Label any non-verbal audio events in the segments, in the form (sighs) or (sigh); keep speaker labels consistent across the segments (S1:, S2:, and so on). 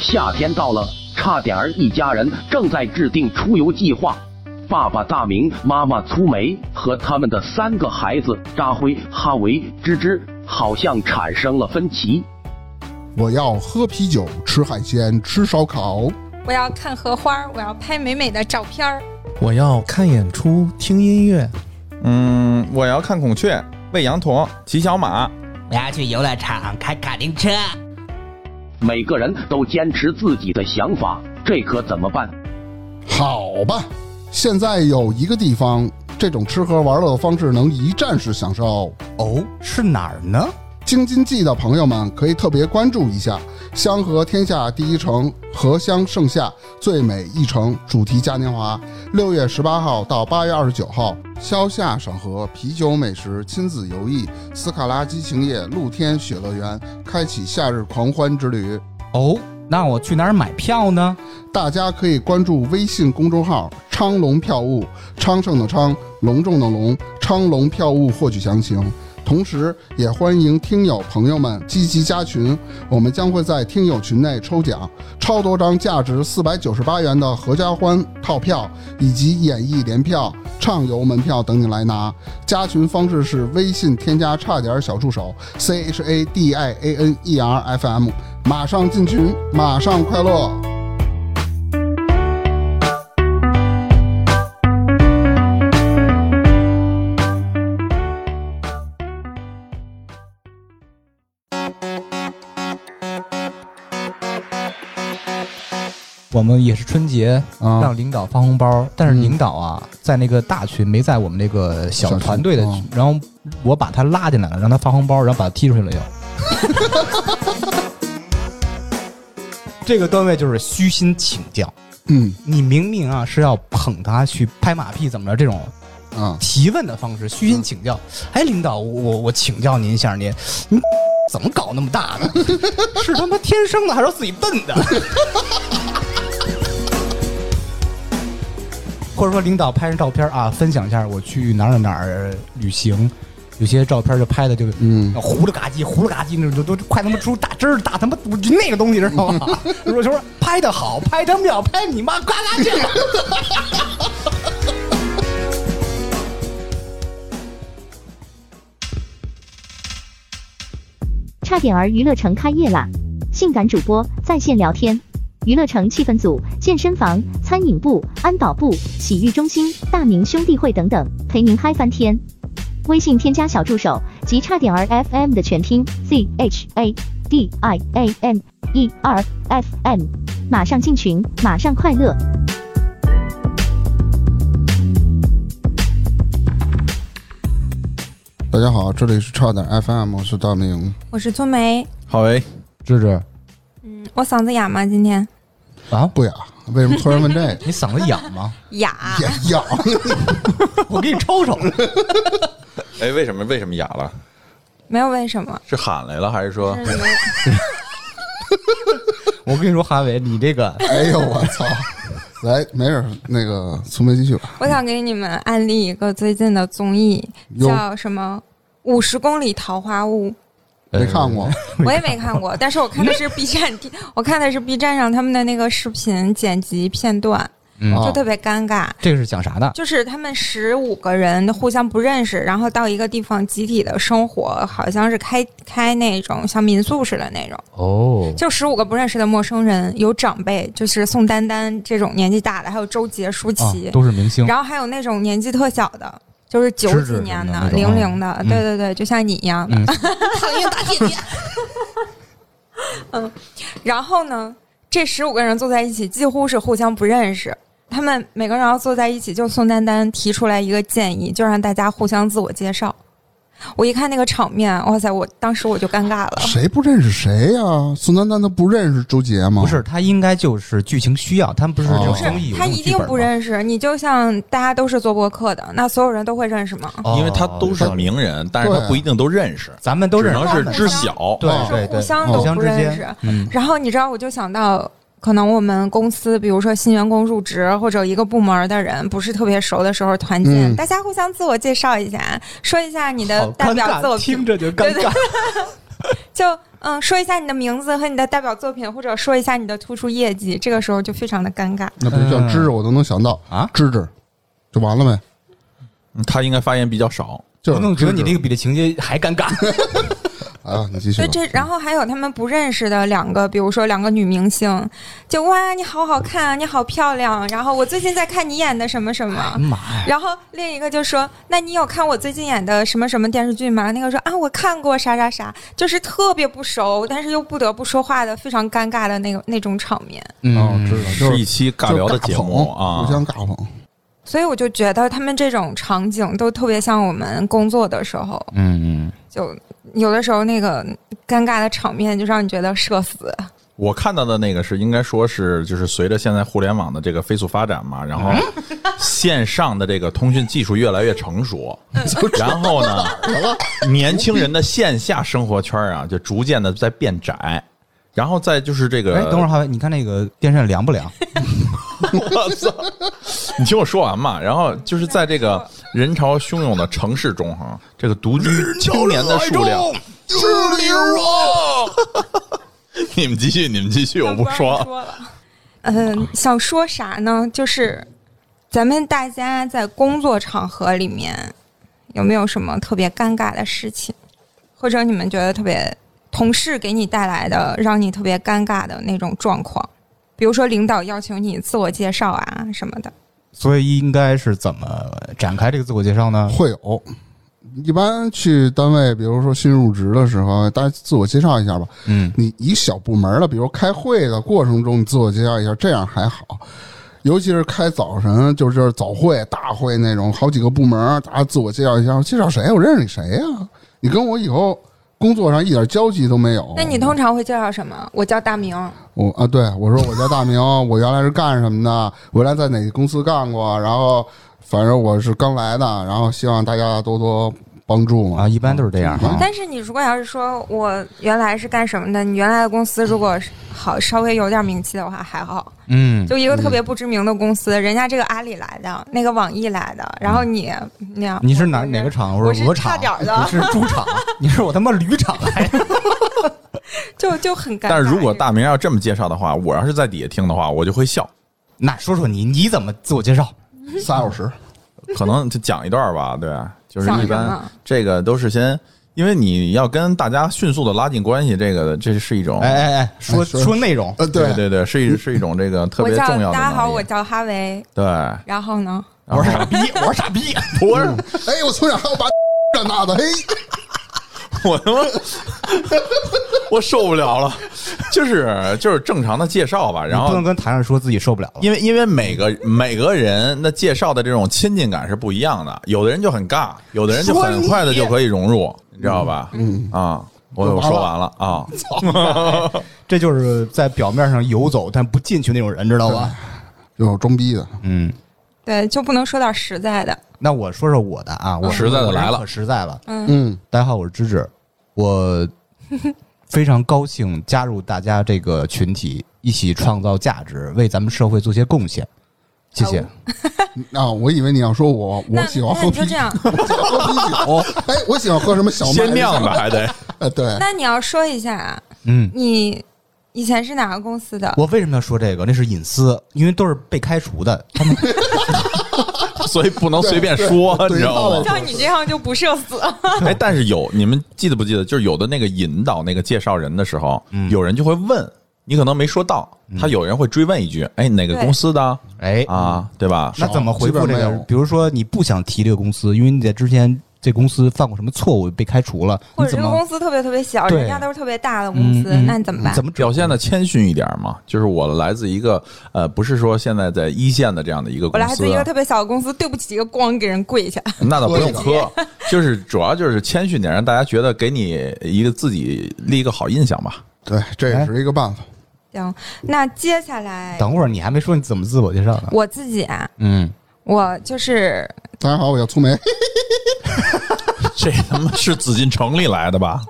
S1: 夏天到了，差点儿一家人正在制定出游计划。爸爸大明、妈妈粗梅和他们的三个孩子扎辉、哈维、芝芝，好像产生了分歧。
S2: 我要喝啤酒，吃海鲜，吃烧烤。
S3: 我要看荷花，我要拍美美的照片儿。
S4: 我要看演出，听音乐。
S5: 嗯，我要看孔雀，喂羊驼，骑小马。
S6: 我要去游乐场开卡丁车。
S1: 每个人都坚持自己的想法，这可怎么办？
S2: 好吧，现在有一个地方，这种吃喝玩乐的方式能一站式享受。
S4: 哦，是哪儿呢？
S2: 京津冀的朋友们可以特别关注一下“香河天下第一城，荷香盛夏，最美一城”主题嘉年华，六月十八号到八月二十九号，消夏赏荷，啤酒美食，亲子游艺，斯卡拉激情夜，露天雪乐园，开启夏日狂欢之旅。
S4: 哦，那我去哪儿买票呢？
S2: 大家可以关注微信公众号“昌隆票务”，昌盛的昌，隆重的隆，昌隆票务获取详情。同时，也欢迎听友朋友们积极加群，我们将会在听友群内抽奖超多张价值四百九十八元的合家欢套票以及演艺联票、畅游门票等你来拿。加群方式是微信添加差点小助手 C H A D I A N E R F M，马上进群，马上快乐。
S4: 我们也是春节
S2: 啊
S4: 让领导发红包，但是
S2: 嗯
S4: 领导啊，在那个大群没在我们那个小
S2: 小群
S4: 团队的
S2: 哦
S4: 群，然后我把他拉进来了，让他发红包，然后把他踢出去了又。 (laughs) 这个段位就是虚心请教，
S2: 嗯
S4: 你明明啊是要捧他去拍马屁怎么着这种
S2: 啊，
S4: 提问的方式，虚心请教。哎，领导，我我我请教您一下，您您 (laughs) 怎么搞那么大呢？ (laughs) 是他妈天生的还是自己笨的？ (laughs) 或者说，领导拍张照片啊，分享一下我去哪儿哪儿哪儿旅行，有些照片就拍的就
S2: 嗯
S4: 糊了嘎叽，糊了嘎叽，那种都都快他妈出大汁儿，大他妈我就那个东西知道吗？ (laughs) 我就说拍的好，拍他妙，拍你妈呱呱叫。
S7: 差点儿娱乐城开业啦！性感主播在线聊天，娱乐城气氛组、健身房、餐饮部、安保部、洗浴中心、大明兄弟会等等，陪您嗨翻天。微信添加小助手及差点儿 FM 的全拼 Z H A D I A M E R F M，马上进群，马上快乐。
S2: 大家好，这里是差点 FM，我是大明。
S3: 我是粗梅，
S5: 好喂，
S4: 芝芝
S3: 嗯，我嗓子哑吗？今天
S4: 啊，
S2: 不雅，为什么突然问这个？
S4: (laughs) 你嗓子痒吗？
S3: 哑，
S2: 也痒，
S4: 我给你抽抽。
S5: 哎，为什么为什么哑了？
S3: 没有为什么。
S5: 是喊来了还是说？
S3: 是
S4: 我跟你说，韩伟，你这个
S2: (laughs) 哎呦我操！来，没事儿，那个粗眉继续吧。
S3: 我想给你们安利一个最近的综艺，
S2: 哟
S3: 叫什么《五十公里桃
S2: (laughs)
S3: 花坞》，
S4: 哎
S2: 没看过，
S3: 我也没
S2: (laughs)
S3: 看过，但是我看的是 B 站，我看的是 B 站上他们的那个视频剪辑片段，
S4: 嗯
S2: 啊
S3: 就特别尴尬。
S4: 这个是讲啥的？
S3: 就是他们十五个人互相不认识，然后到一个地方集体的生活，好像是开开那种像民宿似的那种。
S4: 哦，
S3: 就十五个不认识的陌生人，有长辈，就是宋丹丹这种年纪大的，还有周杰、舒
S4: 啊
S3: 淇，
S4: 都是明星
S3: 然后还有那种年纪特小的，就是九
S4: 芝芝
S3: 几
S4: 什么
S3: 年
S4: 的
S3: 的
S4: 那、种
S3: 零零的，
S4: 嗯
S3: 对对对，就像你一样的，
S4: 嗯
S3: 讨厌大姐姐。 (laughs) 嗯，然后呢，这十五个人坐在一起，几乎是互相不认识。他们每个人要坐在一起，就宋丹丹提出来一个建议，就让大家互相自我介绍。我一看那个场面，哇塞！我当时我就尴尬了。
S2: 谁不认识谁呀、宋丹丹她不认识周杰啊吗？
S4: 不是，他应该就是剧情需要，他们不是这种综艺，
S3: 他一定不认识你，就像大家都是做播客的，那所有人都会认识吗？
S4: 哦，
S5: 因为他都是名人，但是他不一定都认识，
S4: 咱们都
S5: 只
S4: 认识
S5: 能
S4: 他
S5: 是
S4: 们，
S5: 知晓。
S4: 对
S2: 哦
S4: 对对，
S3: 互相
S2: 都
S4: 互相
S3: 不
S4: 之
S3: 认
S4: 间
S3: 识，
S4: 嗯，
S3: 然后你知道，我就想到，可能我们公司，比如说新员工入职或者一个部门的人不是特别熟的时候团建，
S2: 嗯
S3: 大家互相自我介绍一下，说一下你的代表自我评，
S4: 着就
S3: 对对，就嗯，说一下你的名字和你的代表作品，或者说一下你的突出业绩，这个时候就非常的尴尬。
S2: 那比如像芝芝，我都能想到
S4: 啊
S2: 芝芝就完了呗。
S5: 嗯他应该发言比较少。
S4: (laughs)
S2: 就
S4: 我
S2: 是
S4: 总觉得你这
S2: 个
S4: 个比这情节还尴尬。
S2: 啊，你继续
S3: 对，
S2: 吧。
S3: 这然后还有他们不认识的两个，比如说两个女明星，就哇，你好好看啊，你好漂亮。然后我最近在看你演的什么什么。
S4: 妈哎呀！
S3: 然后另一个就说：“那你有看我最近演的什么什么电视剧吗？”那个说：“啊，我看过啥啥啥。”就是特别不熟，但是又不得不说话的非常尴尬的
S4: (laughs)
S3: 那个那种场面。
S4: 嗯
S2: 哦，知道，就是
S5: 一期尬聊的节
S2: 就是尬
S5: 目
S2: 捧
S5: 啊
S2: 互，相尬捧。
S3: 所以我就觉得他们这种场景都特别像我们工作的时候，
S4: 嗯嗯，
S3: 就有的时候那个尴尬的场面就让你觉得社死。
S5: 我看到的那个是应该说是就是随着现在互联网的这个飞速发展嘛，然后线上的这个通讯技术越来越成熟，
S4: 嗯
S5: 然后
S4: (laughs)
S5: 呢，年轻人的线下生活圈啊就逐渐的在变窄，然后再就是这个，
S4: 哎，等会儿，哈维，你看那个电扇凉
S3: (laughs)
S4: 不凉？
S5: 我操！你听我说完嘛。然后就是在这个人潮汹涌的城市中，哈，这个独居青年的数量，
S4: 啊
S5: (laughs) 你们继续，你们继续，我不说。
S3: 了。嗯，想说啥呢？就是咱们大家在工作场合里面有没有什么特别尴尬的事情，或者你们觉得特别同事给你带来的让你特别尴尬的那种状况？比如说领导要求你自我介绍啊什么的。
S4: 所以应该是怎么展开这个自我介绍呢？
S2: 会有。一般去单位，比如说新入职的时候，大家自我介绍一下吧。
S4: 嗯，
S2: 你一小部门的，比如开会的过程中，你自我介绍一下，这样还好。尤其是开早晨，就是早会、大会那种，好几个部门，大家自我介绍一下，介绍谁？我认识你谁呀、啊你跟我以后工作上一点交集都没有。
S3: 那你通常会介绍什么？我叫大明，
S2: 我啊，对我说我叫大明，我原来是干什么的？我原来在哪个公司干过？然后反正我是刚来的，然后希望大家多多帮助嘛。
S4: 啊，一般都是这样哈。
S3: 但是你如果要是说我原来是干什么的，你原来的公司如果是好稍微有点名气的话还好，
S4: 嗯，
S3: 就一个特别不知名的公司，人家这个阿里来的，那个网易来的，然后你那样，
S4: 你是哪
S3: 我
S4: 哪个厂？我
S3: 我
S4: 是
S3: 是
S4: 鹅
S3: 差
S4: 厂，
S3: 点儿的
S4: (laughs) 你是猪
S3: (laughs)
S4: 厂，你是我他妈驴厂来的。
S3: 就就很尴尬。
S5: 但是如果大明要这么介绍的话，我要是在底下听的话，我就
S3: (laughs)
S5: 会笑。
S4: 那说说你，你怎么自我介绍？
S2: 仨小时，
S5: 可能就讲一段吧，对，就是一
S3: 讲什
S5: 般
S3: 么
S5: 这个都是先，因为你要跟大家迅速的拉近关系，这个这是一种，
S4: 哎哎哎，说
S2: 哎说
S4: 说内容。
S2: 呃，
S5: 对对对，是一是一种这个特
S3: 我
S5: 别
S3: 叫
S5: 重要的能力。
S3: 大家好，我叫哈维，
S5: 对，
S3: 然后呢，
S4: 我是傻逼，我是傻逼，
S5: (laughs)
S4: 嗯
S5: 不是
S2: 哎，我从小还有把这那的，嘿，
S5: 我他妈， (laughs) 我受不了了，就是就是正常的介绍吧，然
S4: 你不
S5: 后
S4: 能。跟台上说自己受不了了。
S5: 因为因为每个每个人的介绍的这种亲近感是不一样的，有的人就很尬，有的人就
S4: 说
S5: 很
S4: 你
S5: 快的就可以融入，你知道吧？
S2: 嗯，
S5: 啊，我我
S2: 完了
S5: 说完了啊，
S4: 这就是在表面上游走但不进去那种人，知道吧？
S2: 有装逼的，
S4: 嗯，
S3: 对，就不能说点实在的。
S4: 那我说说我的啊，我
S5: 实在的来了
S4: 我可实在了。
S2: 嗯，
S4: 大家好，我是芝芝，我非常高兴加入大家这个群体，一起创造价值，为咱们社会做些贡献。谢谢。
S2: 啊，我以为你要说我，我
S3: 那
S2: 喜欢
S3: 那
S2: 喝
S3: 你
S2: 啤
S3: 就这
S2: 酒，
S3: 样，
S2: 我喜 (laughs) 欢喝啤酒，哎，我喜欢喝什么小麦
S5: 先酿的，还
S2: (laughs)
S5: 得
S2: 呃，对，
S3: 那你要说一下，
S4: 嗯，
S3: 你以前是哪个公司的？
S4: 我为什么要说这个？那是隐私，因为都是被开除的。他们
S5: 所以不能随便说，
S2: 对对
S5: 你知道
S2: 对
S5: 吗？
S3: 像你这样就不社死，
S5: 哎，但是有你们记得不记得，就是有的那个引导那个介绍人的时候，
S4: 嗯
S5: 有人就会问你，可能没说到，他有人会追问一句：“哎，哪个
S3: 对
S5: 公司的
S4: 哎，
S5: 啊？对吧
S4: 那怎么回复
S2: 基
S4: 这
S2: 本没
S4: 个
S2: 有？
S4: 比如说你不想提这个公司，因为你在之前这公司犯过什么错误被开除了，
S3: 或
S4: 你
S3: 者这
S4: 怎
S3: 个
S4: 么
S3: 公司特别特别小，
S4: 对
S3: 人家都是特别大的公司，
S4: 嗯嗯
S3: 那你怎么办？
S4: 怎么
S5: 表现的谦逊一点嘛？就是我来自一个呃，不是说现在在一线的这样的一个
S3: 我
S5: 公
S3: 来
S5: 司啊
S3: 自一，个特别小的公司，对不起，咣给人跪下。
S5: (laughs) 那倒不用
S2: 磕
S3: (laughs)
S5: 磕，就是主要就是谦逊点，让大家觉得给你一个自己立一个好印象吧。
S2: 对，这也是一个办法。
S3: 行，那接下来
S4: 等会儿你还没说你怎么自我介绍呢？
S3: 我自己啊，
S4: 嗯，
S3: 我就是
S2: 大家好，我叫粗梅，
S5: 这他妈是紫禁城里来的 (laughs) 吧？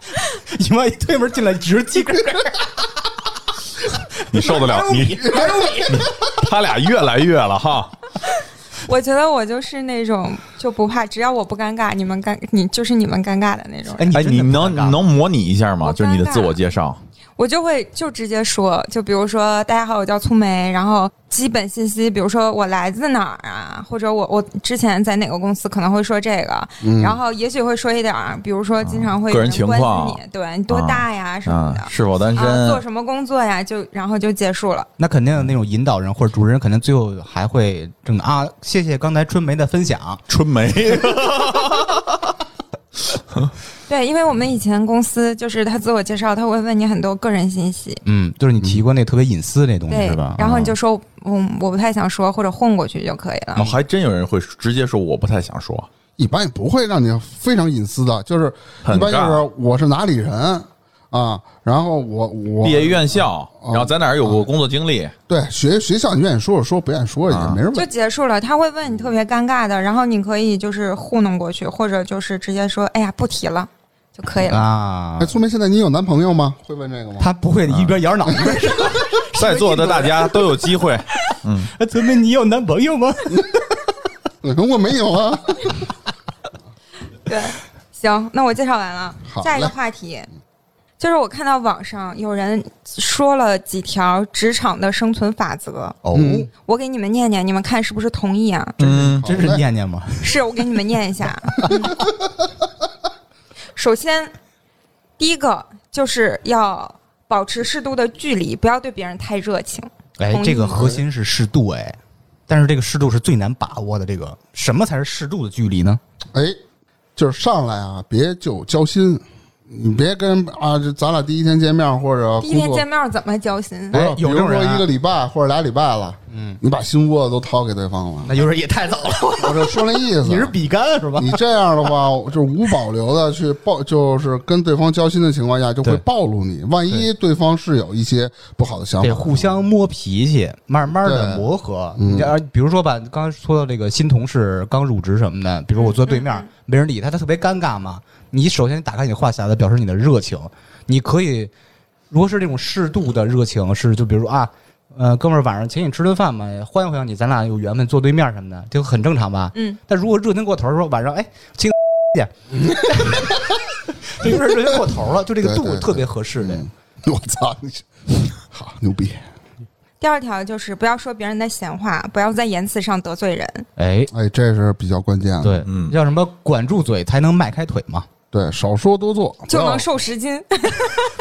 S4: 你妈一推门进来直接个
S5: (laughs) 你受得了？你你他俩越来越了哈。
S3: 我觉得我就是那种就不怕，只要我不尴尬，你们尴你就是你们尴尬的那种人。
S4: 哎，你
S5: 哎，
S4: 真
S5: 你
S4: 的不
S5: 能
S4: 尴尬
S5: 你能模拟一下吗？
S3: 我
S5: 就是你的
S3: 尴尬啊
S5: 自我介绍，
S3: 我就会就直接说，就比如说大家好，我叫粗梅，然后基本信息，比如说我来自哪儿啊，或者我我之前在哪个公司，可能会说这个，
S5: 嗯
S3: 然后也许会说一点儿，比如说经常会
S5: 个人
S3: 有
S5: 情
S3: 关
S5: 况
S3: 心你，对你多大呀、什么
S5: 啊
S3: 的，，
S5: 是否单
S3: 啊做
S5: 身？
S3: 什么工作呀，就然后就结束了。
S4: 那肯定那种引导人或者主持人，肯定最后还会这个啊，谢谢刚才春梅的分享。
S5: 春梅，
S3: 对，因为我们以前公司就是他自我介绍，他会问你很多个人信息，
S4: 嗯，就是你提过那特别隐私那东西
S3: 对
S4: 嗯是吧，？
S3: 然后你就说，嗯，我不太想说，或者混过去就可以了
S5: 哦，。还真有人会直接说我不太想说，
S2: 一般也不会让你非常隐私的，就是
S5: 很
S2: 一般就
S5: 尬
S2: 是我是哪里人啊，然后我我
S5: 毕业于院校，
S2: 哦
S5: 然后在哪儿有过工作经历，
S2: 对学学校你愿意说说，不愿意说也
S5: 啊
S2: 没人
S3: 就
S2: 问。
S3: 结束了，他会问你特别尴尬的，然后你可以就是糊弄过去，或者就是直接说，哎呀，不提了就可以了。
S4: 啊
S2: 哎，，苏梅，现在你有男朋友吗？会问这个吗？
S4: 他不会一边摇着脑袋一边说
S5: 在座的大家都有机 (laughs) 会。
S3: 啊
S4: (laughs) 哎：“春梅，你有男朋友
S2: (laughs)
S4: 吗
S2: 我没有啊。
S3: 对，行，那我介绍完了
S2: 好，
S3: 下一个
S2: 嘞
S3: 话题。就是我看到网上有人说了几条职场的生存法则，？”
S4: 哦，
S2: 嗯
S3: 我给你们念念，你们看是不是同意啊？
S5: 嗯，
S4: 真是
S2: 好嘞
S4: 念念吗？
S3: 是我给你们念一下。 (laughs) 嗯首先，第一个就是要保持适度的距离，不要对别人太热情。
S4: 哎
S3: 同，意
S4: 这个核心是适度哎，但是这个适度是最难把握的。这个什么才是适度的距离呢？
S2: 哎，就是上来啊，别就交心，你别跟啊，这咱俩第一天见面或者
S3: 第一天
S2: 工作
S3: 见面怎么交心？
S2: 不是
S4: 哎有
S2: 比
S4: 这
S2: 如
S4: 种人
S2: 说
S4: 啊
S2: 一个礼拜或者俩礼拜了，嗯，你把心窝子都掏给对方了，
S4: 那就是也太早了，
S2: 我这说那意思，
S4: (laughs) 你是比干是吧？嗯
S2: 你这样的话，就是无保留的去暴，就是跟对方交心的情况下，就会
S4: 对
S2: 暴露你。万一对方是有一些不好的想
S4: 得
S2: 法，
S4: 互相摸脾气，慢慢的
S2: 对
S4: 磨合。你要比如说吧，刚才说到这个新同事刚入职什么的，比如我坐对面、没人理他，他特别尴尬嘛。你首先打开你的话匣子，表示你的热情。你可以，如果是这种适度的热情，是就比如说啊，呃，哥们儿晚上请你吃顿饭嘛，欢迎欢迎你，咱俩有缘分坐对面什么的，就很正常吧。
S3: 嗯，
S4: 但如果热情过头儿，说晚上哎，请去， (laughs) 这就是热情过头了，就这个
S2: 对
S4: 度
S2: 对
S4: 特别合适的。
S2: 我操，你是好牛逼！
S3: 第二条就是不要说别人的闲话，不要在言辞上得罪人。
S4: 哎，
S2: 哎，这是比较关键的。
S4: 对，
S5: 嗯
S4: 叫什么管住嘴才能迈开腿
S5: (laughs)
S4: 嘛？
S2: 对，少说多做，
S3: 就
S4: 哦
S2: 不要
S3: 能瘦十斤，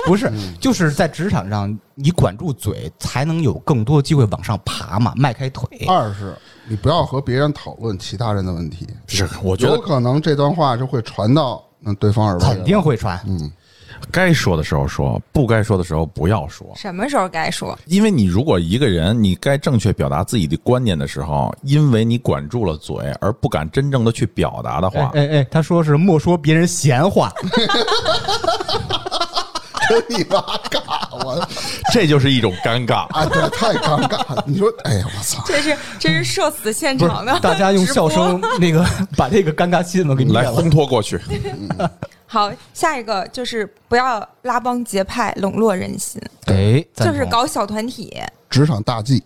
S4: 不是，
S5: 嗯
S4: 就是在职场上，你管住嘴才能有更多机会往上爬嘛，迈开腿。
S5: 啊
S2: 二是，你不要和别人讨论其他人的问题，
S5: 是，我觉
S2: 有
S5: 得
S2: 可能这段话就会传到嗯对方耳朵里。 (laughs)
S4: 肯定会传，
S5: 嗯该说的时候说，不该说的时候不要说。
S3: (laughs) 什么时候该说？
S5: 因为你如果一个人，你该正确表达自己的观念的时候，因为你管住了嘴，而不敢真正的去表达的
S4: 哎
S5: 话，
S4: 哎哎，他说是莫说别人闲
S5: (laughs)
S4: 话，
S2: 你妈尬我
S5: 这就是一种尴尬。
S2: 啊！对，太尴尬了。你说，哎呀，我操！
S3: 这是这是社死现
S4: 不是
S3: 场的直播，
S4: (laughs) 大家用笑声 (laughs) 那个把这个尴尬气氛给灭
S5: 来
S4: 了
S5: 烘。托过 (laughs) 去，
S3: 好，下一个就是不要拉帮结派，笼络人心，
S4: 哎，赞
S3: 就
S4: 同
S3: 是搞小团体。
S2: 职场大忌，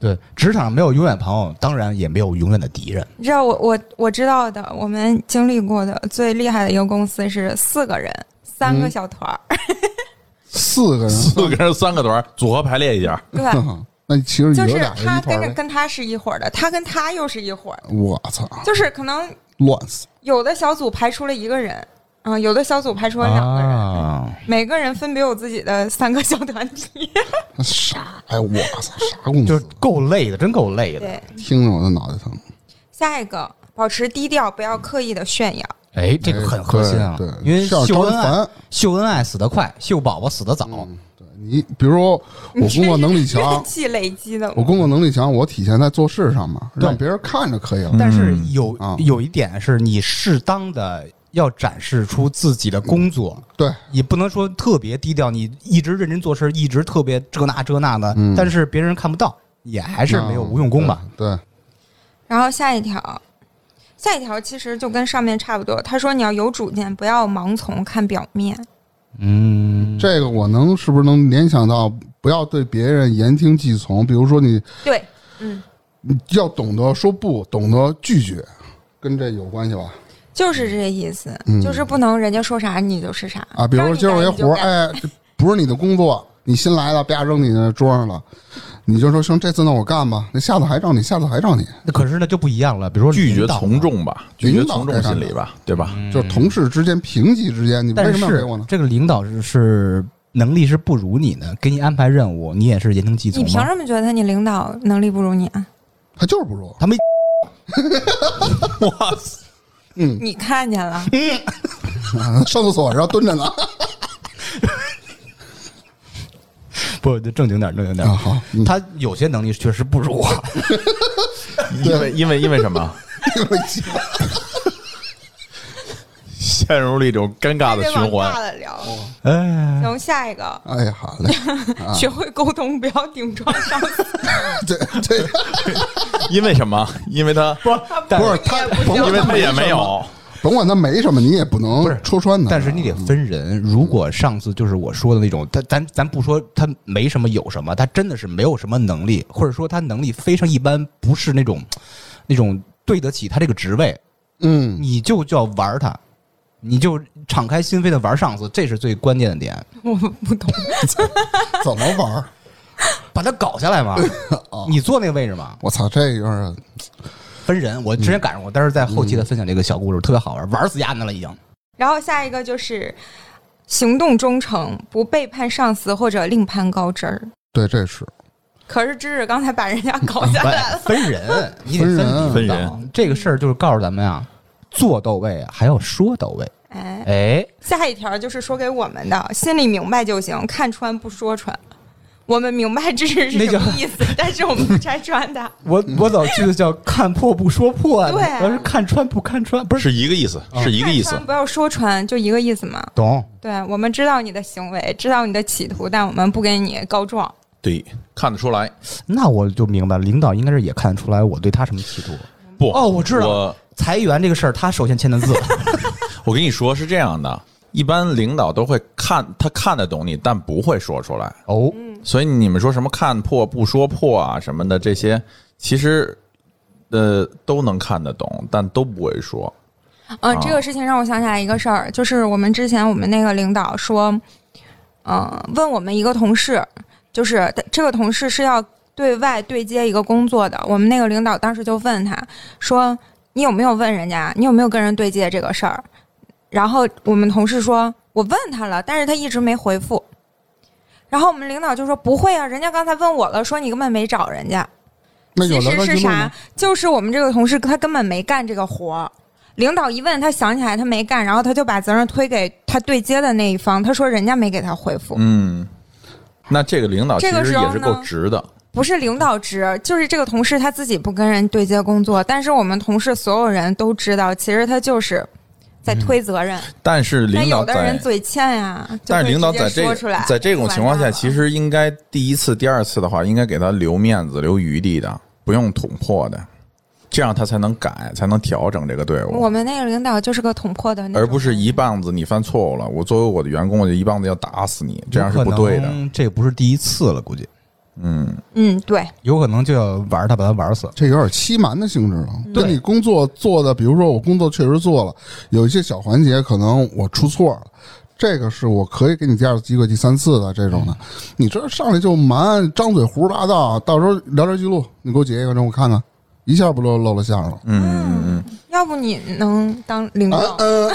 S4: 对职场上没有永远朋友，当然也没有永远的敌人。
S3: 你知道我我我知道的，我们经历过的最厉害的一个公司是四个人，三
S2: 嗯
S3: 个小团儿，
S2: 四个人，啊
S5: 四个人三个团儿组合排列一下，
S2: (laughs)
S3: 对，
S2: 那其实
S3: 就
S2: 有
S3: 是
S2: 俩人
S3: 他
S2: 一团
S3: 跟着
S2: 儿呗。
S3: 跟他是一伙儿的，他跟他又是一伙儿的，
S2: 我操，
S3: 就是可能
S2: 乱死！
S3: 有的小组排除了一个人，啊、有的小组排除了两个人，
S4: 啊，
S3: 每个人分别有自己的三个小团体。
S2: 傻哎，我操，啥公
S4: 就是
S2: 司？
S4: 够累的，真够累的。
S3: (laughs) 对，
S2: 听着我的脑袋疼。
S3: 下一个保持低调，不要刻意的炫耀。
S4: 哎，这个很核心啊
S2: 对，对
S4: 因为
S2: 这样
S4: 秀恩
S2: 招人
S4: 爱
S2: 烦，
S4: 秀恩爱死得快，秀宝宝死得早。
S2: 对你，比如说我工作能力
S3: (laughs) 怨
S2: 强，
S3: 气累积的
S2: 我工作能力强，我体现在做事上嘛，
S4: 对嗯
S2: 让别人看着可以了。
S4: 但是有、
S2: 啊
S4: 有一点是你适当的要展示出自己的工作，
S2: 对，
S4: 也不能说特别低调，你一直认真做事，一直特别这那这那的，
S2: 嗯
S4: 但是别人看不到，也还是没有无用功吧。
S2: 啊对？对，
S3: 然后下一条，下一条其实就跟上面差不多。他说你要有主见，不要盲从看表面。
S4: 嗯，
S2: 这个我能是不是能联想到？不要对别人言听计从，比如说你
S3: 对，嗯，
S2: 你要懂得说不，懂得拒绝。跟这有关系吧？
S3: 就是这意思，
S2: 嗯
S3: 就是不能人家说啥你就是啥
S2: 啊，比如说今儿
S3: 让
S2: 有
S3: 你
S2: 一
S3: 干
S2: 活儿，
S3: 你就干
S2: 哎，这不是你的工作，你新来的，啪扔你那桌上了，你就说行，这次那我干吧，那下次还让你，下次还让你，
S4: 那可是呢就不一样了，比如说
S5: 拒绝
S4: 领导
S5: 从，众吧，拒绝从众心理吧，对吧？
S4: 嗯
S2: 就是同事之间、平级之间，你为
S4: 但
S2: 什么要给
S4: 是
S2: 我呢？
S4: 这个领导是是能力是不如你的，给你安排任务，你也是言听计从
S3: 你
S4: 吗。
S3: 凭什么觉得你领导能力不如你啊？
S2: 他就是不如，
S4: 他没
S3: 你看见了，
S2: 上厕所然后蹲着呢。
S4: 不正经点儿，正经点儿。
S2: 啊好嗯
S4: 他有些能力确实不如我。
S5: 因为因为因为什 (laughs) 么？陷入了一种尴尬的
S3: 别
S5: 循
S3: 往大
S5: 环。
S3: 了聊。
S4: 哎，
S3: 行，下一个，
S2: 哎呀，好 (laughs) 嘞，
S3: 学会沟通，不要顶撞上司。 (laughs)
S2: 这这
S5: 因为什么？因为他不
S4: 但
S2: 不是他，甭
S5: 因为
S2: 管
S5: 他也没
S2: 什么，
S5: 有。
S2: 甭管他没什么，你也不
S4: 不
S2: 能
S4: 是
S2: 戳穿他。啊
S4: 但是你得分人。如果上次就是我说的那种，他咱咱不说他没什么有什么，他真的是没有什么能力，或者说他能力非常一般，不是那种那种对得起他这个职位，
S2: 嗯，
S4: 你就叫玩儿他，你就敞开心扉的玩上司，这是最关键的点，
S3: 我不懂，
S2: 怎么玩儿？
S4: 把他搞下来嘛。你坐那个位置嘛，
S2: 我操，这有点
S4: 分人。我之前赶上过，但是在后期的分享这个小故事特别好玩，玩死丫的了已经。
S3: 然后下一个就是行动忠诚，不背叛上司或者另攀高枝儿。
S2: 对，这是
S3: 可是芝芝刚才把人家搞下来了，
S4: (laughs) 分人，你得
S2: 分人
S4: 分
S5: 分
S4: 领导
S5: 人
S4: 这个事儿就是告诉咱们啊，做到位啊，还要说到位。
S3: 哎，
S4: 哎，
S3: 下一条就是说给我们的，心里明白就行，看穿不说穿。我们明白这是
S4: 那
S3: 什
S4: 叫
S3: 么意
S5: (laughs)
S3: 思，但是我们不拆穿它。
S4: 我 (laughs) 我老记得叫看破不说破啊，
S3: 对啊
S4: 我是看穿不看穿，不是
S5: 是一个意思， (laughs) 是一个意
S3: 看
S5: 思
S3: 穿。不要说穿，就一个意思嘛。
S4: 懂。
S3: 对，我们知道你的行为，知道你的企图，但我们不给你告状。
S5: 对，看得出来。
S4: 那我就明白了，领导应该是也看得出来我对他什么企图。
S5: 不，
S4: 哦，我知道
S5: 我
S4: 了，裁员这个事儿，他首先签的 (laughs) 字。
S5: 我跟你说是这样的，一般领导都会看，他看得懂你，但不会说出来。
S4: 哦，
S5: 所以你们说什么看破不说破啊什么的这些，其实呃都能看得懂，但都不会说。
S3: 嗯、
S5: 啊
S3: 这个事情让我想起来一个事儿，就是我们之前我们那个领导说，嗯、问我们一个同事，就是这个同事是要对外对接一个工作的，我们那个领导当时就问他说：“你有没有问人家，你有没有跟人对接这个事儿？”然后我们同事说：“我问他了，但是他一直没回复。”然后我们领导就说：“不会啊，人家刚才问我了，说你根本没找人家。”
S2: 那有
S3: 其
S2: 聊
S3: 实
S2: 天
S3: 是
S2: 记录
S3: 啥
S2: 吗？？
S3: 就是我们这个同事他根本没干这个活儿。领导一问，他想起来他没干，然后他就把责任推给他对接的那一方。他说人家没给他回复，
S5: 嗯，那这个领导其
S3: 这个
S5: 实
S3: 时候
S5: 也是够
S3: 呢
S5: 直的。
S3: 不是领导职，就是这个同事他自己不跟人对接工作。但是我们同事所有人都知道，其实他就是在推责任。
S5: 但是
S3: 但
S5: 嗯领导
S3: 有的
S5: 在
S3: 人，嘴欠呀、就
S5: 但是
S3: 会
S5: 领导
S3: 直接
S5: 在这
S3: 说出来
S5: 在这种情
S3: 就完
S5: 况下，
S3: 蛋了
S5: 其实应该第一次、第二次的话，应该给他留面子、留余地的，不用捅破的，这样他才能改，才能调整这个队伍
S3: 我。们那个领导就是个捅破的那种，
S5: 而不是一棒子，你犯错误了，我作为我的员工，我就一棒子要打死你，这样是不对的。，
S4: 这不是第一次了，估计
S5: 嗯，
S3: 嗯对，
S4: 有可能就要玩他，把他玩死。
S2: 这有点欺瞒的性质了。
S4: 嗯对
S2: 跟你工作做的，比如说我工作确实做了，有一些小环节可能我出错了，这个是我可以给你第二次机会、第三次的这种的。
S4: 嗯
S2: 你这上来就瞒，张嘴胡说八道，到时候聊天记录你给我截一个，让我看看，一下不露露了馅儿了。
S4: 嗯
S3: 要不你能当领导？
S5: 啊呃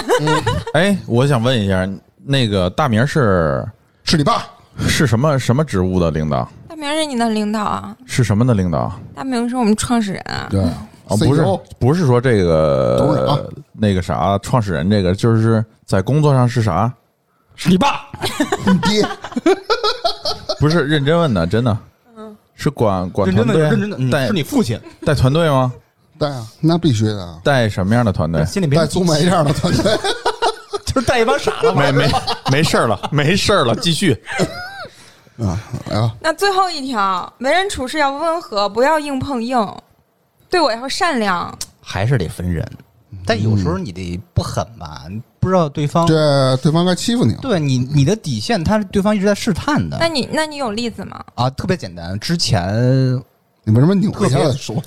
S5: 哎，我想问一下，那个大明是
S2: 是你爸，
S5: 是什么什么职务的领导？
S3: 大明是你的领导啊，
S5: 是什么的领导？啊，
S3: 大明是我们创始人啊。
S2: 对，
S5: 哦
S2: E
S4: 嗯
S5: 不是
S2: CEO
S4: 哦
S5: 不是说这
S2: 董事长
S5: 个那个啥创始人，这个就是在工作上是 (laughs) 啥？
S4: 是你爸，
S2: 你爹，
S5: 不是认真问的，真的。
S3: 嗯
S5: 是管管
S4: 认真
S5: 团
S4: 的，
S5: 队，
S4: 认真的嗯，
S5: 带
S4: 是你父亲，
S5: 带团队吗？
S2: 对啊，那必须的啊，
S5: 带什么样的团队？
S4: 心里没
S2: 带苏梅这样的团队，
S4: 就是带一帮傻子玩
S5: (laughs) 没没没事儿了， (laughs) 没事儿了，继续。
S2: 哎呀，
S3: 那最后一条，为人处事要温和，不要硬碰硬，对我要善良。
S4: 还是得分人。嗯但有时候你得不狠吧，你不知道对方
S2: 这对方该欺负你了。
S4: 对你你的底线，他对方一直在试探的
S3: 那你那你有例子吗？
S4: 啊，特别简单。之前
S2: 你为什么扭一下再说呀？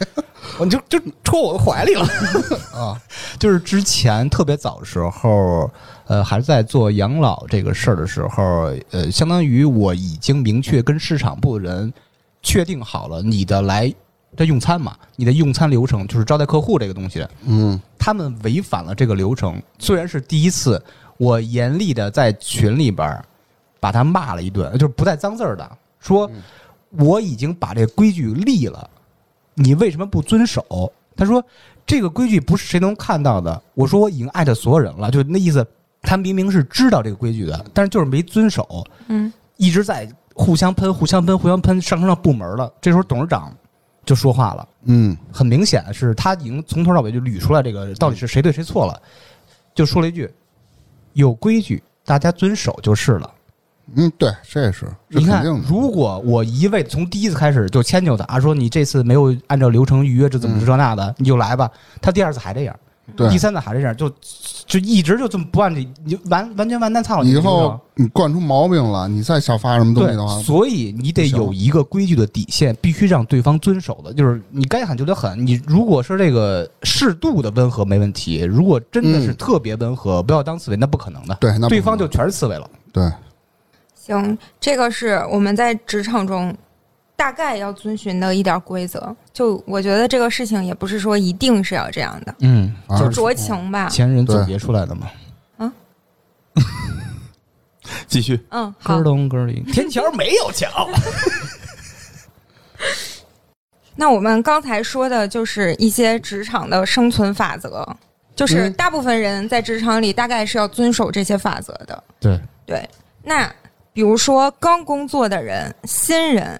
S4: 我就就戳我的怀里了 (laughs) 啊！就是之前特别早的时候，呃，还是在做养老这个事儿的时候，呃，相当于我已经明确跟市场部的人确定好了你的来这用餐嘛，你的用餐流程就是招待客户这个东西，
S2: 嗯，
S4: 他们违反了这个流程。虽然是第一次，我严厉的在群里边儿把他骂了一顿，就是不带脏字儿的，说我已经把这规矩立了。你为什么不遵守？他说这个规矩不是谁能看到的。我说我已经艾特所有人了，就那意思，他明明是知道这个规矩的，但是就是没遵守，
S3: 嗯，
S4: 一直在互相喷、互相喷、互相喷，上升到部门了。这时候董事长就说话了，
S2: 嗯，
S4: 很明显是他已经从头到尾就捋出来这个到底是谁对谁错了，就说了一句：“有规矩，大家遵守就是了。”
S2: 嗯，对，这也是，是
S4: 你
S2: 肯
S4: 看
S2: 定的，。
S4: 如果我一味地从第一次开始就迁就他，啊，说你这次没有按照流程预约，这怎么这那的，你就来吧。他第二次还这样，
S2: 嗯对
S4: 第，三次还这样，就就一直就这么不按这，你就完完全完蛋操了。
S2: 以
S4: 你知道
S2: 后
S4: 吗
S2: 你惯出毛病了，你再想发什么东西的话
S4: 对，，所以你得有一个规矩的底线，必须让对方遵守的，就是你该狠就得狠。你如果是这个适度的温和没问题，如果真的是
S2: 嗯
S4: 特别温和，不要当刺猬，那不可能的。
S2: 对那不
S4: 对
S2: 可
S4: 方就
S2: 能
S4: 全是刺猬了。
S2: 对，
S3: 行，这个是我们在职场中大概要遵循的一点规则。就我觉得这个事情也不是说一定是要这样的，
S4: 嗯，
S2: 反
S3: 就
S2: 正
S3: 酌情
S2: 啊
S3: 吧。
S4: 前人
S2: 对
S4: 总结出来的嘛。
S5: 继续，
S3: 嗯，
S4: 咯
S3: 好。
S4: 咚咯里，天桥没有桥。
S3: 那我们刚才说的就是一些职场的生存法则，就是
S2: 嗯
S3: 大部分人在职场里大概是要遵守这些法则的。
S4: 对，
S3: 对，那比如说刚工作的人、新人，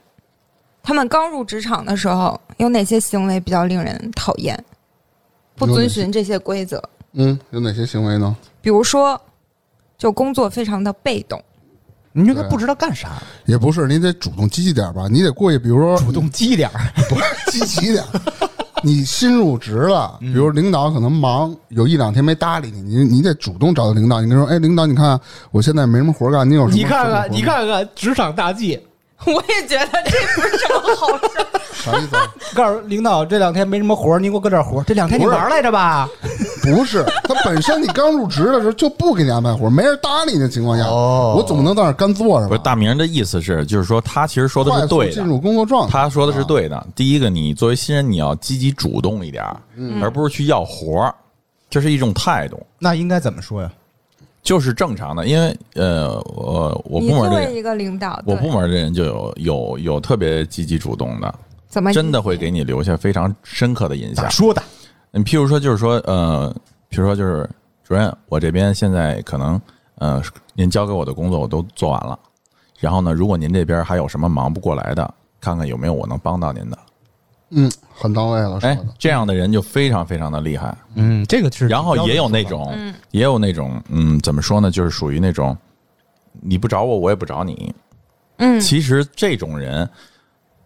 S3: 他们刚入职场的时候，有哪些行为比较令人讨厌？不遵循这些规则，
S2: 嗯，有哪些行为呢？
S3: 比如说，就工作非常的被动。
S4: 因为他不知道干啥，
S2: 也不是，你得主动积极点吧，你得过去，比如说
S4: 主动积点儿。
S2: 不是 (laughs) 积极点。你新入职了，
S4: 嗯
S2: 比如领导可能忙，有一两天没搭理你，你你得主动找到领导，你跟他说，哎，领导，你看我现在没什么活干，你有什么？
S4: (laughs) 你看看，你，看看，职场大忌。
S3: 我也觉得这不是什么好事儿。
S2: 啥意思啊？
S4: 告诉领导这两天没什么活儿，您给我搁点活儿。这两天你玩儿来着吧？
S2: 不是，他本身你刚入职的时候就不给你安排活，没人搭理你的情况下，
S4: 哦
S2: 我总不能在那儿干坐着
S5: 不
S2: 吧
S5: 是？大明的意思是，就是说他其实说的
S2: 快
S5: 是
S2: 速
S5: 对
S2: 进
S5: 的，
S2: 入工作状态，
S5: 他说的是对的。第一个，你作为新人，你要积极主动一点儿，而不是去要活儿，这是一种态度，
S4: (laughs) 那应该怎么说呀？
S5: 就是正常的。因为呃，我我
S3: 你
S5: 部
S3: 作
S5: 门的
S3: 为
S5: 人，
S3: 一个领导，
S5: 我部
S3: 对
S5: 门的人就有有有特别积极主动的，
S3: 怎么
S5: 真的会给你留下非常深刻的印象。
S4: 说的？
S5: 你譬如说，就是说，呃，譬如说，就是主任，我这边现在可能，呃，您交给我的工作我都做完了。然后呢，如果您这边还有什么忙不过来的，看看有没有我能帮到您的。
S2: 嗯，很到位了，说
S5: 哎
S2: 的，，
S5: 这样的人就非常非常的厉害。
S4: 嗯，这个是。
S5: 然后也有那种，也有那种，嗯，怎么说呢？就是属于那种，你不找我，我也不找你。
S3: 嗯
S5: 其实这种人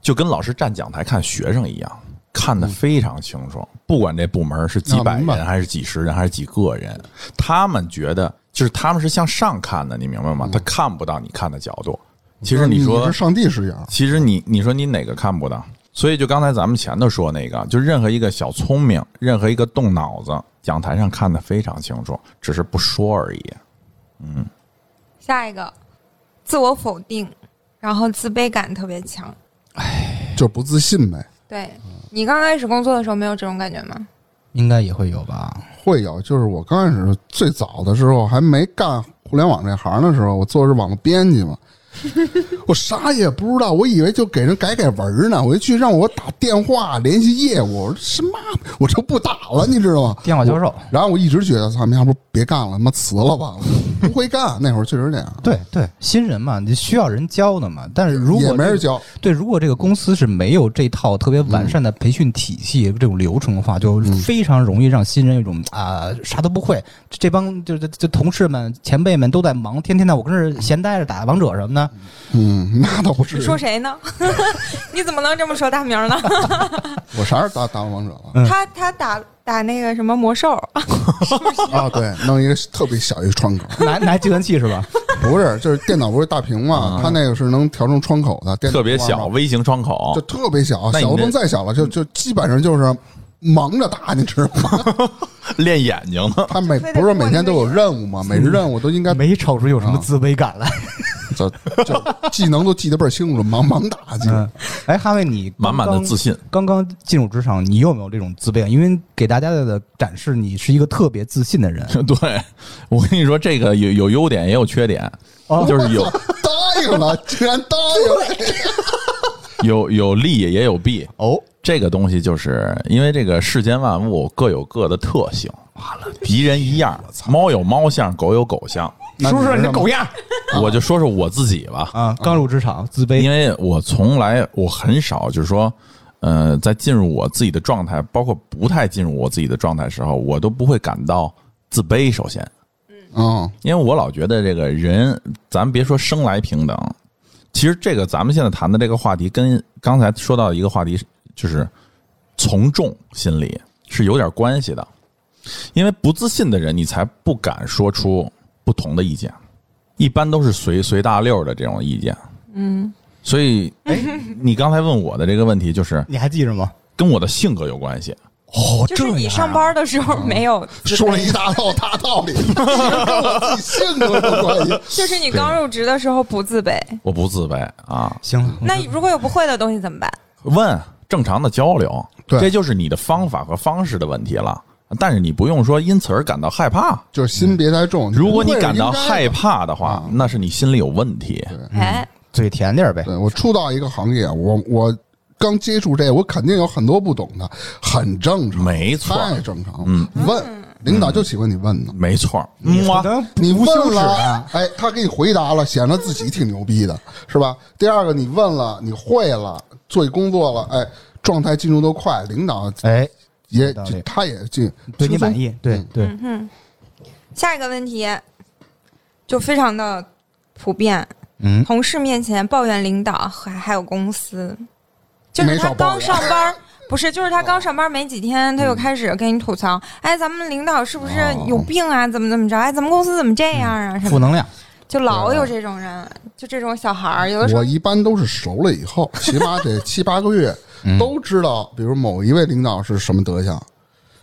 S5: 就跟老师站讲台看学生一样，看得非常清楚。不管这部门是几
S2: 那嗯
S5: 百
S2: 啊明白
S5: 人，还是几十人，还是几个人，他们觉得就是他们是向上看的，你明白吗？他看不到你看的角度。其实
S2: 你
S5: 说
S2: 嗯是上帝视角，
S5: 其实你你说你哪个看不到？所以就刚才咱们前头说那个，就任何一个小聪明，任何一个动脑子，讲台上看得非常清楚，只是不说而已。
S3: 下一个，自我否定，然后自卑感特别强。
S2: 就是不自信呗，
S3: 对你刚开始工作的时候没有这种感觉吗？
S4: 应该也会有吧？
S2: 会有。就是我刚开始最早的时候，还没干互联网这行的时候，我做的是网络编辑嘛，我啥也不知道，我以为就给人改改文儿呢。我一去让我打电话联系业务，我说什么？我就不打了，你知道吗？
S4: 电话销售。
S2: 然后我一直觉得，他们要不别干了，他妈辞了吧，我不会干。那会儿确实这样，
S4: 对对，新人嘛，你需要人教的嘛。但是如果
S2: 也没
S4: 这
S2: 人
S4: 个
S2: 教，
S4: 对，如果这个公司是没有这套特别完善的培训体系、这种流程的话，就非常容易让新人有一种啊、啥都不会。这这帮就就就同事们、前辈们都在忙，天天的我跟这儿闲待着打王者什么的，呀。
S2: 嗯，那倒不至
S3: 你
S2: 于。
S3: 说谁
S4: (laughs)
S3: 呢？你怎么能这么说大名呢？
S2: 我啥时候打打王者
S3: (laughs)
S2: 了？
S4: 嗯哦
S3: 他他打打那个什么魔兽，
S2: 啊，对，弄一个特别小一窗口，
S4: 拿拿计算器是吧？
S2: (laughs) 不是，就是电脑不是大屏嘛，它那个是能调成窗口的，电脑
S5: 啊特别
S2: 玩
S5: 小，
S2: 嘛，
S5: 微型窗口
S2: 就，特别小，
S5: 那你嗯
S2: 小得
S5: 这
S2: 能再小了，就就基本上就是忙着打，你知道吗？
S5: 练眼睛 (laughs) 呢。
S2: 他每
S3: 非得
S2: 不是每
S3: 过
S2: 天
S3: 那
S2: 都有任务吗？每日任务都应该
S4: 没瞅出有什么自卑感来。
S2: 就就技能都记得倍儿清楚，忙忙打去。
S4: 嗯， (laughs) 哎，哈维，你
S5: 满满的
S4: 刚刚
S5: 自信，
S4: 刚刚进入职场，你有没有这种自卑感？因为给大家的展示，你是一个特别自信的人。
S5: 对我跟你说，这个有有优点也有缺点，就是有
S2: (laughs) 答应了，竟然答
S5: (laughs)
S2: 应了，
S5: 有有利也有弊。
S4: 哦，
S5: 这个东西就是因为这个世间万物各有各的特性，敌人一样，猫有猫相，狗有狗相。
S2: 那你知道吗
S4: 样
S5: 我就说说我自己吧，
S4: 啊！刚入职场，自
S5: 因
S4: 卑，
S5: 为我从来我很少就是说，呃，在进入我自己的状态，包括不太进入我自己的状态时候，我都不会感到自卑。首先，
S2: 嗯，
S5: 因为我老觉得这个人，咱别说生来平等，其实这个咱们现在谈的这个话题，跟刚才说到的一个话题，就是从众心理是有点关系的。因为不自信的人，你才不敢说出不同的意见，一般都是随随大溜儿的这种意见。嗯，所以，哎，你刚才问我的这个问题，就是
S4: 你还记着吗？
S5: 跟我的性格有关系。
S4: 哦，
S3: (laughs) 就
S4: 这
S3: 是
S4: 样嗯
S3: 你上班的时候没有，
S2: 说了一大套大道理， (laughs) 跟我自己性格有关系。
S3: 就是你刚入职的时候不自卑。
S4: 嗯
S5: 我不自卑啊，
S4: 行了，
S3: 那如果有不会的东西怎么办？
S5: 问正常的交流，
S2: 对
S5: 这就是你的方法和方式的问题了。但是你不用说因此而感到害怕，
S2: 就是心别太重。
S5: 如果你
S2: 不会
S5: 感到
S2: 应该的
S5: 害，怕的话，那是你心里有问题。
S4: 嗯
S3: 哎，
S4: 嘴甜点儿呗。
S2: 对我初到一个行业，我我刚接触这个，我肯定有很多不懂的，很正常，
S5: 没错
S2: 太正常了。
S4: 嗯
S2: 问领导就喜欢你问呢，
S5: 没错，嗯
S4: 不
S5: 哇，
S4: 能
S2: 你
S4: 不羞
S2: 问
S4: 耻
S2: 了
S4: 啊！，
S2: 哎，他给你回答了，显得自己挺牛逼的，是吧？第二个，你问了，你会了，做起工作了，哎，状态进入的快，领导
S4: 哎，
S2: 也
S4: 有道理
S2: 他也进
S4: 对你
S2: 轻松
S4: 满意？对对，
S3: 下一个问题就非常的普遍，
S4: 嗯，
S3: 同事面前抱怨领导还还有公司，就是
S2: 没
S3: 他
S2: 少抱
S3: 刚
S2: 怨哦
S3: 上
S2: (laughs)
S3: 班儿。不是，就是他刚上班没几天，他又开始跟你吐
S2: 嗯
S3: 槽，哎，咱们领导是不是
S2: 哦
S3: 有病啊？怎么怎么着？哎，咱们公司怎么这样啊？什
S4: 负
S3: 么？
S4: 能量。
S3: 就老有这种人，就这种小孩儿，有的时候
S2: 啊我一般都是熟了以
S3: (laughs)
S2: 后，起码得七八个月，
S3: 嗯
S2: 都知道，比如某一位领导是什么德行，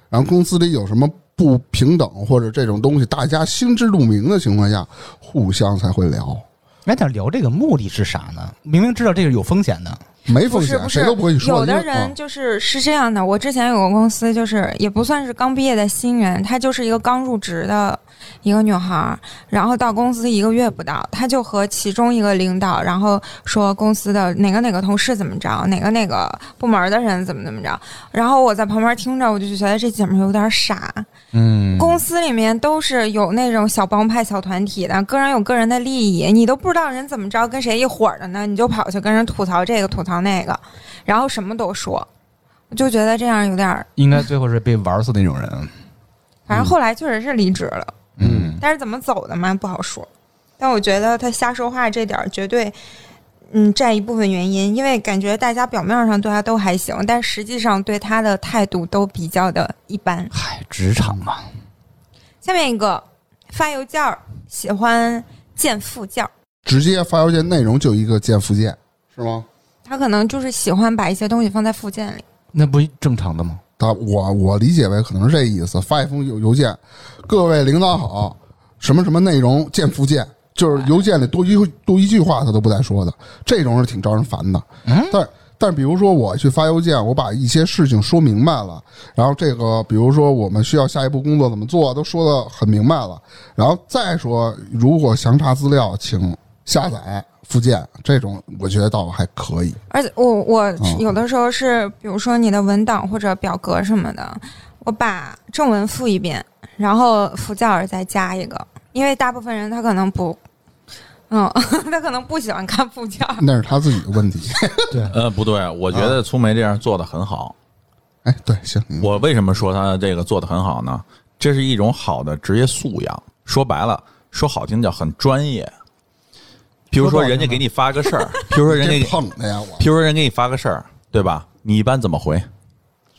S2: 然后公司里有什么不平等或者这种东西，大家心知肚明的情况下，互相才会聊，
S4: 那想哎聊这个目的是啥呢？明明知道这个有风险的，
S2: 没
S3: 不
S2: 风
S3: 是
S2: 险，
S3: 不是
S2: 谁都不会说。啊
S3: 有
S2: 因
S3: 的
S2: 为
S3: 人就是是这样的，我之前有个公司，就是也不算是刚毕业的新人，她就是一个刚入职的一个女孩儿，然后到公司一个月不到，她就和其中一个领导，然后说公司的哪个哪个同事怎么着，哪个哪个部门的人怎么怎么着，然后我在旁边听着，我就觉得这姐们儿有点傻，
S4: 嗯，
S3: 公司里面都是有那种小帮派、小团体的，个人有个人的利益，你都不知道人怎么着跟谁一伙儿的呢，你就跑去跟人吐槽这个、吐槽那个，然后什么都说，我就觉得这样有点儿。
S4: 应该最后是被玩死那种人。
S3: 反正后来确实是离职了，
S4: 嗯，
S3: 但是怎么走的嘛不好说。但我觉得他瞎说话这点儿绝对，嗯，占一部分原因，因为感觉大家表面上对他都还行，但实际上对他的态度都比较的一般。
S4: 嗨，职场嘛，
S3: 下面一个发邮件儿喜欢见附件儿，
S2: 直接发邮件内容就一个见附件，是吗？
S3: 他可能就是喜欢把一些东西放在附件里。
S4: 那不正常的吗？
S2: 他我我理解为可能是这意思，发一封邮邮件，各位领导好，什么什么内容见附件，就是邮件里多一多一句话他都不带说的，这种是挺招人烦的。
S5: 嗯
S2: 但但比如说我去发邮件，我把一些事情说明白了，然后这个比如说我们需要下一步工作怎么做，都说的很明白了，然后再说如果详查资料，请下载附件，这种我觉得倒还可以。
S3: 而且我我有的时候是，比如说你的文档或者表格什么的，我把正文复一遍，然后附件儿再加一个，因为大部分人他可能不，嗯， (laughs) 他可能不喜欢看附件儿。
S2: 那是他自己的问题。 (laughs)
S5: 呃，不对，我觉得粗梅这样做的很好。
S2: 哎，对，行，你
S5: 我为什么说他这个做的很好呢？这是一种好的职业素养。说白了，说好听叫很专业。比如
S4: 多
S5: 说
S4: 报
S5: 人家
S4: 应
S5: 给
S4: 啊
S5: 你发个事儿，比如说人家给
S2: 这
S5: 你，
S2: 捧的呀！我
S5: 比如说人给你发个事儿，对吧？你一般怎么回？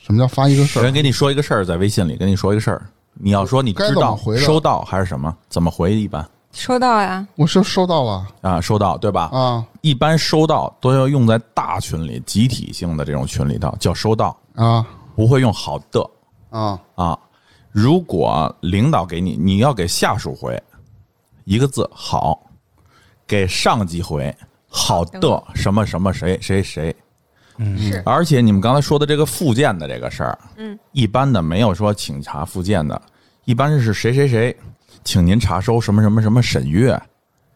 S2: 什么叫发一个事
S5: 人
S2: 儿？
S5: 给你说一个事儿，在微信里跟你说一个事儿，你要说你
S2: 该
S5: 知
S2: 怎么
S5: 道
S2: 回的
S5: 收到还是什么？怎么回一般
S3: 收到呀，
S2: 我是收到了
S5: 啊？收到对吧？
S2: 啊
S5: 一般收到都要用在大群里、集体性的这种群里头叫收到，
S2: 啊
S5: 不会用好的
S2: 啊！
S5: 啊。如果领导给你，你要给下属回一个字好，给上级回好的什么什么谁谁谁。
S3: 是
S5: 而且你们刚才说的这个附件的这个事儿，
S3: 嗯，
S5: 一般的没有说请查附件的，一般是谁谁谁，请您查收什么什么什么审阅，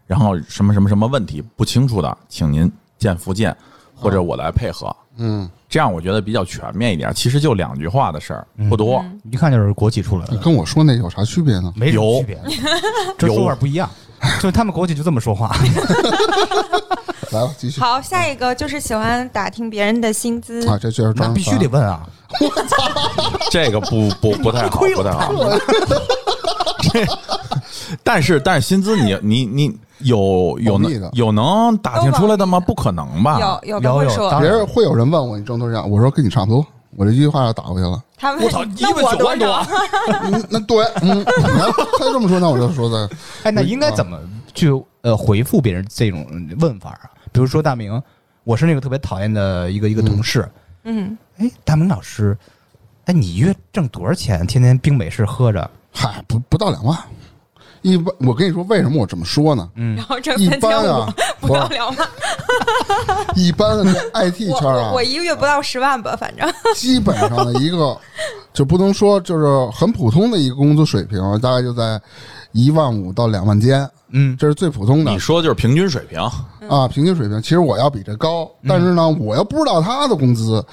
S5: 然后什么什么什么问题不清楚的，请您见附件或者我来配合，
S2: 嗯，
S5: 这样我觉得比较全面一点。其实就两句话的事儿，
S2: 嗯
S5: 不多。
S4: 一看就是国企出来
S2: 你
S4: 的，
S2: 跟我说那有啥区别呢？
S4: 没什么
S5: 有
S4: 区别，这说法不一样，就是他们国企就这么说 (laughs) 话。
S2: 来吧，继续
S3: 好，下一个就是喜欢打听别人的薪资，
S2: 啊！这就是
S4: 那
S2: 张
S4: 必须得问啊，
S5: 这个不不不太好，不太好。这，但是但是薪资你你你有有
S2: 保密的
S5: 能有能打听出来的吗？
S3: 都保密的
S5: 不可能吧？
S3: 有有的
S4: 有
S3: 会
S4: 有
S3: 说
S4: 当
S2: 别
S4: 然
S2: 人会啊有人问我你挣多少钱，我说跟你差不多，我这一句话就打过去了。
S3: 他们
S5: 我操，一
S3: 那我
S5: 问九
S3: 多
S5: 万多
S3: 少
S5: 啊，
S2: 嗯，那对， (laughs) 嗯，然后他这么说，那我就说的，
S4: 哎，那
S2: 啊
S4: 应该怎么去呃回复别人这种问法啊？比如说大明，我是那个特别讨厌的一个一个同事，
S3: 嗯，
S4: 哎，大明老师，哎，你月挣多少钱？天天冰美式喝着，
S2: 嗨，不不到两万。一般我跟你说，为什么我这么说呢？
S3: (laughs) 然后挣
S2: 一
S3: 三千
S2: 般
S3: 五
S2: 啊，
S3: 不到两万，
S2: 一般的这 IT
S3: 我
S2: 圈啊
S3: 我我，一个月不到十万吧，反正
S2: 基本上的一个 (laughs) 就不能说就是很普通的一个工资水平，大概就在一万五到两万间，
S4: 嗯，
S2: 这是最普通的
S5: 你说的就是平均水平，
S2: 啊，平均水平。其实我要比这高，
S5: 嗯
S2: 但是呢，我又不知道他的工资。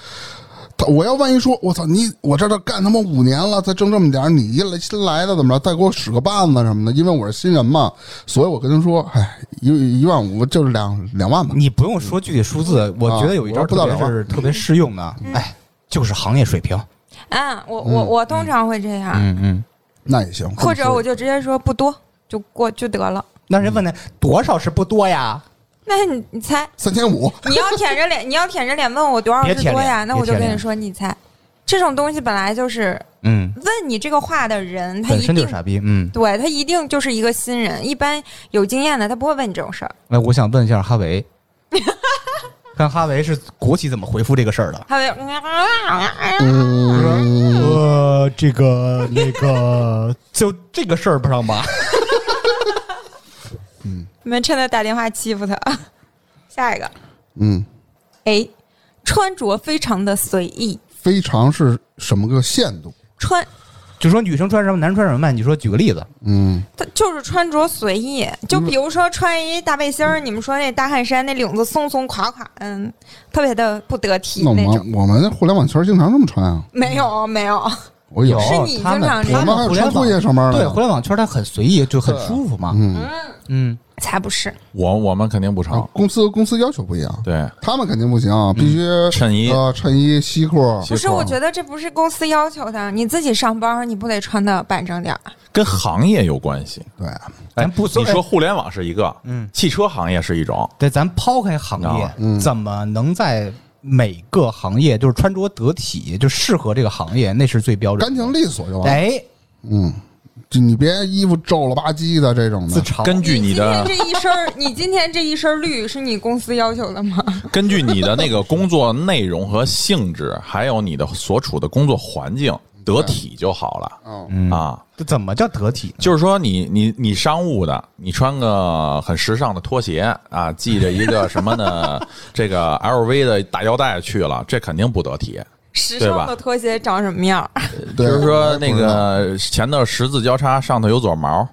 S2: 他我要万一说，我操你，我这都干他妈五年了，才挣这么点儿，你一来新来的怎么着，再给我使个绊子什么的？因为我是新人嘛，所以我跟他说，哎，一一万五就是两两万吧。
S4: 你不用说具体数字，我觉得有一
S2: 啊
S4: 招
S2: 我不
S4: 特
S2: 到
S4: 别
S2: 两万
S4: 是特别适用的，
S3: 嗯
S4: 哎，就是行业水平，
S3: (laughs) 啊，我我我通常会这样，
S4: 嗯嗯。
S2: 那也行，
S3: 或者我
S2: 就
S3: 就直接说不多就过就得了。
S4: 那人问的多少是不多呀？
S3: 那你你猜，
S2: 三千五，
S3: 你要舔着脸，你 (laughs) 要舔着脸问我多少
S4: 别
S3: 是
S4: 舔
S3: 多呀？
S4: 脸
S3: 那我就
S4: 别舔
S3: 跟你
S4: 脸
S3: 说，你猜。这种东西本来就是
S4: 嗯，
S3: 问你这个话的人，他
S4: 本
S3: 一
S4: 身就是
S3: 定
S4: 傻逼。嗯，
S3: 对他一定就是一个新人，一般有经验的他不会问你这种事儿。
S4: 那我想问一下哈维， (laughs) 看哈维是国企怎么回复这个事儿的？
S3: 他会， (laughs)
S2: 嗯，
S4: 呃，这个那个，就这个事儿不上吧？
S3: 你们趁他打电话欺负他。 (laughs) 下一个，
S2: 嗯，
S3: 哎，穿着非常的随意，
S2: 非常是什么个限度？
S3: 穿
S4: 就说女生穿什么，男生穿什么，你说举个例子，
S2: 嗯，
S3: 他就是穿着随意，就比如说穿一大背心儿，你们说那大汗衫那领子松松垮垮，嗯，特别的不得体
S2: 那我
S3: 那种。
S2: 们我们互联网圈经常这么穿啊，
S3: 没有没有，
S2: 我有，
S3: 是你
S4: 他们
S3: 经常这
S2: 我
S3: 样
S2: 们还有
S4: 互联
S2: 穿
S4: 网
S2: 拖鞋上班的，
S4: 对，互联网圈它很随意，就很舒服嘛。
S2: 啊嗯，
S4: 嗯，
S3: 才不是。
S5: 我我们肯定不成。
S2: 啊公司公司要求不一样，
S5: 对，
S2: 他们肯定不行，必须
S5: 衬衣
S2: 呃衬衣、西裤，
S3: 不是，
S5: 西裤
S3: 我
S2: 啊
S3: 觉得这不是公司要求的，你自己上班你不得穿的板正点儿？
S5: 跟行业有关系。
S2: 对，
S4: 咱不
S5: 你说互联网是一个，
S4: 嗯，
S5: 汽车行业是一种，
S4: 对，咱抛开行业，
S2: 嗯
S4: 怎么能在每个行业就是穿着得体，就适合这个行业，那是最标准
S2: 干
S4: 的。
S2: 净利索就完。了。
S4: 哎，
S2: 嗯，就你别衣服皱了吧唧的这种
S4: 自
S2: 的，
S4: 嘲
S5: 根据
S3: 你今
S5: 你
S3: 天
S5: 的
S3: 这一身儿，你今天这一身儿绿是你公司要求的吗？
S5: 根据你的那个工作内容和性质，还有你的所处的工作环境，得体就好了
S2: 嗯，
S5: 啊。
S4: 这怎么叫得体呢？
S5: 就是说你，你你商务的，你穿个很时尚的拖鞋啊，系着一个什么呢？这个 LV 的大腰带去了，这肯定不得体。
S3: 时
S5: 对吧
S3: 尚的拖鞋长什么样儿？
S5: 比
S2: 对
S5: 如说
S2: 我也
S5: 那
S2: 不知道
S5: 个前头十字交叉，上头有撮毛，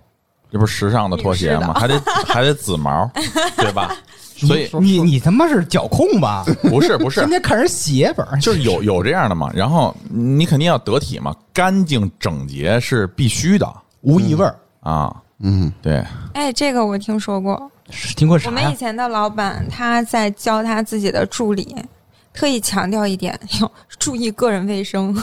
S5: 这不是时尚的拖鞋吗？还得还得紫毛，对吧？所以
S4: 你你他妈是脚控吧？
S5: 不是不
S4: (laughs)
S5: 是
S4: 天，天看人鞋本儿，
S5: 就是有有这样的嘛。然后你肯定要得体嘛，干净整洁是必须的
S4: 无异味儿。
S5: 啊。
S2: 嗯，
S5: 对，
S3: 哎，这个我听说过。
S4: 是听过
S3: 我
S4: 啥
S3: 们以
S4: 呀？
S3: 前的老板他在教 (laughs) 他自己的助理，特意强调一点，要注意个人卫生。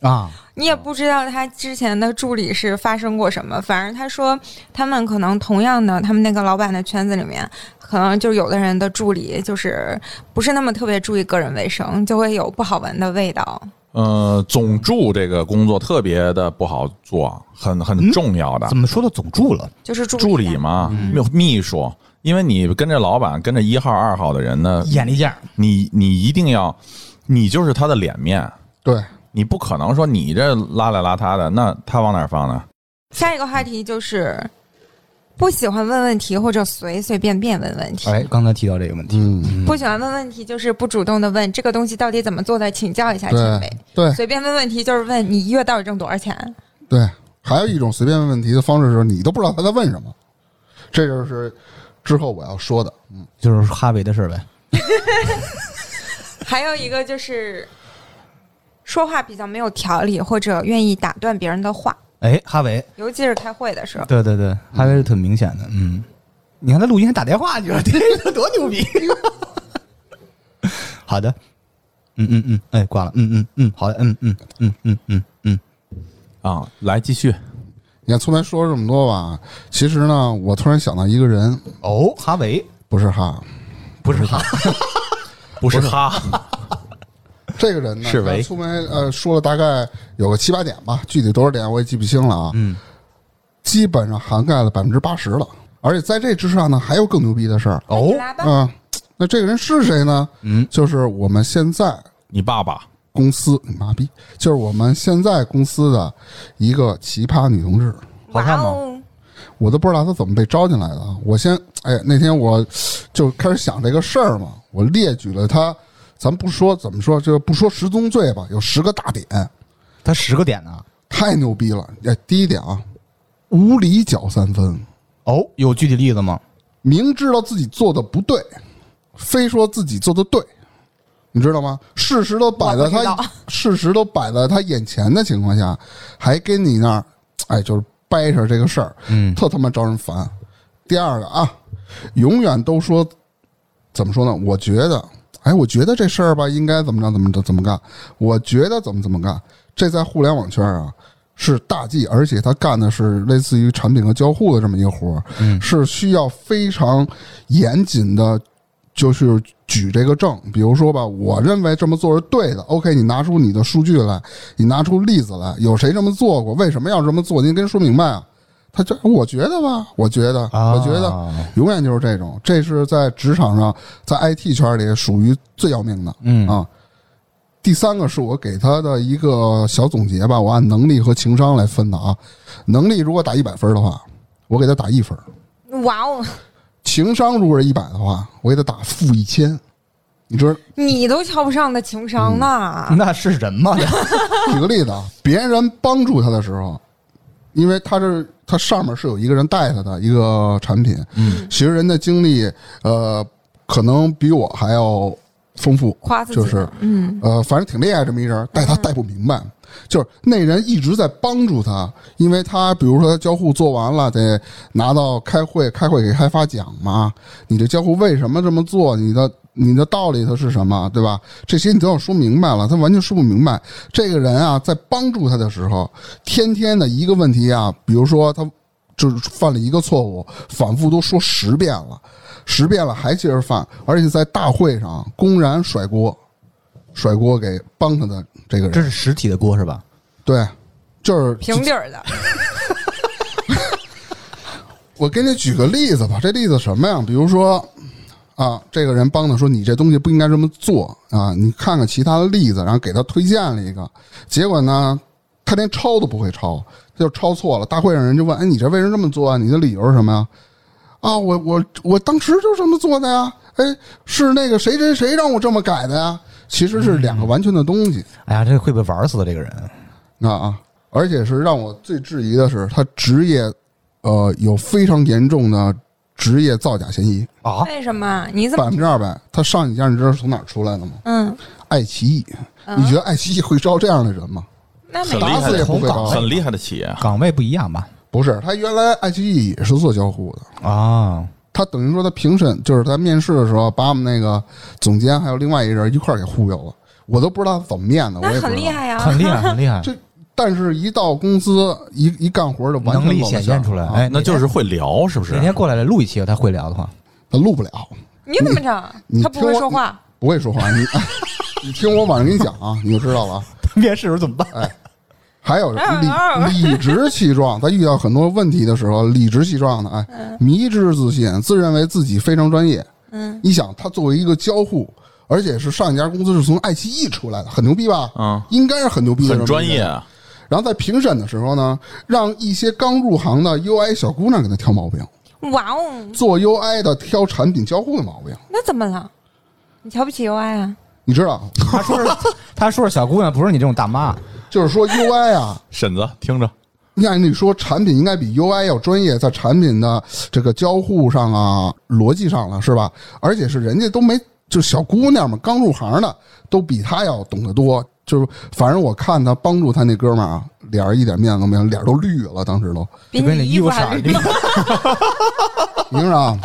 S4: 啊，
S3: 你也不知道他之前的助理是发生过什么。反正他说，他们可能同样的，他们那个老板的圈子里面，可能就有的人的助理就是不是那么特别注意个人卫生，就会有不好闻的味道。
S5: 呃，总助这个工作特别的不好做，很
S2: 嗯
S5: 很重要的。
S4: 怎么说到总助了？
S3: 就是助
S5: 助
S3: 理
S5: 理啊嘛，秘秘书，因为你跟着老板，跟着一号、二号的人呢，
S2: 嗯
S4: 眼力劲儿，
S5: 你你一定要，你就是他的脸面，
S2: 对，
S5: 你不可能说你这邋里邋遢的，那他往哪儿放呢？
S3: 下一个话题就是不喜欢问问题或者随随便便问问题。
S4: 哎，刚才提到这个问题，
S2: 嗯，
S3: 不喜欢问问题就是不主动的问这个东西到底怎么做的，请教一下前
S2: 对
S3: 辈。
S2: 对
S3: 随便问问题就是问你一月到底挣多少钱？
S2: 对。还有一种随便问问题的方式，就是你都不知道他在问什么，这就是之后我要说的。
S4: 就是哈维的事儿呗。
S3: 还有一个就是说话比较没有条理，或者愿意打断别人的话，
S4: 哎，哈维，
S3: 尤其是开会的时候。
S4: 对对对，哈维是挺明显的，嗯。你看他录音还打电话，你说 (laughs) 这个多牛逼！ (laughs) 好的，嗯嗯嗯，哎，挂了，嗯嗯嗯，好的，嗯嗯嗯嗯嗯嗯，
S5: 啊，来继续，
S2: 你看，从咱说了这么多吧，其实呢，我突然想到一个人，
S4: 哦，哈维
S2: 不是哈，
S4: 不是哈，(laughs)
S5: 不是哈，
S2: 这个人呢，
S5: 是
S2: 他
S5: 为
S2: 出门呃说了大概有个七八点吧，具体多少点我也记不清了啊。
S4: 嗯，
S2: 基本上涵盖了百分之八十了，而且在这之上呢，还有更牛逼的事儿。
S3: 你
S4: 哦，
S3: 来吧，
S2: 嗯、那这个人是谁呢？
S4: 嗯，
S2: 就是我们现在
S5: 你爸爸
S2: 公司，你妈逼，就是我们现在公司的一个奇葩女同志。
S4: 好
S3: 哇
S4: 看吗
S3: 哦，
S2: 我都不知道他怎么被招进来的啊。我先，哎，那天我就开始想这个事儿嘛，我列举了他，咱不说怎么说，就不说十宗罪吧，有十个大点，
S4: 他十个点呢，
S2: 太牛逼了。哎，第一点啊，无理搅三分，
S4: 哦，有具体例子吗？
S2: 明知道自己做的不对，非说自己做的对，你知道吗？事实都摆在
S3: 我不知道
S2: 他，事实都摆在他眼前的情况下，还跟你那儿，哎，就是掰扯这个事儿，
S4: 嗯
S2: 特他妈招人烦。第二个啊，永远都说怎么说呢？我觉得，哎，我觉得这事儿吧，应该怎么着怎么着怎么干，我觉得怎么怎么干，这在互联网圈啊。是大忌，而且他干的是类似于产品和交互的这么一个活儿，
S4: 嗯
S2: 是需要非常严谨的，就是举这个证。比如说吧，我认为这么做是对的，OK，你拿出你的数据来，你拿出例子来，有谁这么做过？为什么要这么做？您跟说明白啊。他就我觉得吧，我觉得，
S4: 啊
S2: 我觉得，永远就是这种，这是在职场上，在 IT 圈里属于最要命的。
S4: 嗯
S2: 啊。第三个是我给他的一个小总结吧，我按能力和情商来分的啊。能力如果打一百分的话，我给他打一分；
S3: 哇哦，
S2: 情商如果是一百的话，我给他打负一千。你知道，
S3: 你都瞧不上的情商呢？
S2: 嗯
S4: 那是人 (laughs) 吗？
S2: 举个例子啊，别人帮助他的时候，因为他是他上面是有一个人带他的一个产品，嗯，其实人的经历，呃，可能比我还要丰富，
S3: 夸自己，
S2: 就是
S3: 嗯，
S2: 呃，反正挺厉害这么一人，但是他带不明白，就是那人一直在帮助他，因为他比如说他交互做完了，得拿到开会，开会给开发奖嘛，你这交互为什么这么做？你的你的道理它是什么，对吧？这些你都要说明白了，他完全说不明白。这个人啊，在帮助他的时候，天天的一个问题啊，比如说他就是犯了一个错误，反复都说十遍了，十遍了还接着犯，而且在大会上公然甩锅，甩锅给帮他的这个
S4: 这
S2: 人，
S4: 是实体的锅是吧？
S2: 对，就是
S3: 平底儿的，
S2: 啊我给你举个例子吧，这例子什么呀？比如说，啊，这个人帮他说你这东西不应该这么做啊，你看看其他的例子，然后给他推荐了一个，结果呢，他连抄都不会抄，他就抄错了。大会上人就问，哎，你这为什么这么做啊？你的理由是什么呀？啊，我我我当时就这么做的呀，哎，是那个谁谁谁让我这么改的呀？其实是两个完全的东西，
S4: 哎呀，这会被玩死的这个人，
S2: 啊啊！而且是让我最质疑的是，他职业，呃，有非常严重的职业造假嫌疑，
S4: 啊
S3: 为什么？你怎
S2: 百
S3: 么？
S2: 分之二百。他上一家你知道是从哪儿出来的吗？
S3: 嗯，啊
S2: 爱奇艺。你觉得爱奇艺会招这样的人吗？
S3: 那没
S5: 很厉
S2: 打
S5: 害
S2: 死也
S5: 的，
S2: 不会招。
S5: 很厉害的企业，
S4: 岗位不一样吧？
S2: 不是，他原来爱奇艺也是做交互的。
S4: 啊，
S2: 他等于说他评审就是在面试的时候，把我们那个总监还有另外一人一块儿给忽悠了。我都不知道他怎么念的，我也
S3: 那
S2: 不知
S3: 很
S2: 道
S3: 厉。害呀、啊
S4: 很厉害，很厉害，
S2: 这但是，一到公司一一干活就完全
S4: 能力
S2: 露了
S4: 显
S2: 馅儿
S4: 现出来。
S2: 啊
S4: 哎，
S5: 那就是会聊，是不是
S4: 哪？天过来了录一期，他会聊的话，
S2: 他录不了，
S3: (laughs) 你怎么着
S2: 你？
S3: 他不会说话，
S2: 不会说话。你你听我晚上给你讲啊，你就知道了。啊。
S4: 面试时候怎么办？
S2: 还有
S3: 哎
S2: 理
S3: 哎
S2: 理直气壮，在遇到很多问题的时候，理直气壮的，哎，迷之自信，自认为自己非常专业。嗯，你想，他作为一个交互，而且是上一家公司是从爱奇艺出来的，很牛逼吧？
S5: 嗯
S2: 应该是很牛逼的，
S5: 很专业。啊，
S2: 然后在评审的时候呢，让一些刚入行的 UI 小姑娘给他挑毛病，
S3: 哇哦，
S2: 做 UI 的挑产品交互的毛病，
S3: 那怎么了？你瞧不起 UI 啊？
S2: 你知道，
S4: (laughs) 他说是，他说是小姑娘，不是你这种大妈。
S2: (laughs) 就是说 UI 啊。
S5: 婶子听着，
S2: 你按理说，产品应该比 UI 要专业，在产品的这个交互上啊、逻辑上了，是吧？而且是人家都没，就小姑娘们刚入行的，都比他要懂得多。就是反正我看他帮助他那哥们儿啊，脸儿一点面子都没有，脸儿都绿了，当时都，
S3: 比
S4: 就跟
S3: 你
S4: 那衣服
S3: 服
S4: 色
S3: 还 (laughs)
S4: 儿
S3: 绿。
S2: 你知 (laughs) 道吗？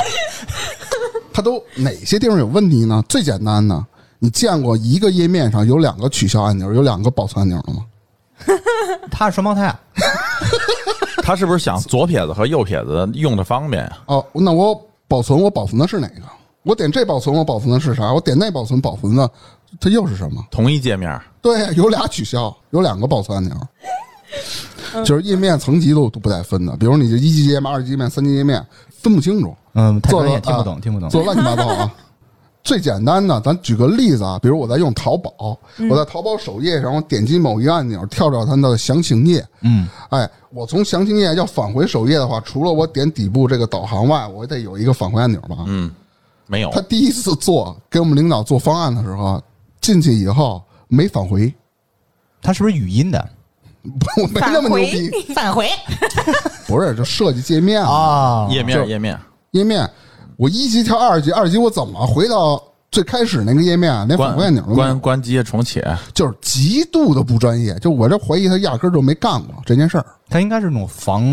S2: 他都哪些地方有问题呢？最简单的，你见过一个页面上有两个取消按钮，有两个保存按钮的吗？
S4: (laughs) 他是双胞胎，
S5: 他是不是想左撇子和右撇子用的方便呀？
S2: 哦，那我保存我保存的是哪个？我点这保存我保存的是啥？我点那保存保存的它又是什么？ (laughs)
S5: 同一界面儿，
S2: 对，有俩取消，有两个保存按钮，就是页面层级都都不带分的。比如你这一级页面、二级页面、三级页面分不清楚，
S4: 嗯，太
S2: 做
S4: 专业，
S2: 了
S4: 听不
S2: 啊
S4: 懂，听不懂。
S2: 做乱七八糟啊。 (laughs) 最简单的，咱举个例子啊，比如我在用淘宝，我在淘宝首页上我点击某一个按钮，跳到它的详情页，
S4: 嗯，
S2: 哎，我从详情页要返回首页的话，除了我点底部这个导航外，我得有一个返回按钮吧？
S5: 嗯，没有
S2: 他，第一次做给我们领导做方案的时候，进去以后没返回， (laughs)
S4: 他是不是语音的
S2: 我没那么牛逼，
S5: (laughs)
S3: (laughs)
S6: 返回，
S2: 不是就设计界面啊，
S4: 啊
S5: 页面
S2: 就
S5: 儿页面儿
S2: 页面，我一级跳二级，二级我怎么回到最开始那个页面啊？连
S5: 关
S2: 返回按钮都没
S5: 关
S2: 有，
S5: 关机重启，
S2: 就是极度的不专业，就我这怀疑他压根儿就没干过这件事儿。
S4: 他应该是那种防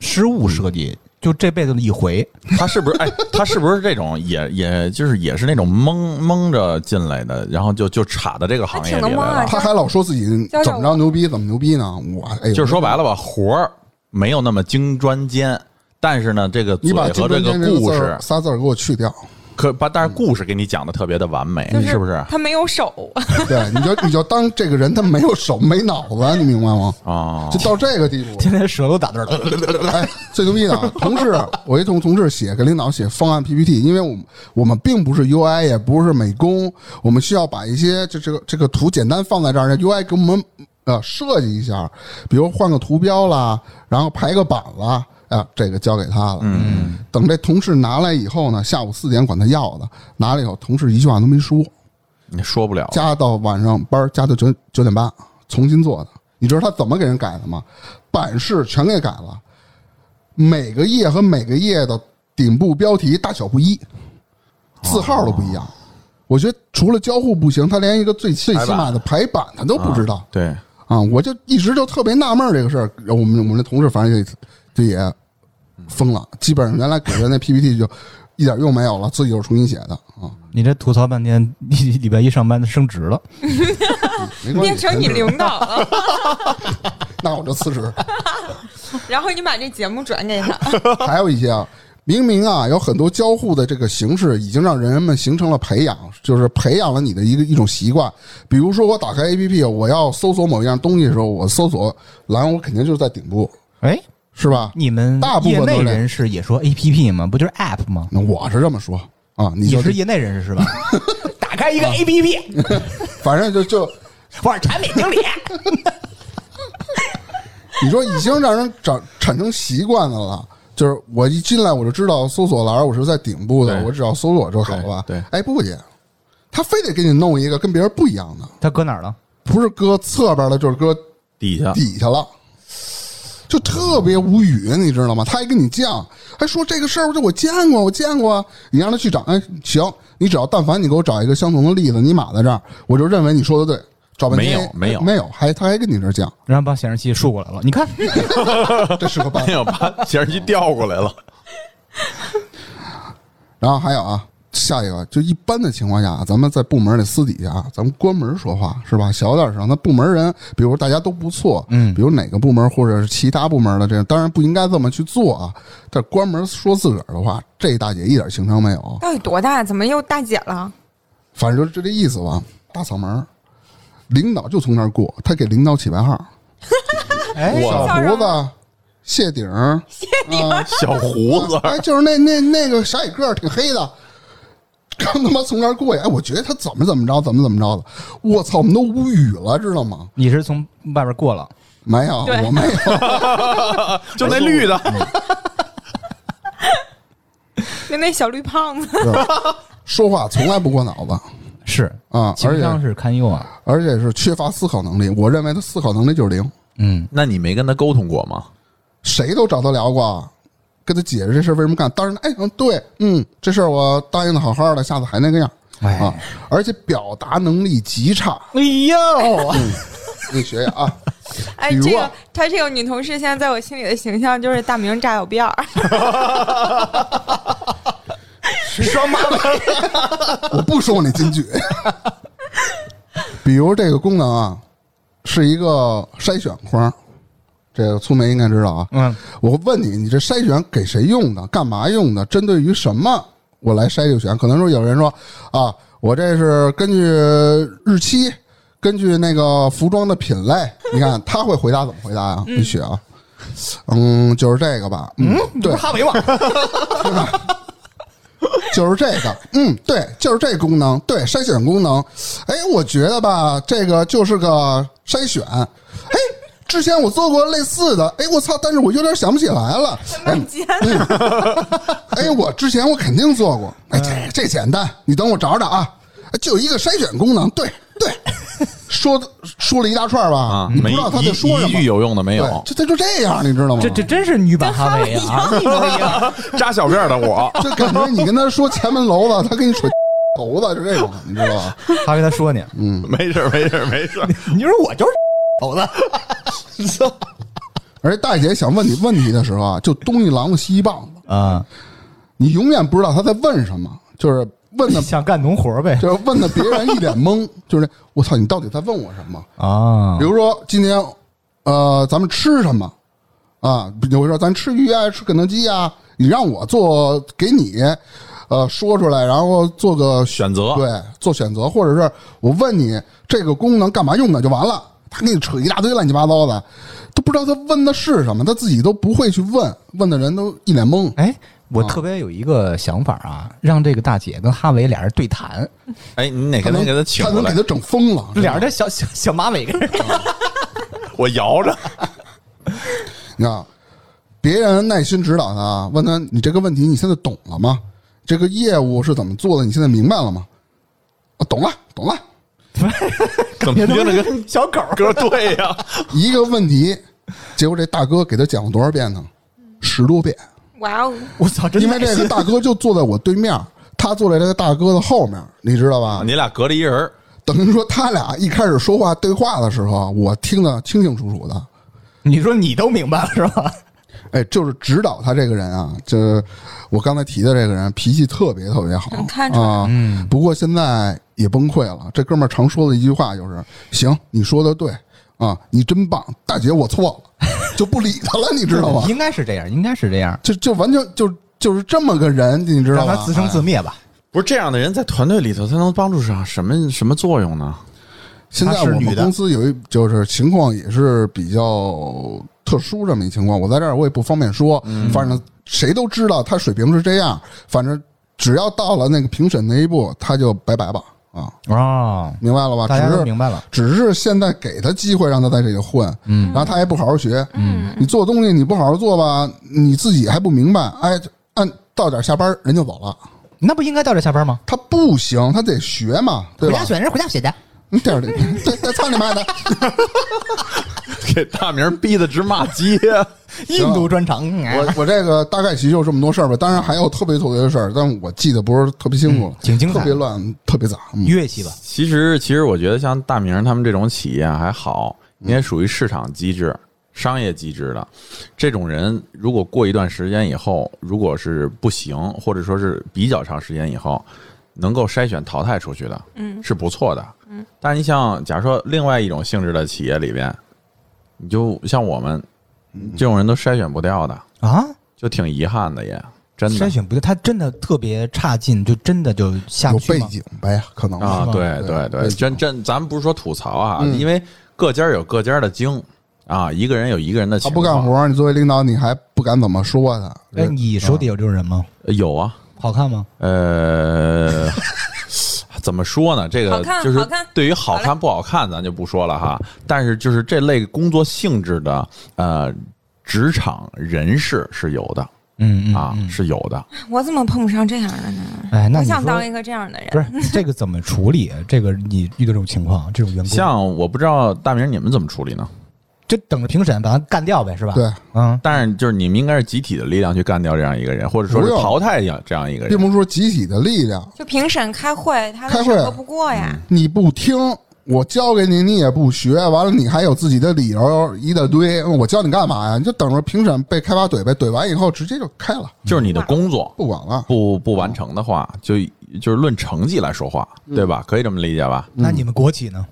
S4: 失误设计，就这辈子一回。
S5: 他是不是？哎， (laughs) 他是不是这种也也就是也是那种蒙蒙着进来的，然后就就插到这个行业里
S3: 他挺能蒙
S5: 来
S3: 啊
S5: 了？
S2: 他还老说自己
S3: 教
S2: 怎
S3: 教
S2: 么
S3: 我
S2: 着牛逼，怎么牛逼呢？我哎呦，
S5: 就是说白了吧，活儿没有那么精专尖，但是呢，这个
S2: 你
S5: 嘴
S2: 把“
S5: 和
S2: 金
S5: 这
S2: 砖
S5: 个
S2: 尖”这个
S5: 故
S2: 字
S5: 事
S2: 儿，仨字儿给我去掉，
S5: 可把但是故事给你讲的特别的完美，
S3: 就是
S5: 不是？
S3: 他没
S2: (laughs)
S3: 有手，
S2: 对，你就你就当这个人他没有手没脑子，你明白吗？
S5: 啊，
S2: 就到这个地步了，
S4: 天天舌头打字儿，
S2: 哎，最牛逼的啊！同事，我一同同事写给领导写方案 PPT，因为我们我们并不是 UI，也不是美工，我们需要把一些这这个这个图简单放在这儿，让 UI 给我们呃设计一下，比如换个图标啦，然后排个版啦，啊，这个交给他了。嗯，等这同事拿来以后呢，下午四点管他要的，拿了以后，同事一句话都没说，
S5: 你说不了，
S2: 加到晚上班儿加到九九点半，重新做的。你知道他怎么给人改的吗？版式全给改了，每个页和每个页的顶部标题大小不一，字号都不一样。我觉得除了交互不行，他连一个最最起码的哦排版他都不知道
S5: 对，
S2: 啊我就一直就特别纳闷儿这个事儿。我们我们的同事反正也这也疯了，基本上原来给的那 PPT 就一点用没有了，自己又重新写的啊，
S4: (laughs) 你这吐槽半天，你礼拜一上班升职了，
S2: 没关系
S3: 变成你领导了， (laughs)
S2: 那我就辞职。
S3: 然后你把这节目转给他，
S2: 还有一些啊，明明啊有很多交互的这个形式，已经让人们形成了培养，就是培养了你的一个一种习惯。比如说，我打开 A P P，我要搜索某一样东西的时候，我搜索栏我肯定就是在顶部，
S4: 哎，
S2: 是吧？
S4: 你们
S2: 大部
S4: 业
S2: 分都
S4: 内
S2: 是
S4: 人士也说 A P P 吗？不就是 App 吗？
S2: 那我是这么说啊，你
S4: 也
S2: 就是
S4: 业内人士是
S2: (laughs)
S4: 吧？打开一个 A P P，
S2: 反正就就
S6: 我是产品经理，
S2: 你说已经让人长产生习惯的了。就是我一进来我就知道搜索栏我是在顶部的，
S5: 对
S2: 我只要搜索就好了吧？
S5: 对对
S2: 哎，不姐，他非得给你弄一个跟别人不一样的，
S4: 他搁哪儿了？
S2: 不是搁侧边的，就是搁
S5: 底下
S2: 底下了，就特别无语，你知道吗？他还跟你犟，还说这个事儿，这我见过，我见过啊。你让他去找，哎，行，你只要但凡你给我找一个相同的例子，你码在这儿，我就认为你说的对。找半天
S5: 没有没有
S2: 哎没有，还他还跟你这儿犟，
S4: 然后把显示器竖过来
S2: (laughs)
S4: 了，你看，
S2: 这是个
S5: 哎
S2: 办 (laughs)
S5: 没有把显示器调过来了，
S2: 然后还有啊，下一个，就一般的情况下，咱们在部门里私底下，咱们关门说话是吧？小点声。那部门人，比如大家都不错，
S4: 嗯
S2: 比如哪个部门或者是其他部门的这样，当然不应该这么去做啊。但关门说自个儿的话，这大姐一点情商没有，
S3: 到底多大？怎么又大姐了？
S2: 反正就这意思吧。大嗓门儿，领导就从那儿过，他给领导起外号，
S4: 哎，
S5: 我
S2: 小胡子、谢顶儿、
S3: 嗯
S5: 小胡子，
S2: 哎，就是那那那个小矮个儿挺黑的，刚他妈从那儿过去，哎，我觉得他怎么怎么着，怎么怎么着的，我操，我们都无语了，知道吗？
S4: 你是从外边过了，
S2: 没有，
S3: 对
S2: 我没有，
S4: (laughs)
S5: 就那绿的，
S2: 哎
S3: 就那小绿胖子，
S2: 说话从来不过脑子
S4: 是
S2: 啊，而
S4: 情商
S2: 且
S4: 是堪忧啊。
S2: 而且是缺乏思考能力，我认为他思考能力就是零，
S4: 嗯，
S5: 那你没跟他沟通过吗？
S2: 啊谁都找他聊过。跟他解释这事儿为什么干，当然，哎，嗯，对，嗯，这事儿我答应的好好的，下次还那个样
S4: 哎
S2: 啊，而且表达能力极差，嗯
S4: 哎呦， (laughs)
S2: 你学学啊，
S3: 哎，
S2: 比如
S3: 这
S2: 啊
S3: 个她这个女同事现在在我心里的形象就是大明炸小辫儿，
S5: 双马尾，
S2: (laughs) 我不说你金句。比如这个功能啊，是一个筛选框，这个粗梅应该知道啊。
S4: 嗯，
S2: 我问你，你这筛选给谁用的？干嘛用的？针对于什么？我来筛这个选。可能说有人说啊，我这是根据日期，根据那个服装的品类。你看他会回答怎么回答啊？你选啊，嗯，就是这个吧。嗯，对，
S4: 哈维吗？
S2: (laughs) 就是这个，嗯，对，就是这功能，对，筛选功能。哎，我觉得吧，这个就是个筛选。哎，之前我做过类似的，哎，我操，但是我有点想不起来了。哎，
S3: 尖，
S2: 哎，我之前我肯定做过。哎，
S4: 嗯
S2: 这这简单，你等我找找啊。哎就一个筛选功能，对对，说说了一大串吧，
S5: 啊，
S2: 你不
S5: 没
S2: 知道他
S5: 一
S2: 在说什
S5: 一
S2: 么
S5: 句。有用的没有
S2: 对，这这就这样，你知道吗？
S4: 这这真是女版哈维啊！一模一样。
S5: 扎小辫儿
S2: (laughs)
S5: 的我，
S2: 就感觉你跟他说前门楼子，他跟你说 (laughs) 头子，就这种，你知道吧？
S4: 哈维他说你，
S2: 嗯
S5: 没事儿没事儿
S2: (laughs)
S5: 没事儿，
S4: 你说我就是头子。
S2: 而且大姐想问你问题的时候啊，就东一榔头西一棒子，
S4: 啊，
S2: 你永远不知道她在问什么，就是问的，
S4: 想干农活呗
S2: 就是问的别人一脸懵，就是我操，你到底在问我什么？
S4: 啊
S2: 比如说今天，呃，咱们吃什么啊？有人说咱吃鱼啊，吃肯德基啊，你让我做给你，呃，说出来，然后做个
S5: 选择
S2: 对，做选择，或者是我问你这个功能干嘛用的就完了，他给你扯一大堆乱七八糟的，都不知道他问的是什么，他自己都不会去问，问的人都一脸懵。
S4: 哎，
S2: 啊
S4: 我特别有一个想法啊，让这个大姐跟哈维俩人对谈，
S5: 哎，你哪
S2: 他
S5: 天
S2: 能
S5: 能给他请
S2: 他
S5: 过
S2: 能
S5: 来嗯
S2: 给？他整疯了。
S4: 俩人的小小小马
S2: (laughs)
S4: 尾跟人
S5: 我摇着，
S2: 你看，别人耐心指导他，问他你这个问题你现在懂了吗？这个业务是怎么做的？你现在明白了吗？啊，懂了，懂了。
S5: 怎么听着跟
S4: 小狗。
S5: 哥对呀？
S2: 一个问题，结果这大哥给他讲了多少遍呢？十多遍。
S3: 哇哦，
S4: 我操，真
S2: 因为
S4: (laughs)
S2: 这个大哥就坐在我对面，他坐在这个大哥的后面，你知道吧？
S5: 啊你俩隔着一人儿，
S2: 等于说他俩一开始说话对话的时候，啊我听得清清楚楚的。
S4: 你说你都明白了是吧？
S2: 哎，就是指导他这个人啊，这我刚才提的这个人脾气特别特别好，
S3: 能看出来
S2: 啊。嗯，不过现在也崩溃了。这哥们儿常说的一句话就是：“行，你说的对啊，你真棒，大姐我错了，就不理他了，你知
S4: (laughs)
S2: 道吗啊
S4: 应该是这样，应该是这样？”，
S2: 就就完全就就是这么个人，你知道
S4: 让
S2: 吗？
S4: 他自生自
S2: 哎
S4: 灭吧。
S5: 不是这样的人在团队里头，他能帮助上什么什么作用呢？ (laughs)
S2: 现在
S4: 她
S2: 我
S4: 是
S2: 们
S4: 女的
S2: 公司有一就是情况也是比较特殊这么一情况，我在这儿我也不方便说，
S4: 嗯
S2: 反正谁都知道他水平是这样，反正只要到了那个评审那一步，他就拜拜吧啊，
S4: 哦，
S2: 明白了吧？
S4: 大家
S2: 只
S4: 都
S2: 是
S4: 明白了。
S2: 只是现在给他机会让他在这里混，嗯，然后他也不好好学，嗯，你做东西你不好好做吧，你自己还不明白，哎，按到点下班人就走了，
S4: 那不应该到这下班吗？
S2: 他不行，他得学嘛，对
S6: 回
S2: 吧
S6: 家？选人，回家选的。
S2: 你点儿对，对操你妈的！
S5: 给大明逼得直骂街，啊
S4: 印度专场，
S5: 哎
S6: 哎
S4: 嗯
S2: 我我这个大概其实就这么多事儿吧，当然还有特别特别的事儿，但我记得不是特别清楚
S5: 嗯
S2: 了，
S4: 挺精彩
S2: 特别乱，特别杂。嗯
S4: 乐器吧。
S5: 其实，其实我觉得像大明他们这种企业还好，应该属于市场机制。商业机制的。这种人如果过一段时间以后，如果是不行，或者说是比较长时间以后，能够筛选淘汰出去的，
S3: 嗯
S5: 是不错的。嗯，但是你像，假如说另外一种性质的企业里边，你就像我们这种人都筛选不掉的，
S4: 啊，
S5: 就挺遗憾的也，真
S4: 筛
S5: 的
S4: 选不对，他真的特别差劲，就真的就下
S2: 有
S4: 不去
S2: 背
S4: 吗？
S2: 景呗，可能
S5: 啊，
S4: 吗
S5: 对
S2: 对
S5: 对对，
S2: 背景
S5: 真真，咱们不是说吐槽啊，
S2: 嗯
S5: 因为各家有各家的精啊，一个人有一个人的
S2: 他
S5: 情
S2: 不
S5: 况，
S2: 干活，你作为领导你还不敢怎么说他
S4: 哎，，你手底有这种人吗？
S5: 呃有啊，
S2: 嗯
S4: 好看吗？
S5: 呃， (laughs) 怎么说呢？这
S3: 好
S5: 个
S3: 看
S5: 就是
S3: 好看
S5: 对于好
S3: 好
S5: 看不好看，咱就不说了哈。但是就是这类工作性质的呃职场人士是有的
S4: 嗯嗯
S5: 啊，
S4: 嗯
S5: 是有的。
S3: 我怎么碰不上这样的呢？
S4: 哎，那
S3: 我
S4: 你
S3: 想
S4: 说
S3: 当一个这样的人
S4: 不。是这个怎么处理？啊这个你遇到这种情况，这种员工
S5: 像我不知道大明你们怎么处理呢？
S4: 就等着评审把他干掉呗，是吧？
S2: 对，
S4: 嗯，
S5: 但是就是你们应该是集体的力量去干掉这样一个人，或者说是
S2: 不用
S5: 淘汰掉这样一个
S2: 并
S5: 人。
S2: 不是说集体的力量，
S3: 就评审开会，他
S2: 开
S3: 们
S2: 会嗯
S3: 审核不过呀。
S2: 你不听。我教给你，你也不学，完了你还有自己的理由一大堆，我教你干嘛呀？你就等着评审被开发怼呗，怼完以后直接就开了，
S5: 就是你的工作
S2: 不管了。
S5: 不不完成的话，就就是论成绩来说话，对吧？可以这么理解吧？
S4: 那你们国企呢？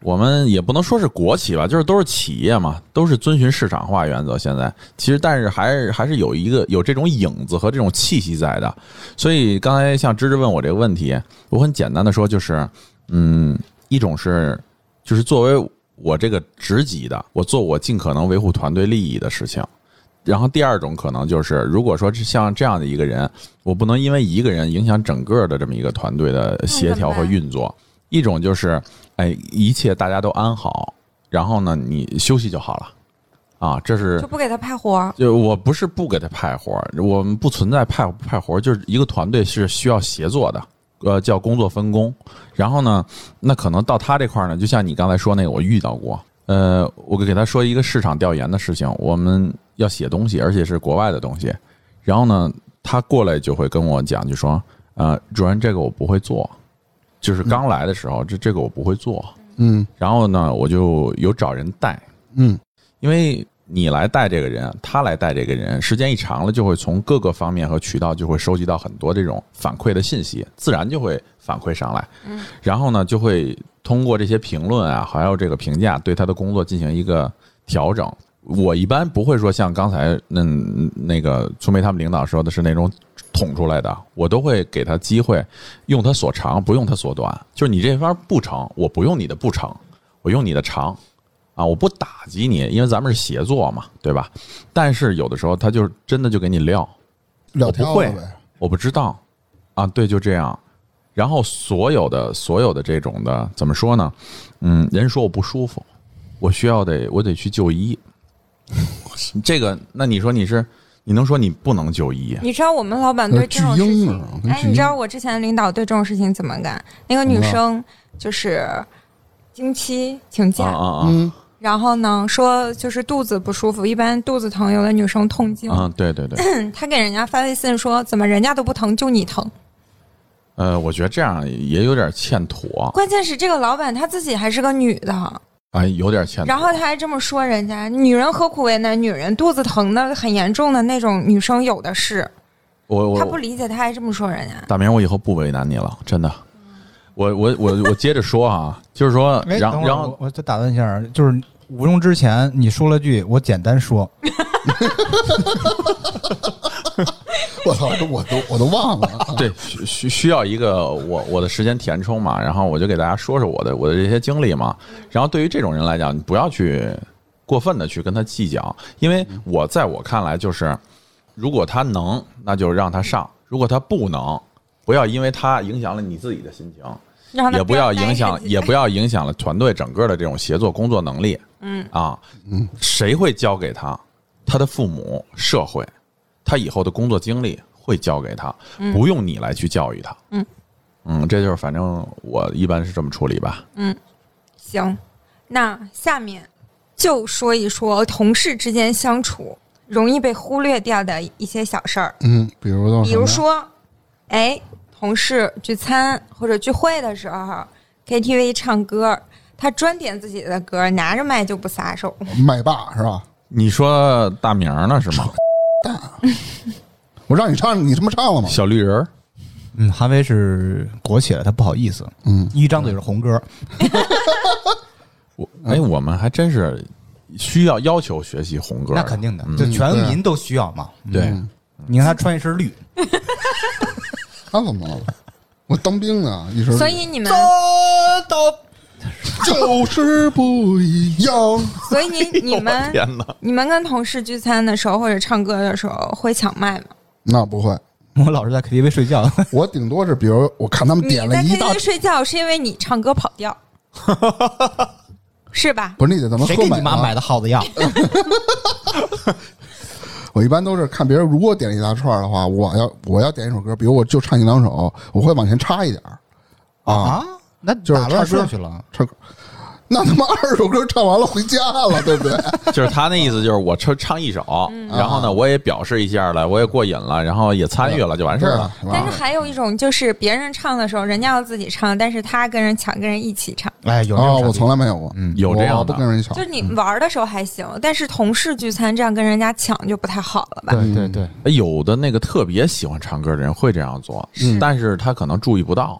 S5: 我们也不能说是国企吧，就是都是企业嘛，都是遵循市场化原则。现在其实，但是还是还是有一个有这种影子和这种气息在的。所以刚才像芝芝问我这个问题，我很简单的说，就是嗯，一种是就是作为我这个职级的，我做我尽可能维护团队利益的事情。然后第二种可能就是，如果说是像这样的一个人，我不能因为一个人影响整个的这么一个团队的协调和运作。一种就是，哎，一切大家都安好，然后呢，你休息就好了，啊，这是
S3: 就不给他派活儿，
S5: 就我不是不给他派活儿，我们不存在派不派活儿，就是一个团队是需要协作的，呃，叫工作分工。然后呢，那可能到他这块儿呢，就像你刚才说那个，我遇到过，呃，我给他说一个市场调研的事情，我们要写东西，而且是国外的东西。然后呢，他过来就会跟我讲，就说，呃，主任，这个我不会做，就是刚来的时候，这这个我不会做。
S2: 嗯
S5: 然后呢，我就有找人带，
S2: 嗯，
S5: 因为你来带这个人，他来带这个人，时间一长了，就会从各个方面和渠道就会收集到很多这种反馈的信息，自然就会反馈上来。嗯，然后呢，就会通过这些评论啊，还有这个评价，对他的工作进行一个调整。我一般不会说像刚才嗯那个粗梅他们领导说的是那种捅出来的，我都会给他机会，用他所长，不用他所短。就是你这方不成，我不用你的不成，我用你的长。啊，我不打击你，因为咱们是协作嘛，对吧？但是有的时候他就是真的就给你撂，
S2: 撂挑子
S5: 会
S2: 呗。
S5: 我不知道，啊，对，就这样。然后所有的所有的这种的怎么说呢？嗯，人说我不舒服，我需要得我得去就医。 (laughs) 这个，那你说你是你能说你不能就医？
S3: 你知道我们老板对这种事
S2: 那巨婴
S3: 情
S2: 啊跟，
S3: 哎，
S2: 巨婴
S3: 你知道我之前的领导对这种事情怎么干？那个女生就是经期请
S5: 啊
S3: 假，
S5: 啊啊！
S2: 嗯，
S3: 然后呢说就是肚子不舒服，一般肚子疼，有的女生痛经，
S5: 啊，对对对，
S3: 她给人家发微信说怎么人家都不疼，就你疼。
S5: 哦呃，我觉得这样也有点欠妥，
S3: 关键是这个老板她自己还是个女的，
S5: 哎，有点欠妥。
S3: 然后她还这么说人家，女人何苦为难女人？肚子疼的很严重的那种女生有的是，
S5: 我我
S3: 她不理解，她还这么说人家。
S5: 大明，我以后不为难你了，真的。我我我我接着说啊， (laughs) 就是说，
S4: 哎
S5: 然
S4: 等会
S5: 后
S4: 儿
S5: 然后
S4: 我我再打断一下，就是五分钟之前你说了句，我简单说，
S2: (laughs) 我操，这我都我都忘了。
S4: 啊
S5: 对需需需要一个我我的时间填充嘛，然后我就给大家说说我的我的这些经历嘛。然后对于这种人来讲，你不要去过分的去跟他计较，因为我在我看来就是，如果他能，那就让他上；如果他不能，不要因为他影响了你自己的心情，
S3: 让他
S5: 也不要影响
S3: 待，着
S5: 也不要影响了团队整个的这种协作工作能力。嗯啊，谁会教给他？他的父母、社会，他以后的工作经历会教给他，不用你来去教育他。
S3: 嗯
S5: 嗯这就是反正我一般是这么处理吧。
S3: 行，那下面就说一说同事之间相处容易被忽略掉的一些小事儿，
S2: 嗯，比如都是什
S3: 比
S2: 么
S3: 如
S2: 呀，
S3: 说，哎，同事聚餐或者聚会的时候，KTV 唱歌，他专点自己的歌，拿着麦就不撒手，
S2: 麦霸是吧？
S5: 你说大名儿呢是吗？
S2: 我让你唱，你他妈唱了吗？
S5: 小绿人儿，
S4: 嗯，韩威是裹起来，他不好意思，
S2: 嗯，
S4: 一张嘴是红歌，
S5: 我哎，我们还真是需要要求学习红歌儿，
S4: 那肯定的，嗯
S5: 嗯
S4: 就全民都需要嘛。
S5: 对。
S4: 你看他穿一身绿，
S2: 看了吗？我当兵呢，一身
S3: 所以你们，
S4: 到
S2: 就是不一样。
S3: 所
S2: (laughs) 哎
S3: 以你你
S5: 我
S3: 们
S5: 天哪！
S3: 你们跟同事聚餐的时候或者唱歌的时候会抢麦吗？
S2: 那不会，
S4: 我老是在 KTV 睡觉，
S2: 我顶多是比如我看他们
S3: 你
S2: 点
S3: 在
S2: 了一大
S3: KTV，睡觉是因为你唱歌跑
S2: (laughs)
S3: 调，是吧？
S2: 不是你得怎么
S4: (laughs) 谁
S2: 喝
S4: 给 (laughs)
S2: 美
S4: 你妈
S2: 了
S4: 买的耗子药？
S2: 我一般都是看别人，如果点一大串的话，我要我要点一首歌，比如我就唱一两首，我会往前插一点儿啊，
S4: 啊，那
S2: 就是
S4: 打乱
S2: 唱歌
S4: 顺序了。
S2: 唱歌。那他妈二首歌唱完了回家了，对不
S4: (laughs)
S2: 对？
S5: 就是他那意思，就是我唱唱一首，然后呢，我也表示一下了，我也过瘾了，然后也参与了，就完事
S4: 啊
S5: 儿了。
S2: 是
S3: 但是
S2: 吧？啊
S3: 还有一种就是别人唱的时候，人家要自己唱，但是他跟人抢，跟人一起唱。
S4: 哎，有这
S2: 啊，
S4: 种
S2: 我
S4: 傻逼
S2: 从来没有过，
S4: 嗯
S5: 有这样的
S2: 我不跟人抢
S3: 就，是你玩的时候还行，但是同事聚餐这样跟人家抢就不太好了吧？
S4: 对对对，
S5: 哎有的那个特别喜欢唱歌的人会这样做，嗯但是哦他可能注意不到。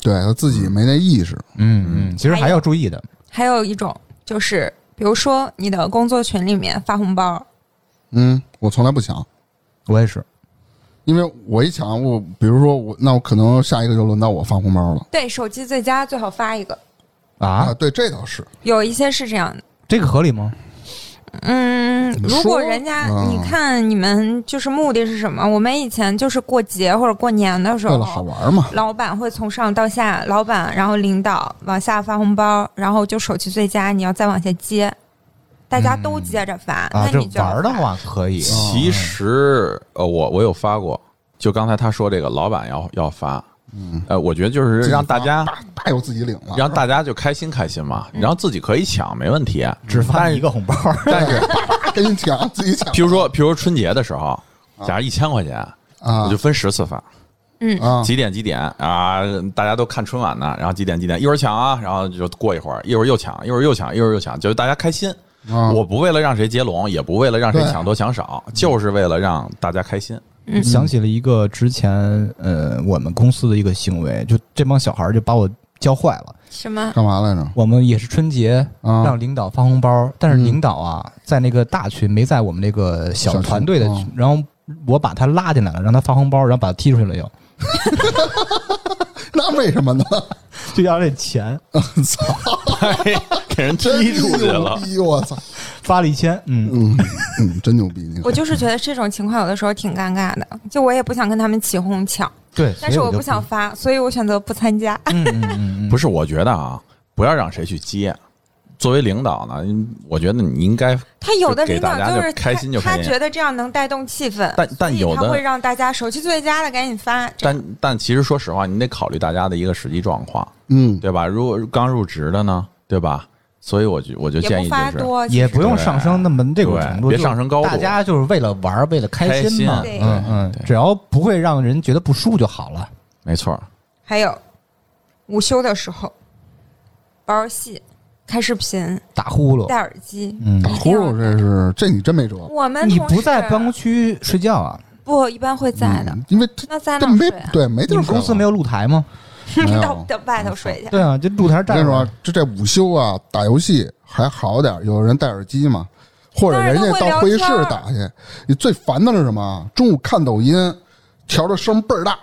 S2: 对他自己没那意识。
S4: 嗯嗯，其实还要注意的。
S3: 还有一种就是，比如说你的工作群里面发红包，
S2: 嗯，我从来不抢，
S4: 我也是，
S2: 因为我一抢，我比如说我，那我可能下一个就轮到我发红包了
S3: 对手机最佳最好发一个，
S4: 啊，
S2: 对，这倒是，
S3: 有一些是这样的。
S4: 这个合理吗？
S3: 嗯，
S2: 怎么
S3: 如
S2: 说
S3: 果人家、
S2: 嗯
S3: 你看你们就是目的是什么？我们以前就是过节或者过年的时
S2: 为了好
S3: 候，
S2: 玩嘛。
S3: 老板会从上到下，老板然后领导往下发红包，然后就手气最佳，你要再往下接，大家都接着发，
S4: 啊，
S3: 那
S4: 这
S3: 你就要
S4: 玩儿的
S3: 发， (laughs)
S4: 话可以，
S5: 其实，呃，我我有发过，就刚才他说这个，老板要要发，呃，我觉得 (laughs) 就是让大家啊嗯
S2: 大大有自己领了，
S5: 让
S2: (laughs)
S5: 大家就开心开心嘛，然后自己可以抢，没问题。
S4: 只发一个红包， (laughs)
S5: 但是，
S2: 啪给你抢，自己抢
S5: 譬如说，譬如说春节的时候，假如一千块钱，
S2: 啊
S5: 我就分十次发。
S3: 嗯
S2: 啊！
S5: 几点几点啊？大家都看春晚呢，然后几点几点一会儿抢啊，然后就过一会儿，一会儿又抢，一会儿又抢，一会儿又抢，就是大家开心。
S2: 啊
S5: 我不为了让谁接龙，也不为了让谁
S2: 对
S5: 抢多抢少，就是为了让大家开心。
S4: 嗯想起了一个之前呃我们公司的一个行为，就这帮小孩儿就把我教坏了。
S3: 什么？
S2: 干嘛来着？
S4: 我们也是春节
S2: 啊
S4: 让领导发红包，但是
S2: 嗯
S4: 领导啊在那个大群没在我们那个小
S2: 小群
S4: 团队的群
S2: 啊，
S4: 然后我把他拉进来了，让他发红包，然后把他踢出去了又，
S2: 那为什么呢？
S4: 就要这钱
S5: 给人踢出去了
S2: 真牛，逼！我操，
S4: 发了一千，嗯，
S2: 嗯嗯，真牛逼！你
S3: (laughs) 我就是觉得这种情况有的时候挺尴尬的，就我也不想跟他们起哄抢，
S4: 对，
S3: 但是
S4: 所以
S3: 我
S4: 就
S3: 不想，发，所以我选择不参加。
S4: 嗯嗯嗯嗯，
S5: 不是，我觉得啊，不要让谁去接。作为领导呢，我觉得你应该，
S3: (laughs) 他有的领导
S5: 就给大家
S3: 是
S5: 就开心就
S3: 他
S5: 开
S3: 他
S5: 心
S3: 觉得这样能带动气氛，
S5: 但但有
S3: 所以他会
S5: 的，
S3: 让大家手气最佳的赶紧发。这
S5: 但但其实说实话，你得考虑大家的一个实际状况，
S2: 嗯，
S5: 对吧？如果刚入职的呢，对吧？所以我就我就
S3: 也
S5: 建
S3: 不
S5: 议就
S3: 发
S5: 是
S3: 多，
S4: 也不用
S5: 对
S4: 上升那么这种程度，
S5: 对别
S4: 就
S5: 上升高度
S4: 大家就是为了玩儿，为了开心嘛，
S5: 开
S3: 心
S4: 嗯嗯
S5: 对，对
S4: 只要不会让人觉得不舒服就好了。
S5: 没错儿。
S3: 还有午休的时候玩游戏、看视频、
S4: 打呼噜
S3: 戴，耳机，
S4: 嗯
S2: 打
S3: 一
S2: 呼
S3: 定要
S2: 噜这是这你真没辙，
S3: 我们
S4: 你
S3: 同事啊
S4: 不在办公区睡觉啊？
S3: 不一般会在的，
S2: 嗯因为这
S3: 那在
S2: 这
S3: 哪
S2: 没
S3: 睡啊？
S2: 对没地
S4: 你
S2: 儿
S4: 们
S2: 睡了
S4: 公司没有露台吗？
S3: (laughs)
S2: 没
S3: 到
S2: 有。
S3: 到外头睡去。
S4: 对啊，就露台
S2: 我跟
S4: 站
S2: 你
S4: 着
S2: 说，这这午休啊，打游戏还好点儿，有人戴耳机嘛，或者人家到会议室打去。你最烦的是什么？啊中午看抖音，调的声倍儿大。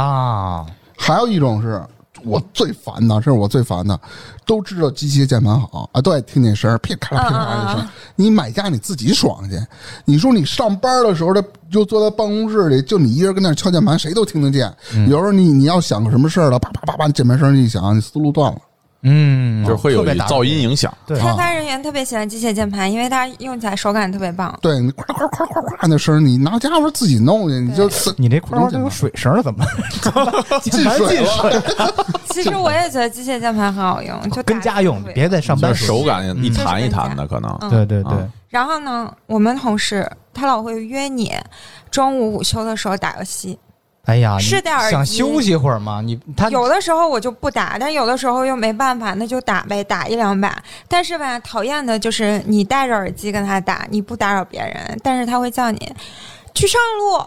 S4: 啊，
S2: 还有一种是我最烦的，这是我最烦的，都知道机械键盘好啊，都爱听那声儿，噼咔啦噼咔啦这声儿。你买家你自己爽去，你说你上班的时候，这就坐在办公室里，就你一人跟那儿敲键盘，谁都听得见。有时候你你要想个什么事儿了，啪啪啪啪，键盘声一响，你思路断了。
S4: 嗯，
S5: 就是会有
S4: 特别打嗯
S5: 噪音影响。
S4: 对
S3: 开发人员特别喜欢机械键盘，因为它用起来手感特别棒。
S2: 对你夸夸夸夸夸那声儿，你拿家伙自己弄去，你就
S4: 你这块儿都有水声了，怎么 (laughs) 进
S2: 进水
S4: 进
S2: 了
S4: 水
S3: 其实我也觉得机械键盘很好用，就
S4: 哦跟
S3: 打
S4: 家
S3: 字
S4: 用
S3: 特，别
S4: 别在上
S5: 就
S4: 班
S5: 是手感一
S3: 就是
S5: 弹一
S3: 跟家
S5: 弹的，可能
S3: 嗯
S4: 对对对
S5: 啊，
S3: 然后呢，我们同事他老会约你中午午休的时候打游戏，
S4: 哎呀，你
S3: 是戴耳机
S4: 想休息会儿嘛？你他
S3: 有的时候我就不打，但有的时候又没办法，那就打呗，打一两把。但是吧，讨厌的就是你戴着耳机跟他打，你不打扰别人，但是他会叫你去上路，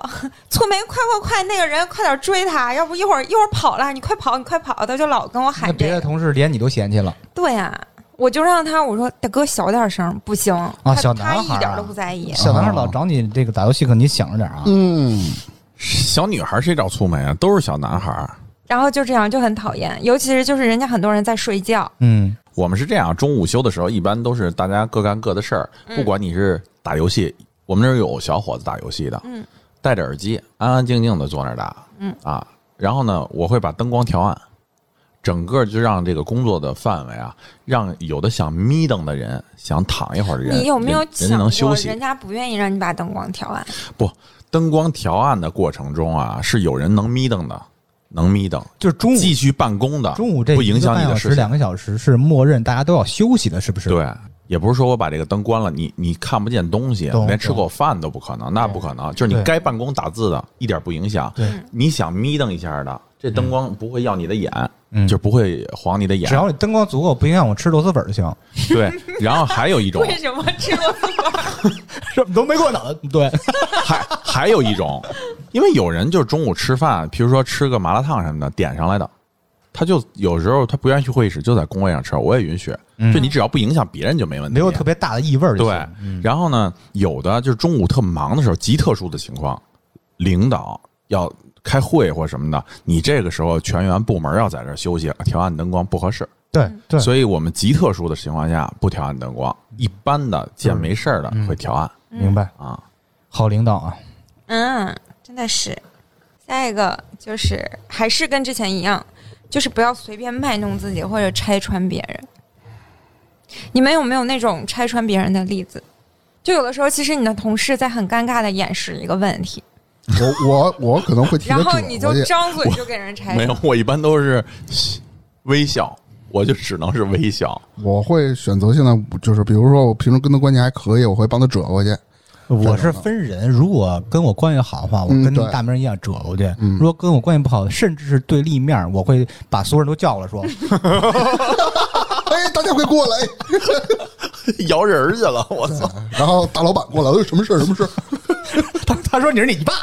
S3: 粗眉，快快快，那个人快点追他，要不一会儿一会儿跑了，你快跑，你快跑，他就老跟我
S4: 那
S3: 喊这
S4: 别的
S3: 个。
S4: 同事连你都嫌弃了，
S3: 对呀、我就让他我说大哥小点声，不行，他
S4: 小
S3: 他
S4: 男孩
S3: 一
S4: 儿
S3: 点
S4: 啊
S3: 都不在意。
S4: 小男孩老找你这个打游戏，可你想着点啊。
S2: 嗯，
S5: 小女孩谁找粗眉啊？都是小男孩儿。
S3: 然后就这样就很讨厌，尤其是就是人家很多人在睡觉，
S4: 嗯，
S5: 我们是这样，中午休的时候一般都是大家各干各的事儿，
S3: 嗯
S5: 不管你是打游戏，我们这儿有小伙子打游戏的，
S3: 嗯
S5: 戴着耳机安安静静的坐那儿打，
S3: 嗯
S5: 啊，然后呢，我会把灯光调暗，整个就让这个工作的范围啊，让有的想眯瞪的人，想躺一会儿的人，
S3: 你有没有想
S5: 人人家
S3: 过
S5: 能休息
S3: 人？家不愿意让你把灯光调暗？
S5: 不，灯光调暗的过程中啊，是有人能眯瞪的，能眯瞪，
S4: 就是中午
S5: 继续办公的，
S4: 中午这
S5: 不影响
S4: 一
S5: 你
S4: 个半
S5: 的
S4: 小
S5: 视
S4: 时、
S5: 线
S4: 两个小时是默认大家都要休息的，是不是？，
S5: 对，啊也不是说我把这个灯关了，你你看不见东西，
S4: 懂
S5: 连吃
S4: 懂
S5: 口饭都不可能，那不可能。就是你
S4: 对
S5: 该办公打字的，一点不影响。
S4: 对，
S5: 你想眯瞪一下的，这灯光不会要你的眼，
S4: 嗯
S5: 就不会晃你的眼
S4: 只。要你灯光足够，不影响我吃螺蛳粉儿就
S5: (laughs)
S4: 行。
S5: 对，然后还有
S3: (laughs)
S5: 一种，
S3: 为什么 (laughs) 吃螺蛳粉儿？
S4: 什么都没过脑子。对，
S5: 还还有一种，因为有人就是中午吃饭，比如说吃个麻辣烫什么的，点上来的。他就有时候他不愿意去会议室，就在工位上吃，我也允许。就你只要不影响别人就没问
S4: 嗯
S5: 题。
S4: 没有特别大的异味儿就行。
S5: 对，然后呢，有的就是中午特忙的时候，极特殊的情况，领导要开会或什么的，你这个时候全员部门要在这儿休息，调暗灯光不合适。
S4: 对对，
S5: 所以我们极特殊的情况下不调暗灯光，一般的见没事儿的会调暗
S4: 明白。
S5: 啊。
S4: 好领导啊，
S3: 嗯，真的是。下一个就是还是跟之前一样，就是不要随便卖弄自己或者拆穿别人。你们有没有那种拆穿别人的例子？就有的时候，其实你的同事在很尴尬的掩饰一个问题，
S2: 我我我可能会提
S3: 然
S2: 个
S3: 后
S2: 主
S3: 你
S2: 过
S3: 就
S2: 去，
S3: 张嘴就给人拆
S5: 没有 (laughs)
S3: 穿。，
S5: 我一般都是微笑，我就只能是微笑。 (laughs)
S2: 我会选择性的就是，比如说我平时跟他关系还可以，我会帮他折过去。 (laughs)
S4: 我是分人，如果跟我关系好的话，我
S2: 啊嗯
S4: 跟
S2: 对嗯
S4: 大明儿一样折过去；如果跟我关系不好，甚至是对立面儿，我会把所有人都叫
S2: (laughs)
S4: 过来说，
S2: 哎，大家快过来！ (laughs)
S5: 摇人儿去了，我操！
S2: 然后大老板过来，哎，什么事儿？什么事
S4: (laughs)
S2: 儿？
S4: 他他说你是你爸，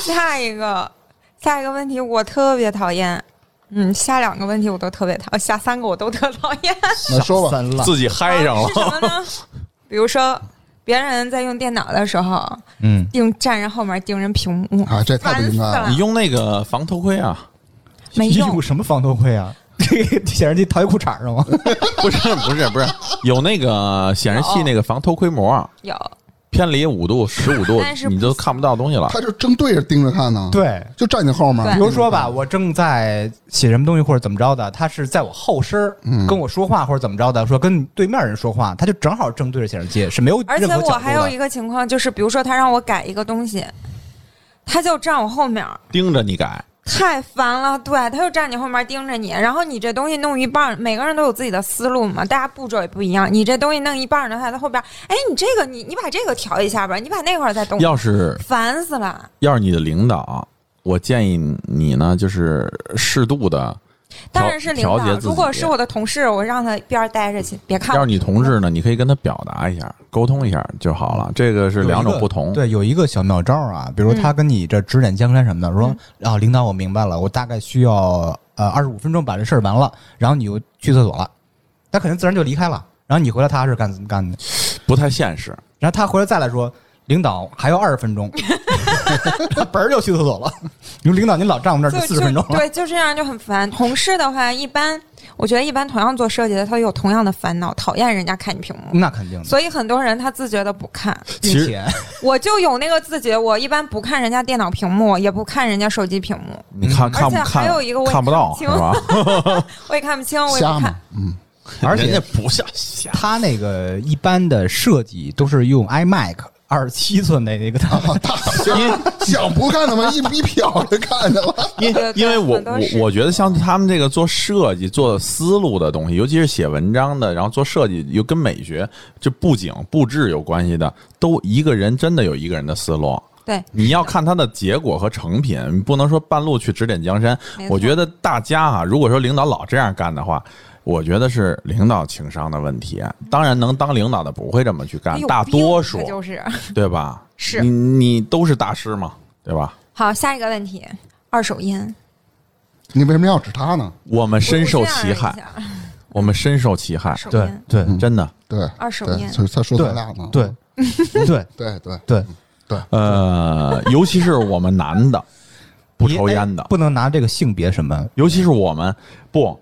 S3: 下一个，下一个问题我特别讨厌。嗯，下两个问题我都特别讨，下三个我都特讨厌。
S2: 那呃说吧，
S4: 三了，
S5: 自己嗨上了
S3: 啊 (laughs) 是，什么呢？比如说，别人在用电脑的时候，
S4: 嗯，
S3: 盯站人后面盯人屏幕，
S2: 啊这太不
S3: 烦
S2: 应
S3: 死
S2: 该了
S3: 了。
S5: 你用那个防头盔啊？
S4: (laughs)
S3: 没用
S4: 有，什么房都会啊？ (laughs) 这个显示器套一裤衩上吗？
S2: 嗯
S5: 不是不是不是，有那个显示器那个防头盔膜啊。
S3: 有
S5: 偏离五度、十五度
S3: (laughs) 但是，不
S5: 你都看不到东西了。
S2: 他就正对着盯着看呢，，
S4: 对，
S2: 就站你后面。
S3: 对
S4: 比如说吧，我正在写什么东西或者怎么着的，他是在我后身儿
S2: 嗯
S4: 跟我说话或者怎么着的，说跟对面人说话，他就正好正对着显示器，是没有
S3: 而
S4: 任
S3: 且
S4: 何角度啊
S3: 我
S4: 的。
S3: 还有一个情况就是，比如说他让我改一个东西，他就站我后面儿，
S5: 盯着你改，
S3: 太烦了。对，他就站你后面儿盯着你，然后你这东西弄一半儿，每个人都有自己的思路嘛，大家步骤也不一样。你这东西弄一半儿呢，他在后边儿，哎，你这个你你把这个调一下吧，你把那块儿再动，
S5: 要是
S3: 烦死了。
S5: 要是你的领导，我建议你呢，就是适度的调
S3: 当然是领
S5: 调节
S3: 导，
S5: 自己。
S3: 如果是我的同事，我让他边儿待着去，别看
S5: 要
S3: 我
S5: 是。你同事呢，你可以跟他表达一下，沟通一下就好
S3: 嗯
S5: 了。这个是
S4: 有一个
S5: 两种不同。，
S4: 对，有一个小妙招啊，比如他跟你这指点江山什么的，说啊，领导，我明白了，我大概需要呃二十五分钟把这事儿完了，然后你又去厕所了，他肯定自然就离开了。然后你回来，他是干干的，
S5: 不太现实。
S4: 然后他回来再来说，领导还有二十分钟，他本儿就去厕所了。 (laughs) 你说领导，您老站我们这
S3: 就
S4: 儿四十分钟
S3: 就
S4: 了，
S3: 对，就这样就很烦。同事的话，一般我觉得一般同样做设计的，他有同样的烦恼，讨厌人家看你屏
S5: 嗯
S3: 幕。
S4: 那肯定的，
S3: 所以很多人他自觉的不看，
S5: 其
S4: 并
S5: 实
S4: 且
S3: 我就有那个自觉，我一般不看人家电脑屏幕，也不看人家手机屏幕，
S5: 你看看
S3: 嗯
S5: 不
S3: 而且还
S5: 看
S3: 有一个我也
S5: 看不到是
S3: 看不
S5: 吧？
S3: (laughs) 我也看不清，我也
S2: 瞎
S3: 不
S2: 嘛
S3: 看。，
S4: (laughs)
S2: 嗯，
S4: 而
S5: 人
S4: 且
S5: 家不像瞎。
S4: 他那个一般的设计都是用 iMac 二十七寸的那个大
S2: 想不看的嘛，一一瞟就看见了。 (laughs)
S5: 因
S3: 哦对对
S5: 因为我
S3: 很多是
S5: 我我觉得像他们这个做设计、做思路的东西，尤其是写文章的，然后做设计又跟美学、就布景布置有关系的，都一个人真的有一个人的思路。
S3: 对，
S5: 你要看它的结果和成品，你不能说半路去指点江山
S3: 没。错
S5: 我觉得大家啊，如果说领导老这样干的话，我觉得是领导情商的问题。当然，能当领导的不会这么去干
S3: 你，有
S5: 啊大
S3: 病
S5: 多数
S3: 他就是。 (laughs)
S5: 对吧？
S3: 是
S5: 你你都是大师嘛，对吧？
S3: 好，下一个问题，二手烟，
S2: 你为什么要指他呢？
S5: 我们深受
S3: 我这样
S5: 其
S3: 一下
S5: 害，啊我们深受其害
S3: 二，手
S4: 对
S3: 烟，
S4: 对
S5: 真的。
S2: 对，嗯
S3: 二手
S2: 对，
S3: 烟
S2: 所以他说咱俩呢。
S4: 嗯对对
S2: 对对
S4: 对，
S3: 嗯
S5: 呃， (laughs) 尤其是我们男的，不抽烟的
S4: 哎，不能拿这个性别什么，
S5: 尤其是我们不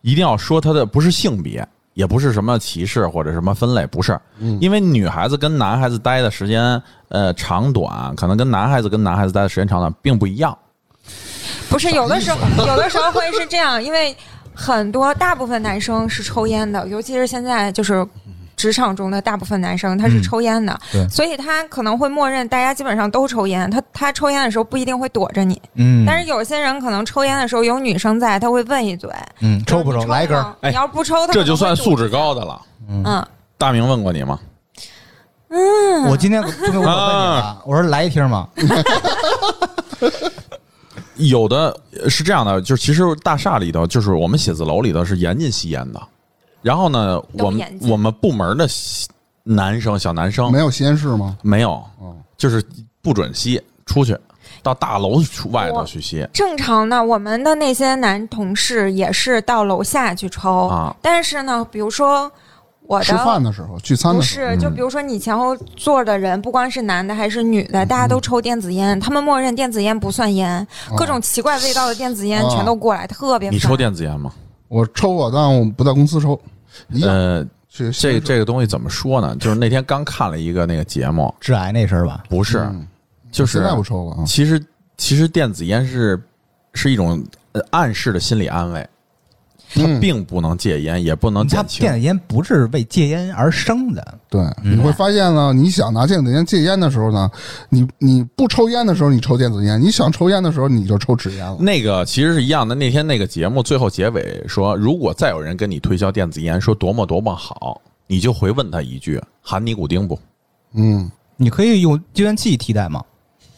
S5: 一定要说他的不是性别，也不是什么歧视或者什么分类，不是，
S3: 嗯
S5: 因为女孩子跟男孩子待的时间呃长短，可能跟男孩子跟男孩子待的时间长短并不一样。
S3: 不是有的时候，
S5: 啊
S3: 有的时候会是这样，因为很多大部分男生是抽烟的，尤其是现在就是。职场中的大部分男生他
S5: 嗯
S3: 是抽烟的，
S4: 对
S3: 所以他可能会默认大家基本上都抽烟。他他抽烟的时候不一定会躲着你，
S4: 嗯，
S3: 但是有些人可能抽烟的时候有女生在，他会问一嘴，
S4: 嗯，抽不
S3: 你
S4: 抽？
S3: 吗
S4: 来一根儿，
S5: 哎
S3: 你要不抽，他
S5: 这
S3: 可能
S5: 就
S3: 会
S5: 算
S3: 堵
S5: 素质高的了。
S3: 嗯，
S5: 大明问过你吗？
S4: 我今天今天我问你
S5: 啊
S4: 了，我说来一听嘛，
S5: 有的呃是这样的，就是其实大厦里头，就是我们写字楼里头是严禁吸烟的。然后呢，
S3: 都
S5: 我们
S3: 严禁
S5: 我们部门的吸男生小男生
S2: 没有吸哦烟室吗？
S5: 没有，就是不准吸，出去到大楼出外头去吸。
S3: 正常的，我们的那些男同事也是到楼下去抽，
S5: 啊
S3: 但是呢，比如说我的
S2: 吃饭的时候，聚餐
S3: 不
S2: 的时
S4: 嗯
S3: 是，就比如说你前后座的人，不光是男的还是女
S4: 嗯
S3: 的，大家都抽电子烟，他们默认电子烟不算烟，
S4: 啊
S3: 各种奇怪味道的电子烟
S2: 哦
S3: 全都过来，特别烦
S5: 你抽电子烟吗？
S2: 候，我抽过，但我不在公司抽。一样嗯
S5: 呃，
S2: 去吸烟室
S5: 这这个东西怎么说呢？就是那天刚看了一个那个节目，
S4: 致癌那事儿吧，
S5: 不是，就是
S2: 现嗯在不抽了啊。
S5: 其实其实电子烟是是一种呃暗示的心理安慰，
S2: 嗯
S5: 它并不能戒烟，也不能
S4: 它
S5: 减轻
S4: 电。子烟不是为戒烟而生的，
S2: 对，
S5: 嗯
S2: 你会发现呢，你想拿电子烟戒烟的时候呢，你你不抽烟的时候你抽电子烟，你想抽烟的时候你就抽纸烟了。
S5: 那个其实是一样的。那天那个节目最后结尾说，如果再有人跟你推销电子烟，说多么多么好，你就回问他一句：含尼古丁不？
S2: 嗯，
S4: 你可以用救烟器替代嘛，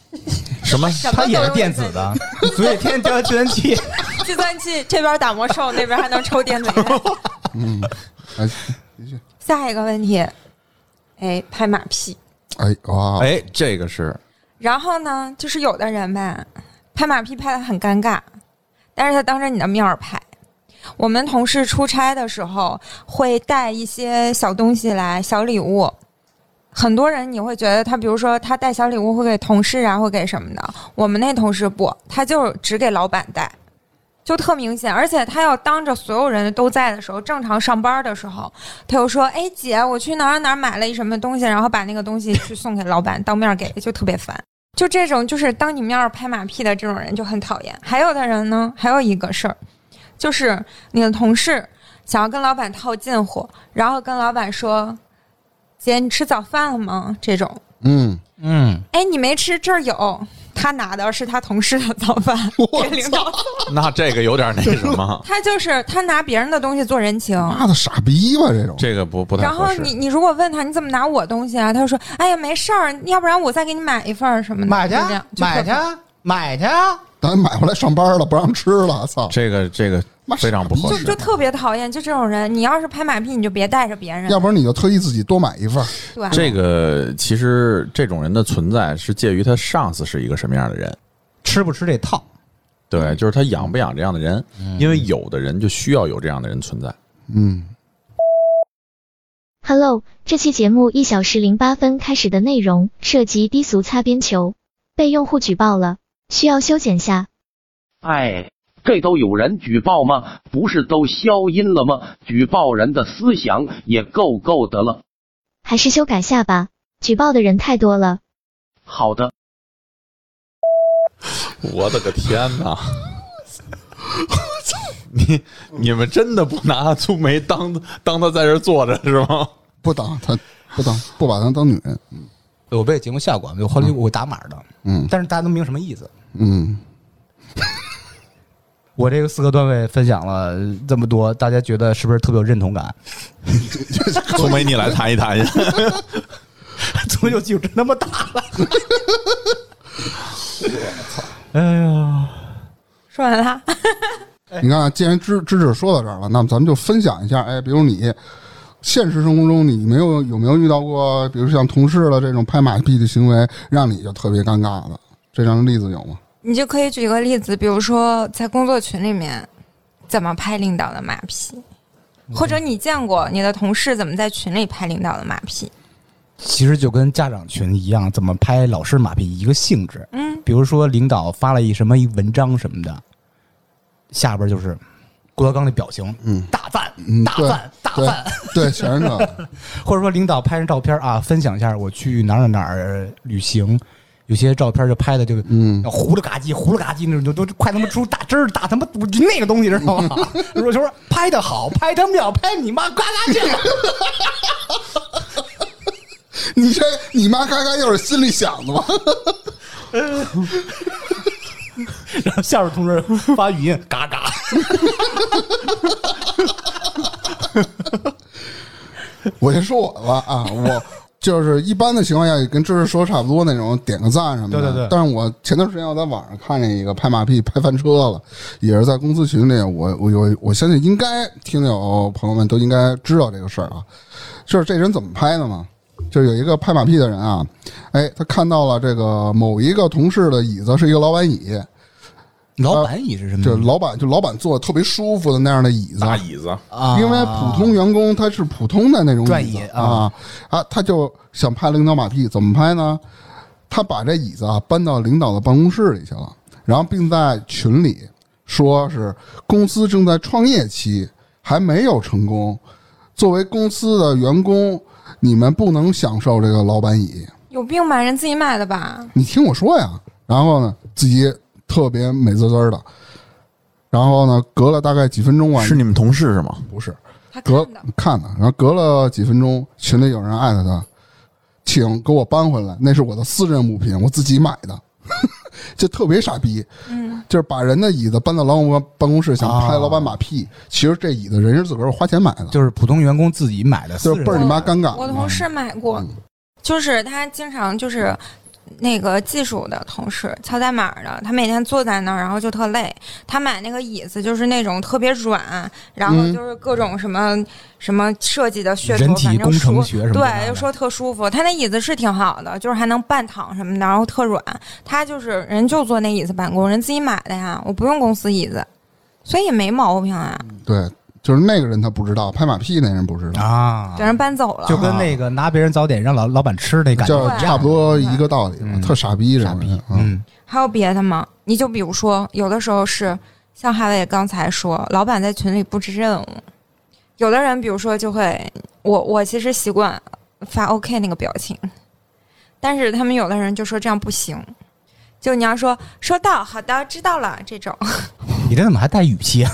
S5: (laughs) 什么？
S3: 什么
S4: 它
S3: 都
S4: 也是
S3: 用
S4: 电子的， (laughs) 所以天天叫救烟
S5: (laughs)
S4: 器。
S3: 计算器，这边打魔兽，那边还能抽电子
S5: (laughs)
S3: 烟。
S2: 哎
S3: 下一个问题，哎，拍马屁。
S2: 哎哇，
S5: 哎，这个是
S3: 然后呢，就是有的人吧，拍马屁拍的很尴尬，但是他当着你的面儿拍。我们同事出差的时候会带一些小东西来，小礼物。很多人你会觉得他，比如说他带小礼物会给同事啊，会给什么的。我们那同事不，他就只给老板带，就特明显。而且他要当着所有人都在的时候，正常上班的时候，他又说：“哎，姐，我去哪儿哪儿买了一什么东西，然后把那个东西去送给老板，当面给，就特别烦。”就这种就是当你面儿拍马屁的这种人就很讨厌。还有的人呢，还有一个事儿，就是你的同事想要跟老板套近乎，然后跟老板说：“姐，你吃早饭了吗？”这种，
S2: 嗯，
S4: 嗯，
S3: 哎，你没吃，这儿有。他拿的是他同事的早
S4: (laughs)
S3: 饭，给领导。，
S5: 那这个有点那什么
S3: (laughs) 他就是他拿别人的东西做人情，
S4: 啊
S2: 妈的傻逼吧这种。
S5: 这个不不太
S3: 然后
S5: 合适。
S3: 你你如果问他你怎么拿我东西啊，他就说哎呀没事儿，要不然我再给你买一份儿什么的，
S4: 买去啊
S3: 就这样，就特
S4: 买去
S3: 烦，
S4: 买去。
S2: 咱买回来上班了，不让吃了，操！
S5: 这个这个
S2: 妈
S5: 非常不合
S3: 就
S5: 适
S3: 就。特别讨厌，就这种人，你要是拍马屁，你就别带着别人，
S2: 要不然你就特意自己多买一份儿。
S3: 对吧，
S5: 这个其实这种人的存在是介于他上司是一个什么样的人，
S4: 吃不吃这套？
S5: 对，就是他养不养这样的人，因为有的人就需要有这样的人存在。
S2: 嗯，
S7: Hello，这期节目一小时零八分开始的内容涉及低俗擦边球，被用户举报了，需要修剪下。
S1: 哎，这都有人举报吗？不是都消音了吗？举报人的思想也够够的了。
S7: 还是修改下吧，举报的人太多了。
S1: 好的，
S5: 我的个天哪！你你们真的不拿粗梅当当他在这儿坐着是吗？
S2: 不当他不当不把他当女人。
S4: 我被节目效果，我后来我打码的，
S2: 嗯
S4: 但是大家都明白什么意思。
S2: 嗯，
S4: 我这个四个段位分享了这么多，大家觉得是不是特别有认同感？
S5: 粗梅， (laughs) 你来谈一谈去。
S4: (laughs) 足球技术真他妈大了，哎呀，
S3: 说完啦，
S2: 你看啊，既然知知识说到这儿了，那么咱们就分享一下，哎，比如你现实生活中你没有有没有遇到过，比如像同事的这种拍马屁的行为，让你就特别尴尬的，这样的例子有吗？
S3: (laughs) 你就可以举一个例子，比如说在工作群里面怎么拍领导的马屁，或者你见过你的同事怎么在群里拍领导的马屁，
S4: 其实就跟家长群一样，怎么拍老师马屁一个性质。
S3: 嗯，
S4: 比如说领导发了一什么一文章什么的，下边就是郭德纲的表情，
S2: 嗯，
S4: 大赞
S2: 嗯，
S4: 大
S2: 对
S4: 赞，大赞。
S2: 对，对，全是这个。 (laughs)
S4: 或者说领导拍张照片啊，分享一下我去哪儿哪儿哪儿旅行，有些照片就拍的就
S2: 嗯
S4: 糊了嘎叽糊了嘎叽那种，就都快他妈出大汁儿，大他妈我就那个东西知道吗？ (laughs) 我就说拍的好，拍的妙，拍你妈嘎嘎叫。
S2: 你这你妈嘎嘎又是心里想的吧？
S4: (laughs) 然后下边同事发语音嘎嘎。
S2: 我先说我的吧啊，
S4: (laughs)
S2: 我就是一般的情况下也跟知识说差不多那种，点个赞什么的。
S4: 对对对
S2: 但是我前段时间我在网上看见一个拍马屁拍翻车了，也是在公司群里，我我我我相信应该听友朋友们都应该知道这个事儿啊。就是这人怎么拍的嘛？就是有一个拍马屁的人啊，哎，他看到了这个某一个同事的椅子是一个老板椅，
S4: 老板椅是什么？
S2: 就是老板就老板坐得特别舒服的那样的椅子，
S5: 大椅子，
S4: 啊
S2: 因为普通员工他是普通的那种
S4: 转
S2: 椅
S4: 椅
S2: 子啊啊，他就想拍领导马屁，怎么拍呢？他把这椅子啊搬到领导的办公室里去了，然后并在群里说是公司正在创业期，还没有成功。作为公司的员工，你们不能享受这个老板椅。
S3: 有病吧？人自己买的吧？
S2: 你听我说呀。然后呢，自己特别美滋滋儿的。然后呢，隔了大概几分钟啊，
S5: 是你们同事是吗？
S2: 不是？
S3: 他看
S2: 隔
S3: 的，
S2: 看的，然后隔了几分钟，群里有人艾特他，请给我搬回来，那是我的私人物品，我自己买的， (laughs) 就特别傻逼，
S3: 嗯，
S2: 就是把人的椅子搬到老板办公室，想拍老板马屁，其实这椅子人是自个儿花钱买的，
S4: 就是普通员工自己买的，
S2: 就是
S4: 私人
S2: 倍儿你妈尴尬
S3: 我同
S4: 嗯
S3: 事买过，就是他经常就是那个技术的同事敲代码的，他每天坐在那儿，然后就特累。他买那个椅子就是那种特别软，然后
S2: 嗯
S3: 就是各种什么、什么设计的噱头，
S4: 人体
S3: 反正
S4: 工程
S3: 说
S4: 学什么的啊
S3: 对，就说特舒服。他那椅子是挺好的，就是还能半躺什么的，然后特软。他就是人就坐那椅子办公，人自己买的呀，我不用公司椅子，所以也没毛病啊。
S4: 嗯
S2: 对，就是那个人他不知道，拍马屁那人不知道，
S4: 啊
S3: 给，人搬走了，
S4: 就跟那个拿别人早点让老老板吃啊那感觉
S2: 就
S4: 一样
S2: 差不多一个道理，
S4: 嗯
S2: 特傻逼这
S4: 傻
S2: 种人
S4: 逼，
S2: 啊
S4: 嗯，
S3: 还有别的吗？你就比如说，有的时候是像哈维刚才说，老板在群里布置任务，有的人比如说就会，我我其实习惯发 OK 那个表情，但是他们有的人就说这样不行，就你要说收到，好的，知道了这种，
S4: 你这怎么还带语气啊？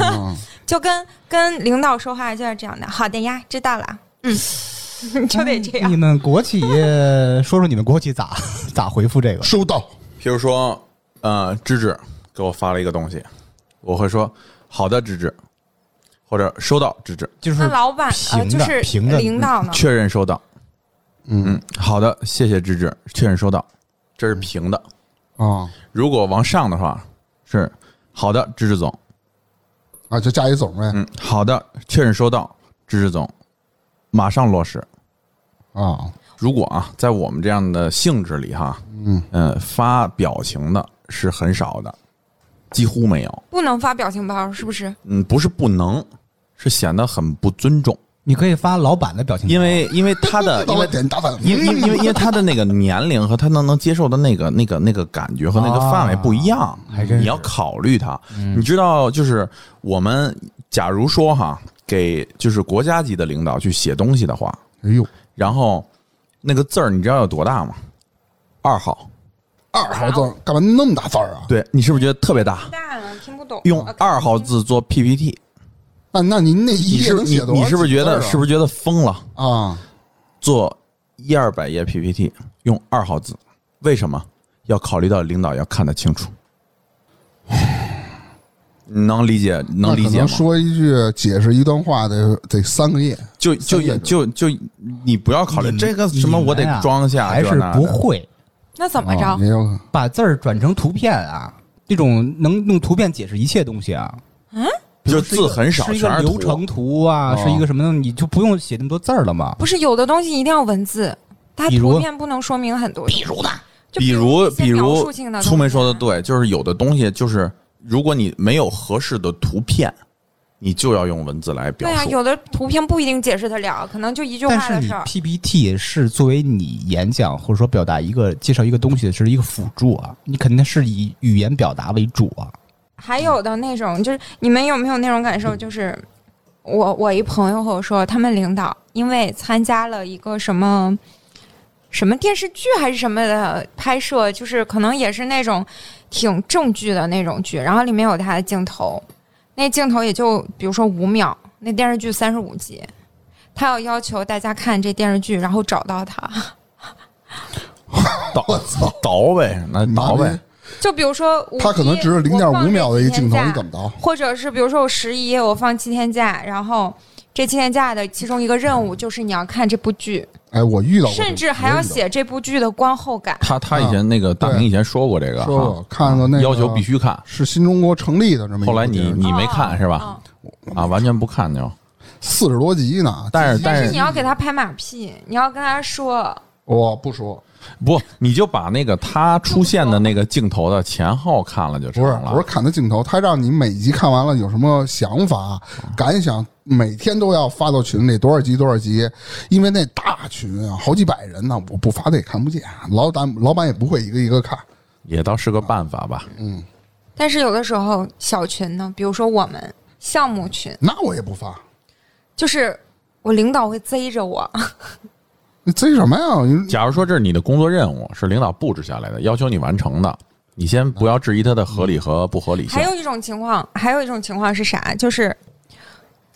S2: 嗯
S3: 就跟跟领导说话就是这样的，好的呀，知道了，嗯，就得这样
S4: 你。们国企说说你们国企咋 (laughs) 咋回复这个？
S2: 收到，
S5: 譬如说，呃，芝芝给我发了一个东西，我会说好的，芝芝，或者收到，芝芝，
S4: 就是
S3: 那老板呃，
S4: 平
S3: 就
S4: 的
S3: 是
S4: 平的
S3: 领导呢？
S5: 确认收到。
S2: 嗯
S5: 嗯，好的，谢谢芝芝，确认收到。这是平的，
S2: 啊
S5: 如果往上的话是好的，芝芝总。
S2: 啊，就加一总呗
S5: 嗯，好的，确认收到，芝芝总，马上落实。
S2: 啊，
S5: 如果啊，在我们这样的性质里哈，
S2: 嗯
S5: 呃，发表情的是很少的，几乎没有。
S3: 不能发表情包是不是？
S5: 嗯，不是不能，是显得很不尊重，
S4: 你可以发老板的表情包，
S5: 因为因为
S4: (laughs)
S5: 他的因
S2: 到
S5: 为
S2: 了点打反，
S5: 因为因为因为因为他的那个年龄和他能能接受的那个那个那个感觉和那个范围不一样，
S4: 啊还真是嗯
S5: 你要考虑他。你知道，就是我们假如说哈，给就是国家级的领导去写东西的话，
S2: 哎呦，
S5: 然后那个字儿你知道有多大吗？二号，
S2: 二号字儿干嘛那么大字儿啊？
S5: 对你是不是觉得特别大？
S3: 大了，听不懂。
S5: 用
S3: 哦 OK
S5: 二号字做 PPT，
S2: 那那您那
S5: 你
S2: 一页
S5: 是
S2: 能
S5: 你
S2: 写多少、
S5: 你是不是觉得是不
S2: 是
S5: 是觉得疯了？
S2: 啊？
S5: 做一二百页 PPT 用二号字，为什么？要考虑到领导要看得清楚， (sighs) 能理解能理
S2: 那可
S5: 解
S2: 能
S5: 吗？
S2: 说一句解释一段话得得三个页，
S5: 就就
S2: 三页
S5: 就就你不要考虑
S4: 你们哎
S5: 这个什么，我得装下
S4: 还
S5: 这
S4: 是
S5: 那
S4: 不
S5: 的。
S4: 会。
S3: 那怎么着
S2: 啊？也有可能。
S4: 把字儿转成图片啊，这种能用图片解释一切东西啊。嗯，
S5: 就字很少
S4: 是一
S5: 全
S4: 个
S5: 是图
S4: 流程图啊，
S5: 哦
S4: 是一个什么的，你就不用写那么多字儿了嘛。
S3: 不是有的东西一定要文字，它
S4: 比如
S3: 图片不能说明很多。
S6: 比如呢，
S3: 就
S5: 比如
S3: 一些
S5: 比
S3: 描
S5: 如
S3: 述性的东西
S5: 粗梅说的对，就是有的东西就是如果你没有合适的图片，你就要用文字来表
S3: 对啊，
S5: 述。
S3: 有的图片不一定解释得了，可能就一句
S4: 但
S3: 话
S4: 是
S3: 的
S4: 你
S3: 事儿。
S4: PPT 是作为你演讲或者说表达一个介绍一个东西的是一个辅助啊，你肯定是以语言表达为主啊。
S3: 还有的那种，就是你们有没有那种感
S2: 嗯
S3: 受？就是我我一朋友和我说，他们领导因为参加了一个什么什么电视剧还是什么的拍摄，就是可能也是那种挺正剧的那种剧，然后里面有他的镜头，那镜头也就比如说五秒，那电视剧三十五集，他要要求大家看这电视剧，然后找到他。 (laughs)
S5: 倒倒呗，那倒呗，
S3: 就比如说五一，
S2: 他可能只是零点
S3: 我放
S2: 五
S3: 这
S2: 秒的一个
S3: 几
S2: 镜
S3: 天
S2: 头，
S3: 假
S2: 你怎么倒？
S3: 或者是比如说我十一我放七天假，然后这七天假的其中一个任务就是你要看这部剧，
S2: 哎，我遇到过这种，
S3: 甚至还要
S2: 我遇到
S3: 写这部剧的观后感。
S5: 他他以前那个大明以前说过这
S2: 过
S5: 个，
S2: 啊说我
S5: 哈
S2: 看过那个
S5: 要求必须看。
S2: 是新中国成立的这么一个
S5: 后来你
S2: 电视剧
S5: 你没看是吧？
S3: 嗯
S5: 啊，完全不看就，
S2: 四十多集呢，
S5: 但是
S3: 但
S5: 但
S3: 是你要给他拍马屁，你要跟他说，
S2: 我不说，
S5: 不，你就把那个他出现的那个镜头的前后看了就成
S2: 不是
S5: 了。
S2: 不是看他镜头，他让你每集看完了有什么想法、
S4: 嗯
S2: 感想，每天都要发到群里，多少集多少集，因为那大群啊，好几百人呢，我不发他也看不见，老板老板也不会一个一个看，
S5: 也倒是个办法吧。
S3: 但是有的时候小群呢，比如说我们项目群，
S2: 那我也不发，
S3: 就是我领导会贼着我，
S2: 你这什么呀？你
S5: 假如说这是你的工作任务，是领导布置下来的，要求你完成的，你先不要质疑它的合理和不合理性
S3: 还。有一种情况，还有一种情况是啥？就是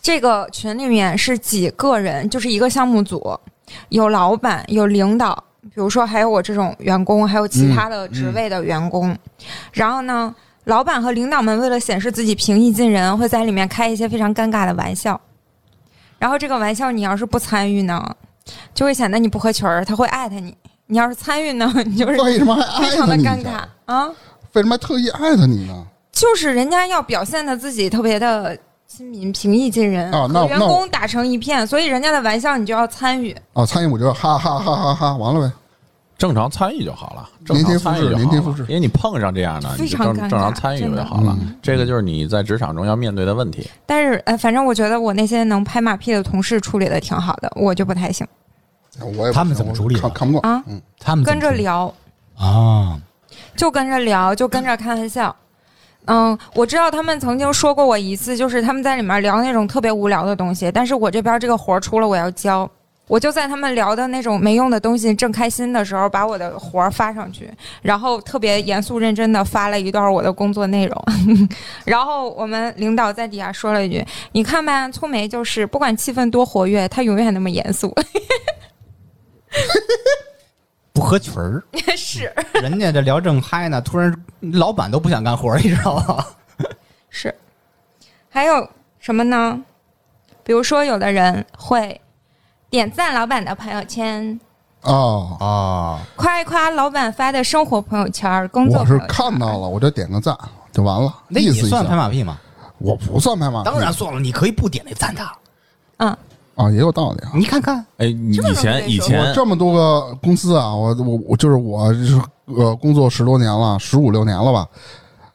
S3: 这个群里面是几个人，就是一个项目组，有老板，有领导，比如说还有我这种员工，还有其他的职位的员工。然后呢，老板和领导们为了显示自己平易近人，会在里面开一些非常尴尬的玩笑。然后这个玩笑你要是不参与呢，就会显得你不合群儿，他会艾特你。你要是参与呢，你就是
S2: 为什么还
S3: 非
S2: 哎艾
S3: 常
S2: 特
S3: 的
S2: 你一
S3: 尴尬
S2: 下？
S3: 啊。
S2: 为什么还特意艾特你呢？
S3: 就是人家要表现的自己特别的亲民、平易近人，
S2: 啊那
S3: 和员
S2: 那我
S3: 工打成一片，所以人家的玩笑你就要参与。
S2: 啊，参与我就哈哈哈哈哈，完了呗。
S5: 正常参与就好了，正
S2: 连
S5: 常
S2: 贴
S5: 参
S2: 复
S5: 与
S2: 制
S5: 就
S2: 连
S5: 好
S2: 贴
S5: 了
S2: 复制。
S5: 因为你碰上这样的，
S3: 非
S5: 你就
S3: 常
S5: 正
S3: 尴尬
S5: 正常参与
S3: 真
S5: 就
S3: 的
S5: 好了
S2: 嗯。
S5: 这个就是你在职场中要面对的问题。
S3: 但是，呃，反正我觉得我那些能拍马屁的同事处理的挺好的，我就不太行。
S2: 我也不
S4: 他们
S2: 行
S4: 怎么
S2: 我
S4: 处理
S2: 看
S4: 的
S2: 看不惯
S3: 啊
S2: 嗯，
S4: 他们怎
S3: 跟着
S4: 么说
S3: 聊，
S4: 啊，
S3: 就跟着聊，就跟着开玩笑。嗯，我知道他们曾经说过我一次，就是他们在里面聊那种特别无聊的东西，但是我这边这个活儿出了，我要交。我就在他们聊的那种没用的东西正开心的时候，把我的活儿发上去，然后特别严肃认真的发了一段我的工作内容， (laughs) 然后我们领导在底下说了一句：“你看吧，粗梅就是不管气氛多活跃，她永远那么严肃。
S4: 不合群儿，”
S3: (laughs) 是
S4: 人家这聊正嗨呢，突然老板都不想干活儿，你知道
S2: (laughs)
S4: 吗？
S3: 是，还有什么呢？比如说，有的人会点赞老板的朋友圈，
S2: 啊。
S4: 啊，
S3: 夸一夸老板发的生活朋友圈、工
S2: 我
S3: 作朋
S2: 是
S3: 友圈。
S2: 看到了，我就点个赞就完了，
S4: 那
S2: 意
S4: 你
S2: 思一啊
S4: 算拍
S2: 下。
S4: 马屁吗？
S2: 我不算拍马屁，
S4: 当然算了，你可以不点那赞的，
S3: 嗯，
S2: 啊，也有道理啊。
S4: 你看看，
S5: 哎，你
S3: 这个
S5: 以
S3: 我
S5: 前
S3: 跟你
S5: 以
S3: 说
S5: 前
S2: 我这么多个公司啊，我我我就是我就是呃工作十多年了，十五六年了吧，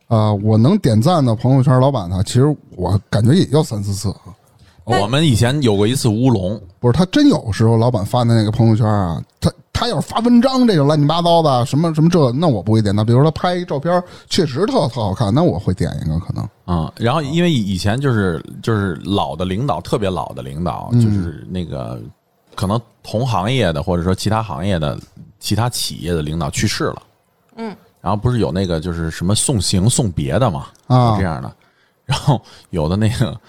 S2: 呃，我能点赞的朋友圈老板呢，其实我感觉也就三四次。啊
S5: 我们以前有过一次乌龙，
S2: 不是他真有时候老板发的那个朋友圈啊，他他要是发文章这种乱七八糟的什么什么这，那我不会点的。比如说他拍一照片确实特特好看，那我会点一个可能。
S5: 嗯，然
S2: 啊
S5: 后因为以前就是就是老的领导，特别老的领导，
S2: 嗯
S5: 就是那个可能同行业的或者说其他行业的其他企业的领导去世了，
S3: 嗯，
S5: 然后不是有那个就是什么送行送别的嘛，
S2: 啊
S5: 有这样的，然后有的那个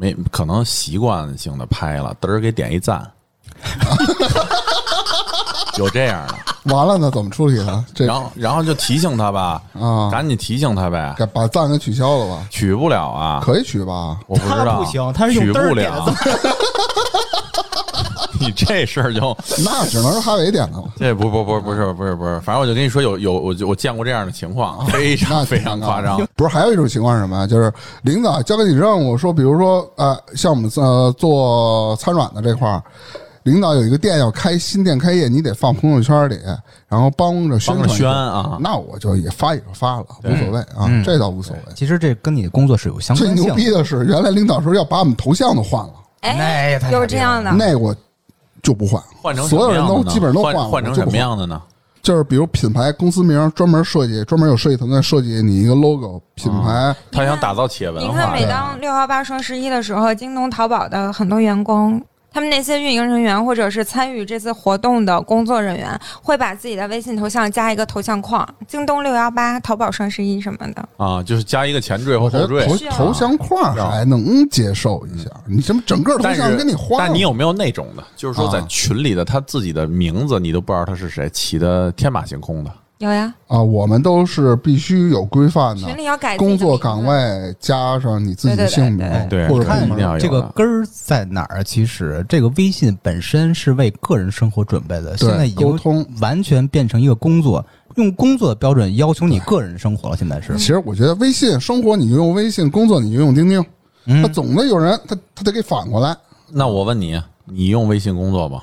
S5: 没可能习惯性的拍了，嘚儿给点一赞，有这样的，
S2: 完了呢，怎么处理呢？这
S5: 然后然后就提醒他吧，
S2: 啊
S5: 赶紧提醒他呗，
S2: 给把赞给取消了吧？
S5: 取不了啊，
S2: 可以取吧？
S5: 我不知
S4: 他
S5: 道，
S4: 不行他是用
S5: 取
S4: 嘚儿
S5: 不
S4: 点
S5: 了
S4: 的。
S5: (laughs) 你这事儿就
S2: 那只能是哈维点的了。
S5: 这不不不不是不是不是，反正我就跟你说有有我就我见过这样的情
S2: (laughs)
S5: 况，啊非
S2: 那
S5: 常非常夸张。
S2: (laughs) 不是，还有一种情况是什么呀？就是领导交给你任务，说比如说呃，像我们呃做餐软的这块儿，领导有一个店要开新店开业，你得放朋友圈里，然后帮着宣传一下
S5: 帮着宣啊
S2: 那我就也发也就发了，无所谓啊，这倒无所谓。
S5: 嗯
S4: 其实这跟你的工作是有相
S2: 最
S4: 关性
S2: 牛逼
S4: 的。
S2: 的是，原来领导说要把我们头像都换了，
S4: 那也
S3: 哎
S4: 太，
S3: 有这样的，
S2: 那我就不换，
S5: 换成什
S2: 所
S5: 么
S2: 有人
S5: 样的
S2: 都
S5: 呢
S2: 基本上都
S5: 换
S2: 了，
S5: 换成
S2: 我就
S5: 什
S2: 不
S5: 么
S2: 换
S5: 样的呢？
S2: 就是比如品牌公司名专门设计，专门有设计团队设计你一个 logo 品
S5: 啊
S2: 牌，
S5: 他想打造企业文
S3: 你看，
S5: 化
S3: 每，当六幺八、双十一的时候，京东、淘宝的很多员工，他们那些运营人员或者是参与这次活动的工作人员，会把自己的微信头像加一个头像框，京东六幺八、淘宝双十一什么的。
S5: 啊，就是加一个前缀
S2: 我
S5: 或
S2: 觉
S5: 后
S2: 得
S5: 缀。
S2: 哎头
S3: 是啊
S2: 头像框还能接受一下，你什么整个头
S5: 但
S2: 像
S5: 是
S2: 给你换了，
S5: 嗯但你有没有那种的，就是说在
S2: 啊
S5: 群里的他自己的名字你都不知道他是谁起的天马行空的，
S3: 有呀，
S2: 啊？我们都是必须有规范的
S3: 群，里要改自己
S2: 工
S3: 的
S2: 作
S3: 名字
S2: 岗。位加上你自己的姓名
S5: 对
S2: 哎
S5: 对对对对
S2: 或
S5: 你
S2: 者
S5: 看
S2: 部
S5: 一定
S2: 门。
S5: 要有
S4: 这个
S5: 的
S4: 根儿在哪儿啊？其实这个微信本身是为个人生活准备的，现
S2: 对
S4: 在已经
S2: 沟通
S4: 完全变成一个工作，用工作的标准要求你个人生活了。现在是
S3: 嗯
S2: 其，实我觉得微信生活你就用微信，工作你就用钉钉，
S4: 嗯
S2: 那总得有人他他得给反过来。
S5: 那我问你，你用微信工作吗？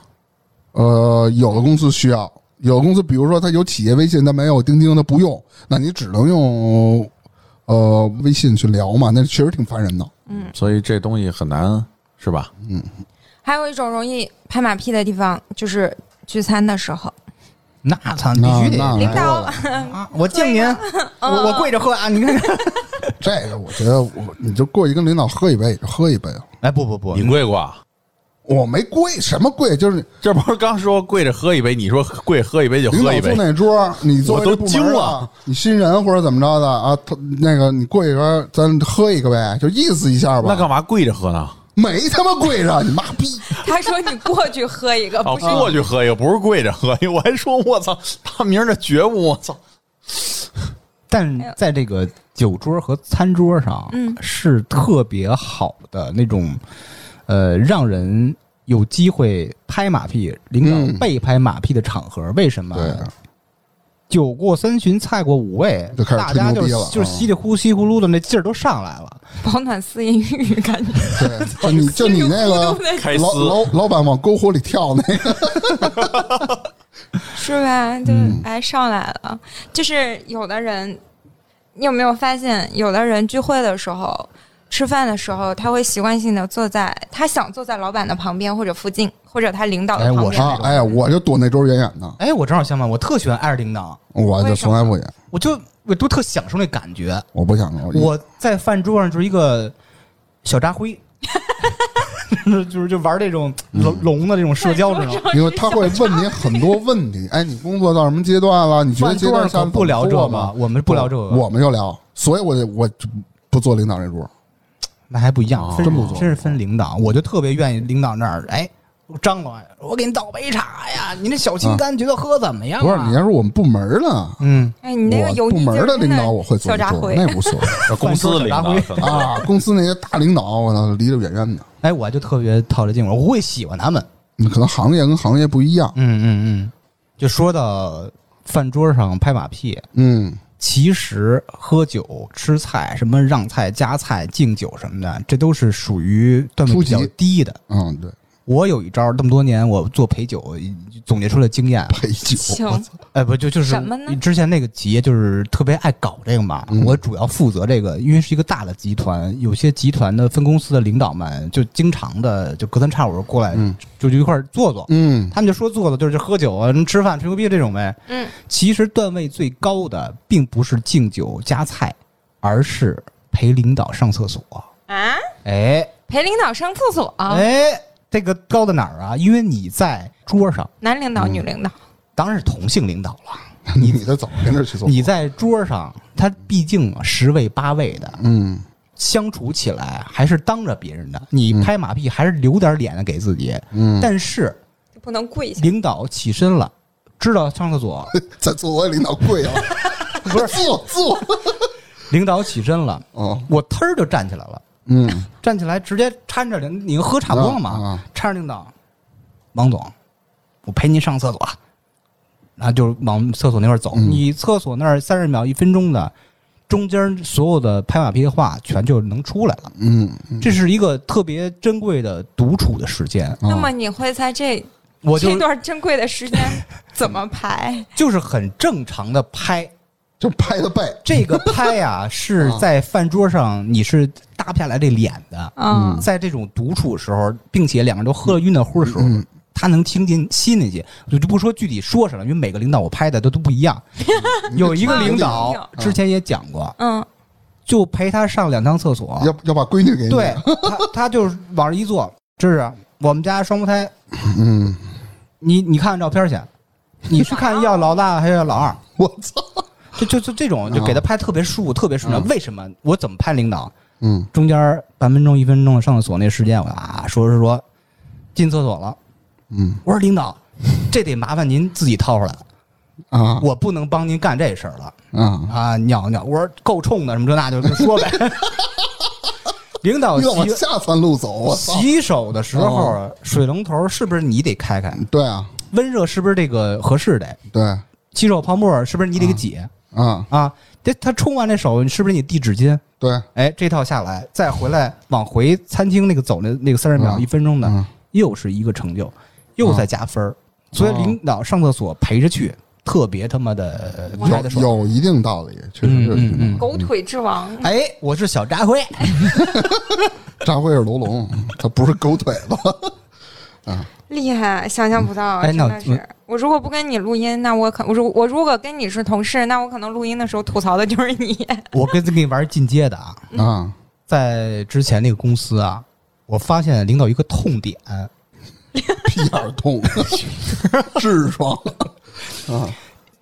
S2: 呃，有的公司需要，有的公司比如说它有企业微信，但没有钉钉，它不用，那你只能用呃微信去聊嘛，那确实挺烦人的。
S5: 所以这东西很难，是吧？
S3: 嗯还有一种容易拍马屁的地方，就是聚餐的时候，
S4: 那操，你必须得
S2: 那那
S3: 领导
S4: 啊！我敬您， (laughs) 我我跪着喝啊！你看，
S2: (laughs) 这个我觉得我你就过去跟领导喝一杯也就喝一杯啊，
S4: 哎，不不不，
S5: 你跪过啊？
S2: 我没跪什么跪，就是
S5: 这不是刚说跪着喝一杯，你说跪喝一杯就
S2: 领
S5: 喝
S2: 导
S5: 一
S2: 坐
S5: 杯，
S2: 那桌，你坐
S5: 我都惊了，
S2: 啊你新人或者怎么着的啊，他那个你过去说咱喝一个呗，就意思一下吧。
S5: 那干嘛跪着喝呢？
S3: 啊
S2: 没他妈跪着，你妈逼！
S5: (laughs)
S3: 他说你过去喝一个，
S5: 哦，
S3: 不是
S5: 过去喝一个，不是跪着喝一个。我还说我操，大明儿的觉悟，我操！
S4: 但在这个酒桌和餐桌上，
S3: 嗯
S4: 是特别好的那种，呃，让人有机会拍马屁，领
S2: 嗯
S4: 导被拍马屁的场合。为什么？
S2: 对，啊
S4: 酒过三巡，菜过五味
S2: 就，开始
S4: 大家
S2: 吹牛
S4: 就
S2: 逼
S4: 是
S2: 了嗯
S4: 就是稀里呼稀呼噜的那劲儿都上来了。
S3: 保暖思淫欲，感觉
S2: 对，就你 (laughs) 就你那
S3: 稀里 (laughs) 糊
S2: 个
S3: 涂的
S5: 开
S2: 老
S5: 撕
S2: 老老板往篝火里跳那个，
S3: 是吧？就
S2: 嗯
S3: 哎上来了，就是有的人，你有没有发现，有的人聚会的时候、吃饭的时候，他会习惯性的坐在他想坐在老板的旁边或者附近，或者他领导的
S4: 哎
S3: 旁
S4: 我
S3: 边。
S2: 啊，哎呀，我就躲那桌远远的，
S4: 哎，我正好相反，我特喜欢挨着领导，
S2: 我就从来不演，
S4: 我就我都特享受那感觉。
S2: 我不想了
S4: 我在饭桌上就是一个小渣灰， (laughs) 就是就玩这种
S2: 嗯
S4: 龙龙的这种社交这种。
S3: (laughs)
S2: 因为他会问你很多问题，哎，你工作到什么阶段了？你觉得
S4: 饭
S2: 阶
S4: 桌
S2: 段
S4: 上
S2: 下
S4: 可
S2: 次
S4: 不聊这
S2: 怎么
S4: 个
S2: 做吗？
S4: 我们不聊这个，
S2: 我们就聊，所以我就我就不坐领导这桌，
S4: 那还不一样，
S5: 哦
S4: 分
S5: 真
S2: 不错
S4: 真是分领导，我就特别愿意领导那儿，哎，张罗，我给你倒杯茶呀，你那小青柑觉得喝怎么样、啊？
S2: 嗯不是，你要是我们部门的，
S4: 嗯，
S3: 哎，你那个油
S2: 我部
S3: 腻劲
S2: 门
S3: 儿
S2: 的
S3: 真
S2: 领导我会坐
S3: 小
S2: 一
S3: 渣
S2: 桌，
S3: 灰
S2: 那。无所谓
S5: 公司领导可能
S2: 啊。公司那些大领导，我操，离得远远的。
S4: (laughs) 哎，我就特别套这近乎，我会喜欢他们。
S2: 你可能行业跟行业不一样，
S4: 嗯嗯嗯，就说到饭桌上拍马屁，
S2: 嗯，
S4: 其实喝酒、吃菜，什么让菜、夹菜、敬酒什么的，这都是属于段位比
S2: 初
S4: 较
S2: 级
S4: 低的。
S2: 嗯，对，我
S4: 我有一招，这么多年我做陪酒总结出了经验啊，
S2: 陪酒，
S3: 行，
S4: 哎，不就就是
S3: 什么呢
S4: 之前那个企业就是特别爱搞这个嘛，
S2: 嗯
S4: 我主要负责这个，因为是一个大的集团，有些集团的分公司的领导们就经常的就隔三差五过来，
S2: 嗯
S4: 就就一块儿坐坐。
S2: 嗯，
S4: 他们就说坐坐就是喝酒啊、什么吃饭、吹牛逼这种呗。
S3: 嗯，
S4: 其实段位最高的并不是敬酒夹菜，而是陪领导上厕所。
S3: 啊，
S4: 哎
S3: 陪领导上厕所，啊
S4: 哎，这个高在哪儿啊？因为你在桌上，
S3: 男领导、女领导，
S4: 当然是同性领导了。 (laughs)
S2: 你你得怎么跟这去做？
S4: 你在桌上，他毕竟十位八位的
S2: 嗯，
S4: 相处起来，还是当着别人的，你拍马屁还是留点脸的给自己。
S2: 嗯
S4: 但是
S3: 就不能跪下。
S4: 领导起身了，知道上厕 (laughs) 所，
S2: 在座位领导啊跪
S4: (laughs)
S2: 了，不是坐坐，
S4: 领导起身了，
S2: 哦，
S4: 我腾儿就站起来了，
S2: 嗯，
S4: 站起来直接搀着领，你喝茶不忘
S2: 啊
S4: 嘛
S2: 啊，
S4: 搀着领导，王总，我陪您上厕所。”然后就往厕所那块儿走。
S2: 嗯
S4: 你厕所那儿三十秒、一分钟的，中间所有的拍马屁的话全就能出来了。
S2: 嗯，嗯
S4: 这是一个特别珍贵的独处的时间。
S2: 哦啊
S3: 那么你会在这
S4: 我就
S3: 这段珍贵的时间怎么排？
S4: 就是很正常的拍，
S2: 就拍他背，
S4: 这个
S2: (laughs)
S4: 拍呀、是
S2: 啊
S4: 在饭桌上你是搭不下来这脸的。
S3: 嗯，
S4: 在这种独处的时候，并且两个人都喝了晕的乎的时候，
S2: 嗯
S4: 他能听进吸进去。我就不说具体说什么，因为每个领导我拍的都都不一
S2: (laughs)
S4: 样。有一个领导之前也讲过，
S3: 嗯，
S4: 就陪他上两趟厕所，
S2: 要要把闺女给你。
S4: 对，他他就是往这一坐，这是我们家双胞胎，
S2: 嗯，
S4: 你你看看照片去，你去看要老大还是要老二，
S2: (laughs) 我操，
S4: 就就就这种，就给他拍特别舒服，特别舒服。为什么？我怎么拍领导？
S2: 嗯
S4: 中间半分钟、一分钟上厕所那时间，我啊说说说，进厕所了。
S2: 嗯
S4: 我说领导，这得麻烦您自己掏出来了，
S2: 啊
S4: 我不能帮您干这事儿了。
S2: 啊，
S4: 啊，尿尿，我说够冲的，什么这那就就说呗。 (laughs) 领导
S2: 越往
S4: 洗
S2: 下三路走，我操，哦
S4: 洗手的时候，啊水龙头是不是你得开开？
S2: 对啊，
S4: 温热是不是这个合适的？
S2: 对
S4: 洗手泡沫是不是你得给解
S2: 啊，
S4: 啊？这他冲完这手，是不是你递纸巾？
S2: 对，
S4: 哎，这套下来再回来往回餐厅那个走那那个三十秒
S2: 嗯
S4: 一分钟的
S2: 嗯，
S4: 又是一个成就，又在加分儿。所以
S2: 哦
S4: 领导上厕所陪着去，特别他妈的拍的
S2: 有
S4: 爽。
S2: 有一定道理，确实是有一定道理。
S4: 嗯
S3: 狗腿之王，
S4: 哎，我是小扎辉，
S2: 扎辉是罗龙，他不是狗腿子。
S3: 厉害，想象不到，啊
S4: 哎
S3: 真
S4: 那
S3: 的是。我如果不跟你录音，那我可我如我如果跟你是同事，那我可能录音的时候吐槽的就是你。 (laughs)
S4: 我跟跟你玩进阶的啊，
S2: 啊，
S4: 在之前那个公司啊，我发现领导一个痛点，
S2: 屁眼儿
S4: (laughs)
S2: 痛，痔疮。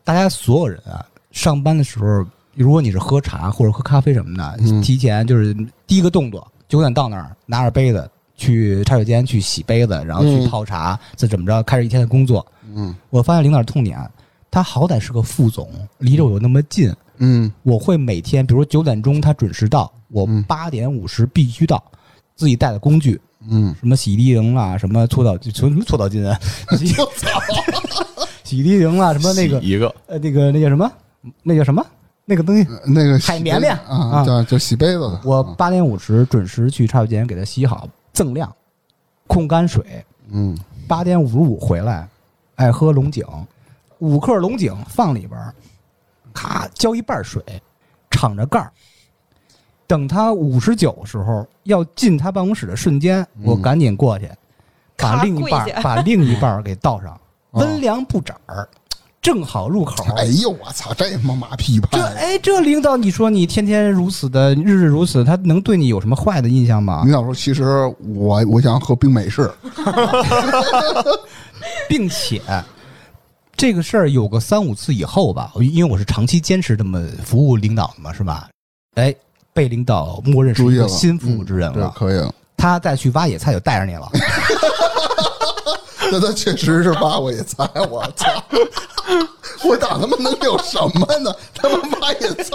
S4: 大家所有人啊，上班的时候，如果你是喝茶或者喝咖啡什么的，
S2: 嗯
S4: 提前就是第一个动作，九点到那儿拿着杯子去茶水间去洗杯子，然后去
S2: 嗯
S4: 泡茶，再怎么着开始一天的工作。
S2: 嗯
S4: 我发现领导的痛点，他好歹是个副总，离着我有那么近，
S2: 嗯
S4: 我会每天，比如九点钟他准时到，我
S2: 嗯
S4: 八点五十必须到，自己带的工具。
S2: 嗯，
S4: 什么洗涤灵啦，什么搓澡什么搓澡巾啊， (laughs) 洗
S2: 我操！
S4: (laughs) 洗涤灵啊啦，什么那个
S5: 洗一个
S4: 呃那个那叫什么，那叫什么那个东西。
S2: 那个洗
S4: 海绵绵啊
S2: 啊，对，就洗杯子的。
S4: 我八点五十准时去茶水间给它洗好，锃亮，控干水。
S2: 嗯
S4: 八点五十五回来，爱喝龙井，五克龙井放里边儿，咔浇一半水，敞着盖儿。等他五十九时候要进他办公室的瞬间，
S2: 嗯
S4: 我赶紧过去，把
S3: 咔
S4: 另一
S3: 跪
S4: 半儿
S3: 下
S4: 把另一半儿给倒上，
S2: (laughs) 哦
S4: 温凉不涨儿，正好入口。
S2: 哎呦，我操，这他妈马屁拍
S4: 这
S2: 的！
S4: 哎，这领导，你说你天天如此的日日如此，他能对你有什么坏的印象吗
S2: 领？导说，其实我我想喝冰美式。
S4: 并且这个事儿有个三五次以后吧，因为我是长期坚持这么服务领导的嘛，是吧？哎，被领导默认是
S2: 注
S4: 一
S2: 意
S4: 个
S2: 了，
S4: 心服务之人
S2: 嗯对
S4: 了，
S2: 可以了。
S4: 他再去挖野菜就带着你了。
S2: (laughs) 那他确实是挖我野菜，我操！我打他妈能有什么呢？他妈挖野菜，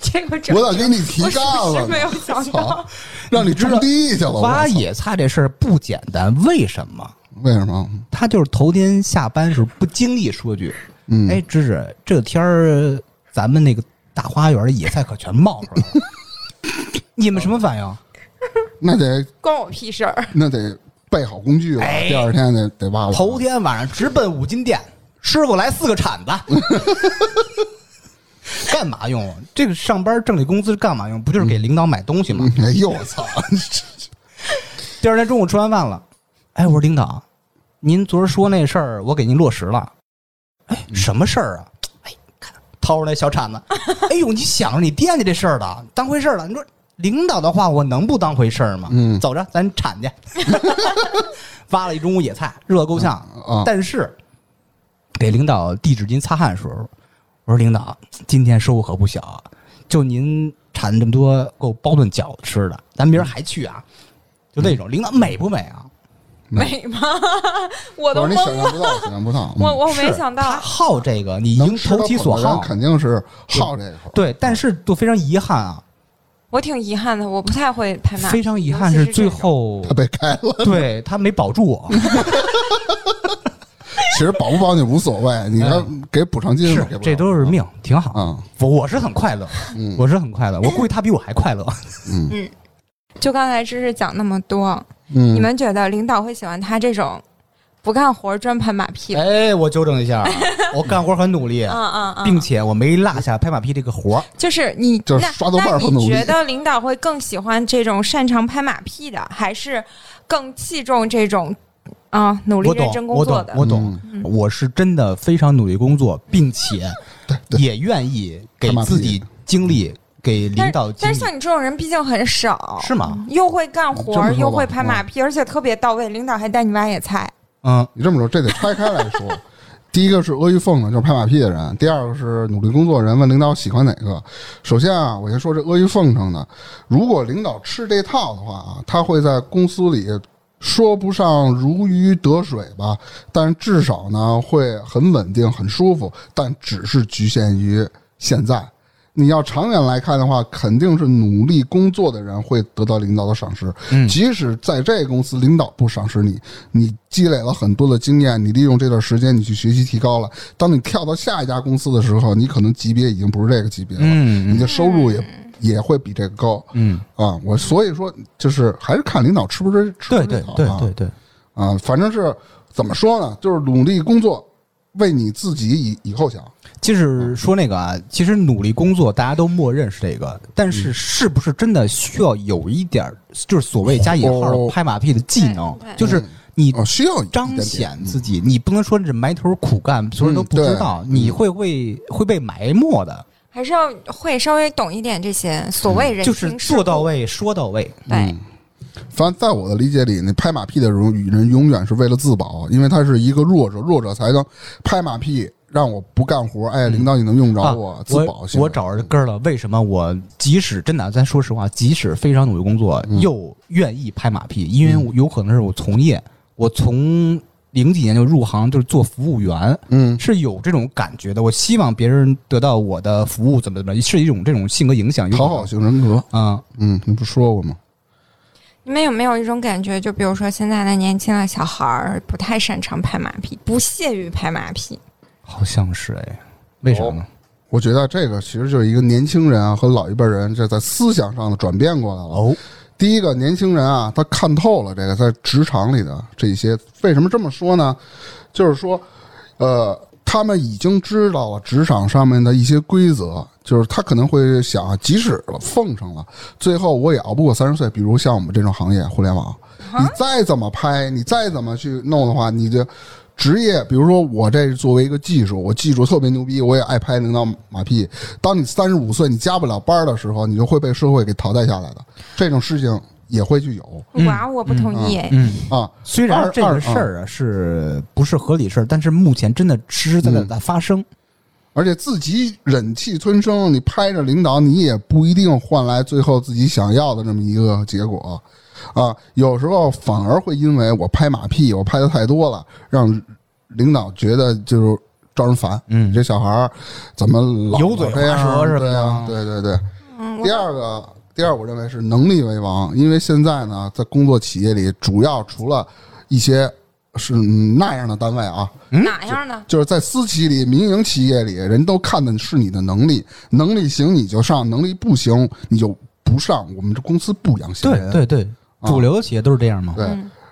S3: 这个整
S2: 我咋给你提
S3: 我
S2: 干
S3: 属
S2: 了
S3: 实没
S2: 呢？
S3: 有想
S2: 操
S3: 到，！
S2: (laughs) 让你种地去了！我
S4: 挖
S2: 操
S4: 野菜这事儿不简单，为什么？
S2: 为什么？
S4: 他就是头天下班时候不经意说句：“
S2: 嗯
S4: 哎，芝芝，这天儿咱们那个大花园里野菜可全冒出来了。” (laughs) 你们什么反应？
S2: 那得
S3: 关我屁事儿。
S2: 那得备好工具了，
S4: 哎
S2: 第二天得得挖了。
S4: 头天晚上直奔五金店，师傅来四个铲
S2: (laughs)
S4: 子，干嘛用？这个上班挣这工资干嘛用？不就是给领导买东西吗？
S2: 哎呦我操！
S4: (laughs) 第二天中午吃完饭了，哎，我说领导，您昨儿说那事儿，我给您落实了。哎，
S2: 嗯
S4: 什么事儿啊？哎，看掏出来小铲子，
S2: (laughs)
S4: 哎呦，你想着你惦记这事儿了，当回事儿了。你说领导的话，我能不当回事儿吗？
S2: 嗯
S4: 走着，咱铲
S2: (laughs)
S4: 去。挖了一中午野菜，热得够呛。
S2: 啊
S4: 但是给领导递纸巾擦汗的时候，我说领导，今天收获可不小啊，就您产这么多，给我包顿饺子吃的，咱
S2: 嗯
S4: 明儿还去啊？就那种，领导美不美啊？
S3: 美吗？ (laughs) 我
S2: 我说
S3: 都
S2: 你想嗯
S3: 懵
S2: 象
S3: 了，
S2: 不到，想象不
S3: (laughs)
S2: 到。
S3: 我我
S4: 是
S3: 没想
S4: 他
S3: 到，
S4: 好这个，你已
S2: 能
S4: 经
S2: 吃到
S4: 投其
S2: 口
S4: 所
S2: 的人
S4: 好，
S2: 肯定是好这口。
S4: 对，但是就非常遗憾啊，
S3: 我挺遗憾的，我不太会拍卖。
S4: 非常遗憾
S3: 尤其
S4: 是
S3: 是
S4: 最后
S2: 他被开了。
S4: 对他没保
S2: (laughs)
S4: 住我，
S2: 其实保不保你无所谓，你要给补偿金
S4: 哎是
S2: 吧给不
S4: 这
S2: 了
S4: 都是命，挺好。
S2: 啊，嗯
S4: 我我是很快乐，我是很快乐，我 (laughs) 估计他比我还快乐。
S3: 这种就刚才芝芝讲那么多，
S2: 嗯，
S3: 嗯你们觉得领导会喜欢他这种不干活专拍马屁？嗯
S4: 哎，我纠正一
S3: (laughs)
S4: 下，我干活很努力，
S3: 嗯嗯，
S4: 哎并且我没落下拍马屁这个活儿。
S3: 就是你
S2: 就是
S3: 那
S2: 刷豆瓣儿
S3: 那
S2: 不努
S3: 你
S2: 力
S3: 觉得领导会更喜欢这种擅长拍马屁的，还是更器重这种啊、努力
S4: 我
S3: 认
S4: 懂，
S3: 真工
S4: 我
S3: 作
S4: 懂
S3: 的，？
S4: 我懂，我是真的非常努力工作，并且也愿意给
S2: 拍马屁
S4: 自己精力，给
S3: 但
S4: 领
S3: 是
S4: 导精
S3: 但
S4: 力
S3: 是，像你这种人毕竟很少，
S4: 是吗？
S3: 又会干活
S2: 这么说
S3: 儿，
S2: 吧
S3: 又会拍马屁，而且特别到位，领导还带你挖野菜。
S4: 嗯，
S2: 你这么说，这得拆开来说。第一个是阿谀奉承，就是拍马屁的人；第二个是努力工作的人，问领导喜欢哪个。首先啊，我先说这阿谀奉承的，如果领导吃这套的话啊，他会在公司里说不上如鱼得水吧，但至少呢会很稳定、很舒服，但只是局限于现在。你要长远来看的话，肯定是努力工作的人会得到领导的赏识。
S4: 嗯
S2: 即使在这个公司领导不赏识你，你积累了很多的经验，你利用这段时间你去学习提高了。当你跳到下一家公司的时候，你可能级别已经不是这个级别了，
S4: 嗯
S2: 你的收入也、也会比这个高。
S4: 嗯，
S2: 啊，我所以说就是还是看领导吃不吃吃
S4: 对
S2: 不
S4: 对
S2: 吃好
S4: 对
S2: 啊
S4: 对对，
S2: 啊，反正是怎么说呢，就是努力工作，为你自己以以后想。
S4: 就是说那个啊，其实努力工作大家都默认是这个，但是是不是真的需要有一点儿，就是所谓加引号
S2: 哦
S4: 拍马屁的技能
S3: 对，对
S4: 就是你
S2: 哦，需要一
S4: 彰
S2: 点点
S4: 显自己，你不能说是埋头苦干，所有人都不知道，
S2: 嗯对
S4: 你会会会被埋没的，
S3: 还是要会稍微懂一点这些所谓人情
S4: 嗯就
S3: 世
S4: 是
S3: 故
S4: 做到。位说到位，
S3: 对，
S2: 反正在我的理解里，那拍马屁的人人永远是为了自保，啊因为他是一个弱者，弱者才能拍马屁，让我不干活。哎，领导你能用着我，
S4: 嗯啊
S2: 自保行
S4: 我找着根儿了。为什么我即使真的，啊咱说实话，即使非常努力工作，
S2: 嗯
S4: 又愿意拍马屁？因为我有可能是我从业，我从零几年就入行，就是做服务员，
S2: 嗯
S4: 是有这种感觉的。我希望别人得到我的服务，怎么怎么，是一种这种性格影响。有可
S2: 讨
S4: 能
S2: 好型人格。
S4: 啊，
S2: 嗯，你不说过吗？
S3: 你们有没有一种感觉？就比如说现在的年轻的小孩儿不太擅长拍马屁，不屑于拍马屁。
S4: 好像是哎，为啥呢？
S2: 我觉得这个其实就是一个年轻人啊和老一辈人这在思想上的转变过来了。
S4: 哦，
S2: 第一个年轻人啊，他看透了这个在职场里的这些。为什么这么说呢？就是说，呃，他们已经知道了职场上面的一些规则，就是他可能会想，啊即使了奉承了，最后我也熬不过三十岁。比如像我们这种行业，互联网，你再怎么拍，你再怎么去弄的话，你的职业，比如说我这作为一个技术，我技术特别牛逼，我也爱拍领导马屁。当你三十五岁你加不了班的时候，你就会被社会给淘汰下来的。这种事情也会去有
S3: 哇，我不同意。
S4: 嗯。
S2: 啊。
S4: 虽然
S2: 二
S4: 这个
S2: 二
S4: 事儿啊是不是合理事儿，但是目前真的实实在在在发生。
S2: 而且自己忍气吞声，你拍着领导，你也不一定换来最后自己想要的这么一个结果，啊，有时候反而会因为我拍马屁，我拍的太多了，让领导觉得就是招人烦，
S4: 嗯
S2: 你这小孩儿怎么老
S4: 油嘴滑
S2: 这样
S4: 舌是吧
S2: 对啊，对对对。
S3: 嗯，我
S2: 第二个，第二，我认为是能力为王，因为现在呢，在工作企业里，主要除了一些是嗯那样的单位啊，
S4: 嗯
S3: 哪样呢？
S2: 就是在私企里、民营企业里，人都看的是你的能力，能力行你就上，能力不行你就不上。我们这公司不养闲人。
S4: 对对，
S2: 啊
S4: 主流的企业都是这样嘛。
S2: 对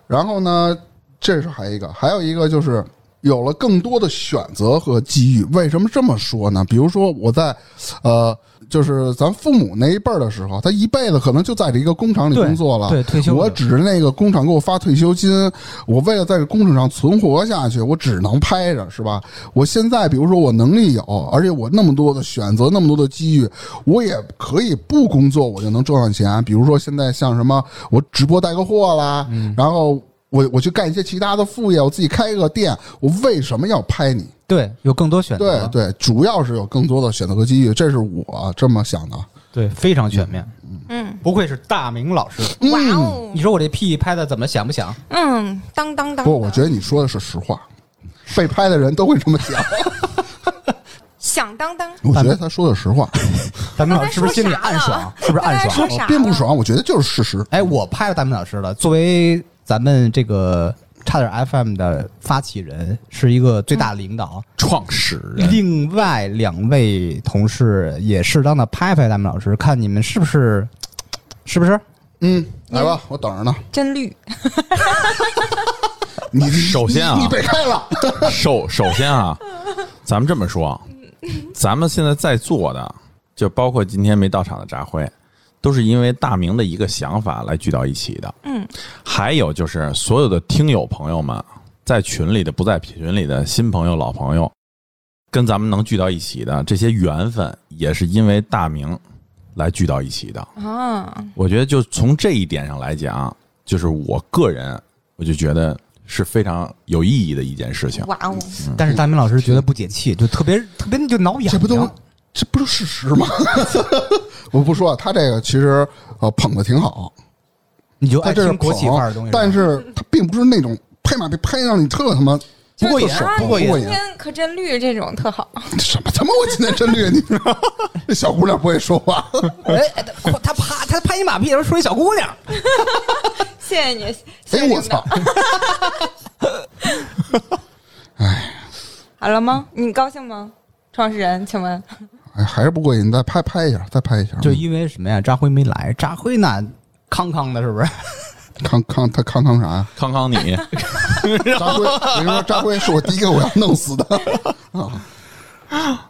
S2: 然后呢，这是还一个，还有一个就是有了更多的选择和机遇。为什么这么说呢？比如说我在，呃，就是咱父母那一辈儿的时候，他一辈子可能就在这一个工厂里
S4: 对
S2: 工作了，
S4: 对退休了
S2: 我指着那个工厂给我发退休金，我为了在这工厂上存活下去，我只能拍着，是吧？我现在比如说我能力有，而且我那么多的选择，那么多的机遇，我也可以不工作，我就能挣上钱。比如说现在像什么，我直播带个货啦，
S4: 嗯
S2: 然后我我去干一些其他的副业，我自己开一个店，我为什么要拍你？
S4: 对，有更多选择
S2: 对。对，主要是有更多的选择和机遇，这是我这么想的。
S4: 对非常全面。
S3: 嗯，
S4: 不愧是大明老师。
S3: 哇哦
S4: 你，说我这屁拍的怎么想不想？
S3: 嗯，当当当。
S4: (laughs)
S2: 不，我觉得你说的是实话，被拍的人都会这么想。
S3: 响当当。
S2: 我觉得他说的实话，
S4: 大明老师是不是心里暗爽？是不是暗
S3: 刚才说
S4: 爽？
S3: 啥呢
S2: 我并不爽，我觉得就是事实。
S4: 哎，我拍了大明老师了。作为咱们这个差点 FM 的发起人，是一个最大领导。
S5: 创始人
S4: 另外两位同事也适当的拍拍大明老师，看你们是不是，是不是？
S2: 嗯，来吧，我等着
S4: 啊
S2: 呢。
S3: 真绿，
S2: 你
S5: 首先啊
S2: 你你被开了，
S5: (laughs) 首首先啊，咱们这么说，咱们现在在座的，就包括今天没到场的扎辉，都是因为大明的一个想法来聚到一起的。嗯，还有就是所有的听友朋友们，在群里的、不在群里的新朋友、老朋友，跟咱们能聚到一起的这些缘分，也是因为大明来聚到一起的。
S3: 啊，
S5: 我觉得就从这一点上来讲，就是我个人，我就觉得是非常有意义的一件事情。
S3: 哇哦，
S4: 嗯但是大明老师觉得不解气，就特别特别就挠痒啊痒。
S2: 这不都这不是事实吗？ (laughs) 我不说，他这个其实呃捧的挺好，
S4: 你就
S2: 他
S4: 爱
S2: 这是
S4: 听国企范儿的东
S2: 捧
S4: 西，，
S2: 但是他并不是那种拍马屁拍让你特他妈
S4: 不过瘾
S2: 特爽
S3: 啊
S4: 不过瘾
S3: 今天可真绿这种特好， (laughs)
S2: 什么他妈我今天真绿，你知道吗？ (laughs) 这小姑娘不会说话，
S4: 哎，哎他他拍他拍你马屁，然后说一小姑娘，
S3: 谢谢你，谢谢
S2: 哎
S3: 领
S2: 我
S3: 导
S2: 操！
S3: 好了吗？你高兴吗？创始人，请问
S2: 哎，还是不过瘾，你再拍拍一下，再拍一下，嗯
S4: 就因为什么呀？扎辉没来，扎辉那康康的，是不是？
S2: 康康他康康啥呀？
S5: 康康 (laughs) 你，
S2: 扎辉，我跟你说，扎辉是我第一个我要弄死的啊！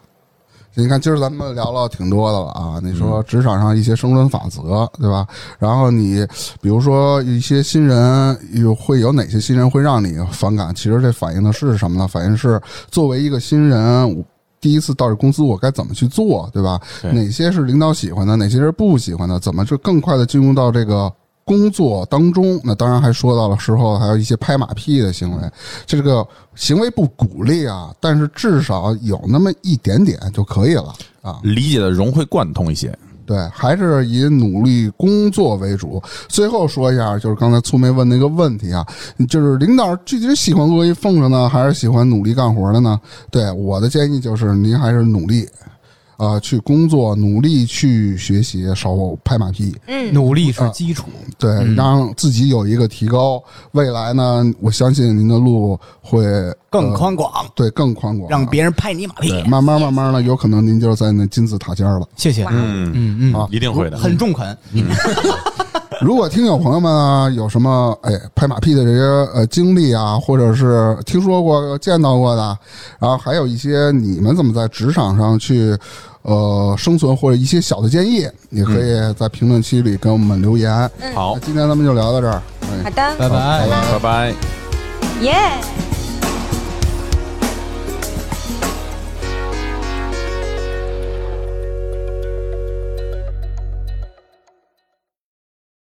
S2: 你看，今儿咱们聊了挺多的了啊。你说职场上一些生存法则，对吧？然后你比如说一些新人有会有哪些新人会让你反感？其实这反映的是什么呢？反映是作为一个新人，我第一次到这公司，我该怎么去做，对吧？
S5: 对
S2: 哪些是领导喜欢的，哪些是不喜欢的？怎么就更快的进入到这个工作当中？那当然还说到了事后还有一些拍马屁的行为，这个行为不鼓励啊，但是至少有那么一点点就可以了啊。
S5: 理解的融会贯通一些。
S2: 对，还是以努力工作为主。最后说一下，就是刚才粗梅问那个问题啊，就是领导具体是喜欢阿谀奉承呢，还是喜欢努力干活的呢？对，我的建议就是您还是努力。啊、去工作，努力去学习，少拍马屁，
S4: 努力是基础，
S2: 对，让自己有一个提高。未来呢，我相信您的路会
S4: 更
S2: 呃
S4: 宽广，
S2: 对，更宽广，啊
S4: 让别人拍你马屁。
S2: 对慢慢慢慢的，有可能您就是在那金字塔尖儿了。
S4: 谢谢，
S5: 嗯
S4: 嗯嗯，
S2: 啊
S5: 一定会的。
S4: 很中肯。
S2: 嗯如果听友朋友们啊，有什么哎拍马屁的这些呃经历啊，或者是听说过、呃见到过的，然后还有一些你们怎么在职场上去呃生存或者一些小的建议，也可以在评论区里跟我们留言。
S4: 嗯呃
S5: 好
S2: 那，今天咱们就聊到这儿，哎
S3: 好的，
S4: 拜拜。
S5: 拜拜。
S3: 耶。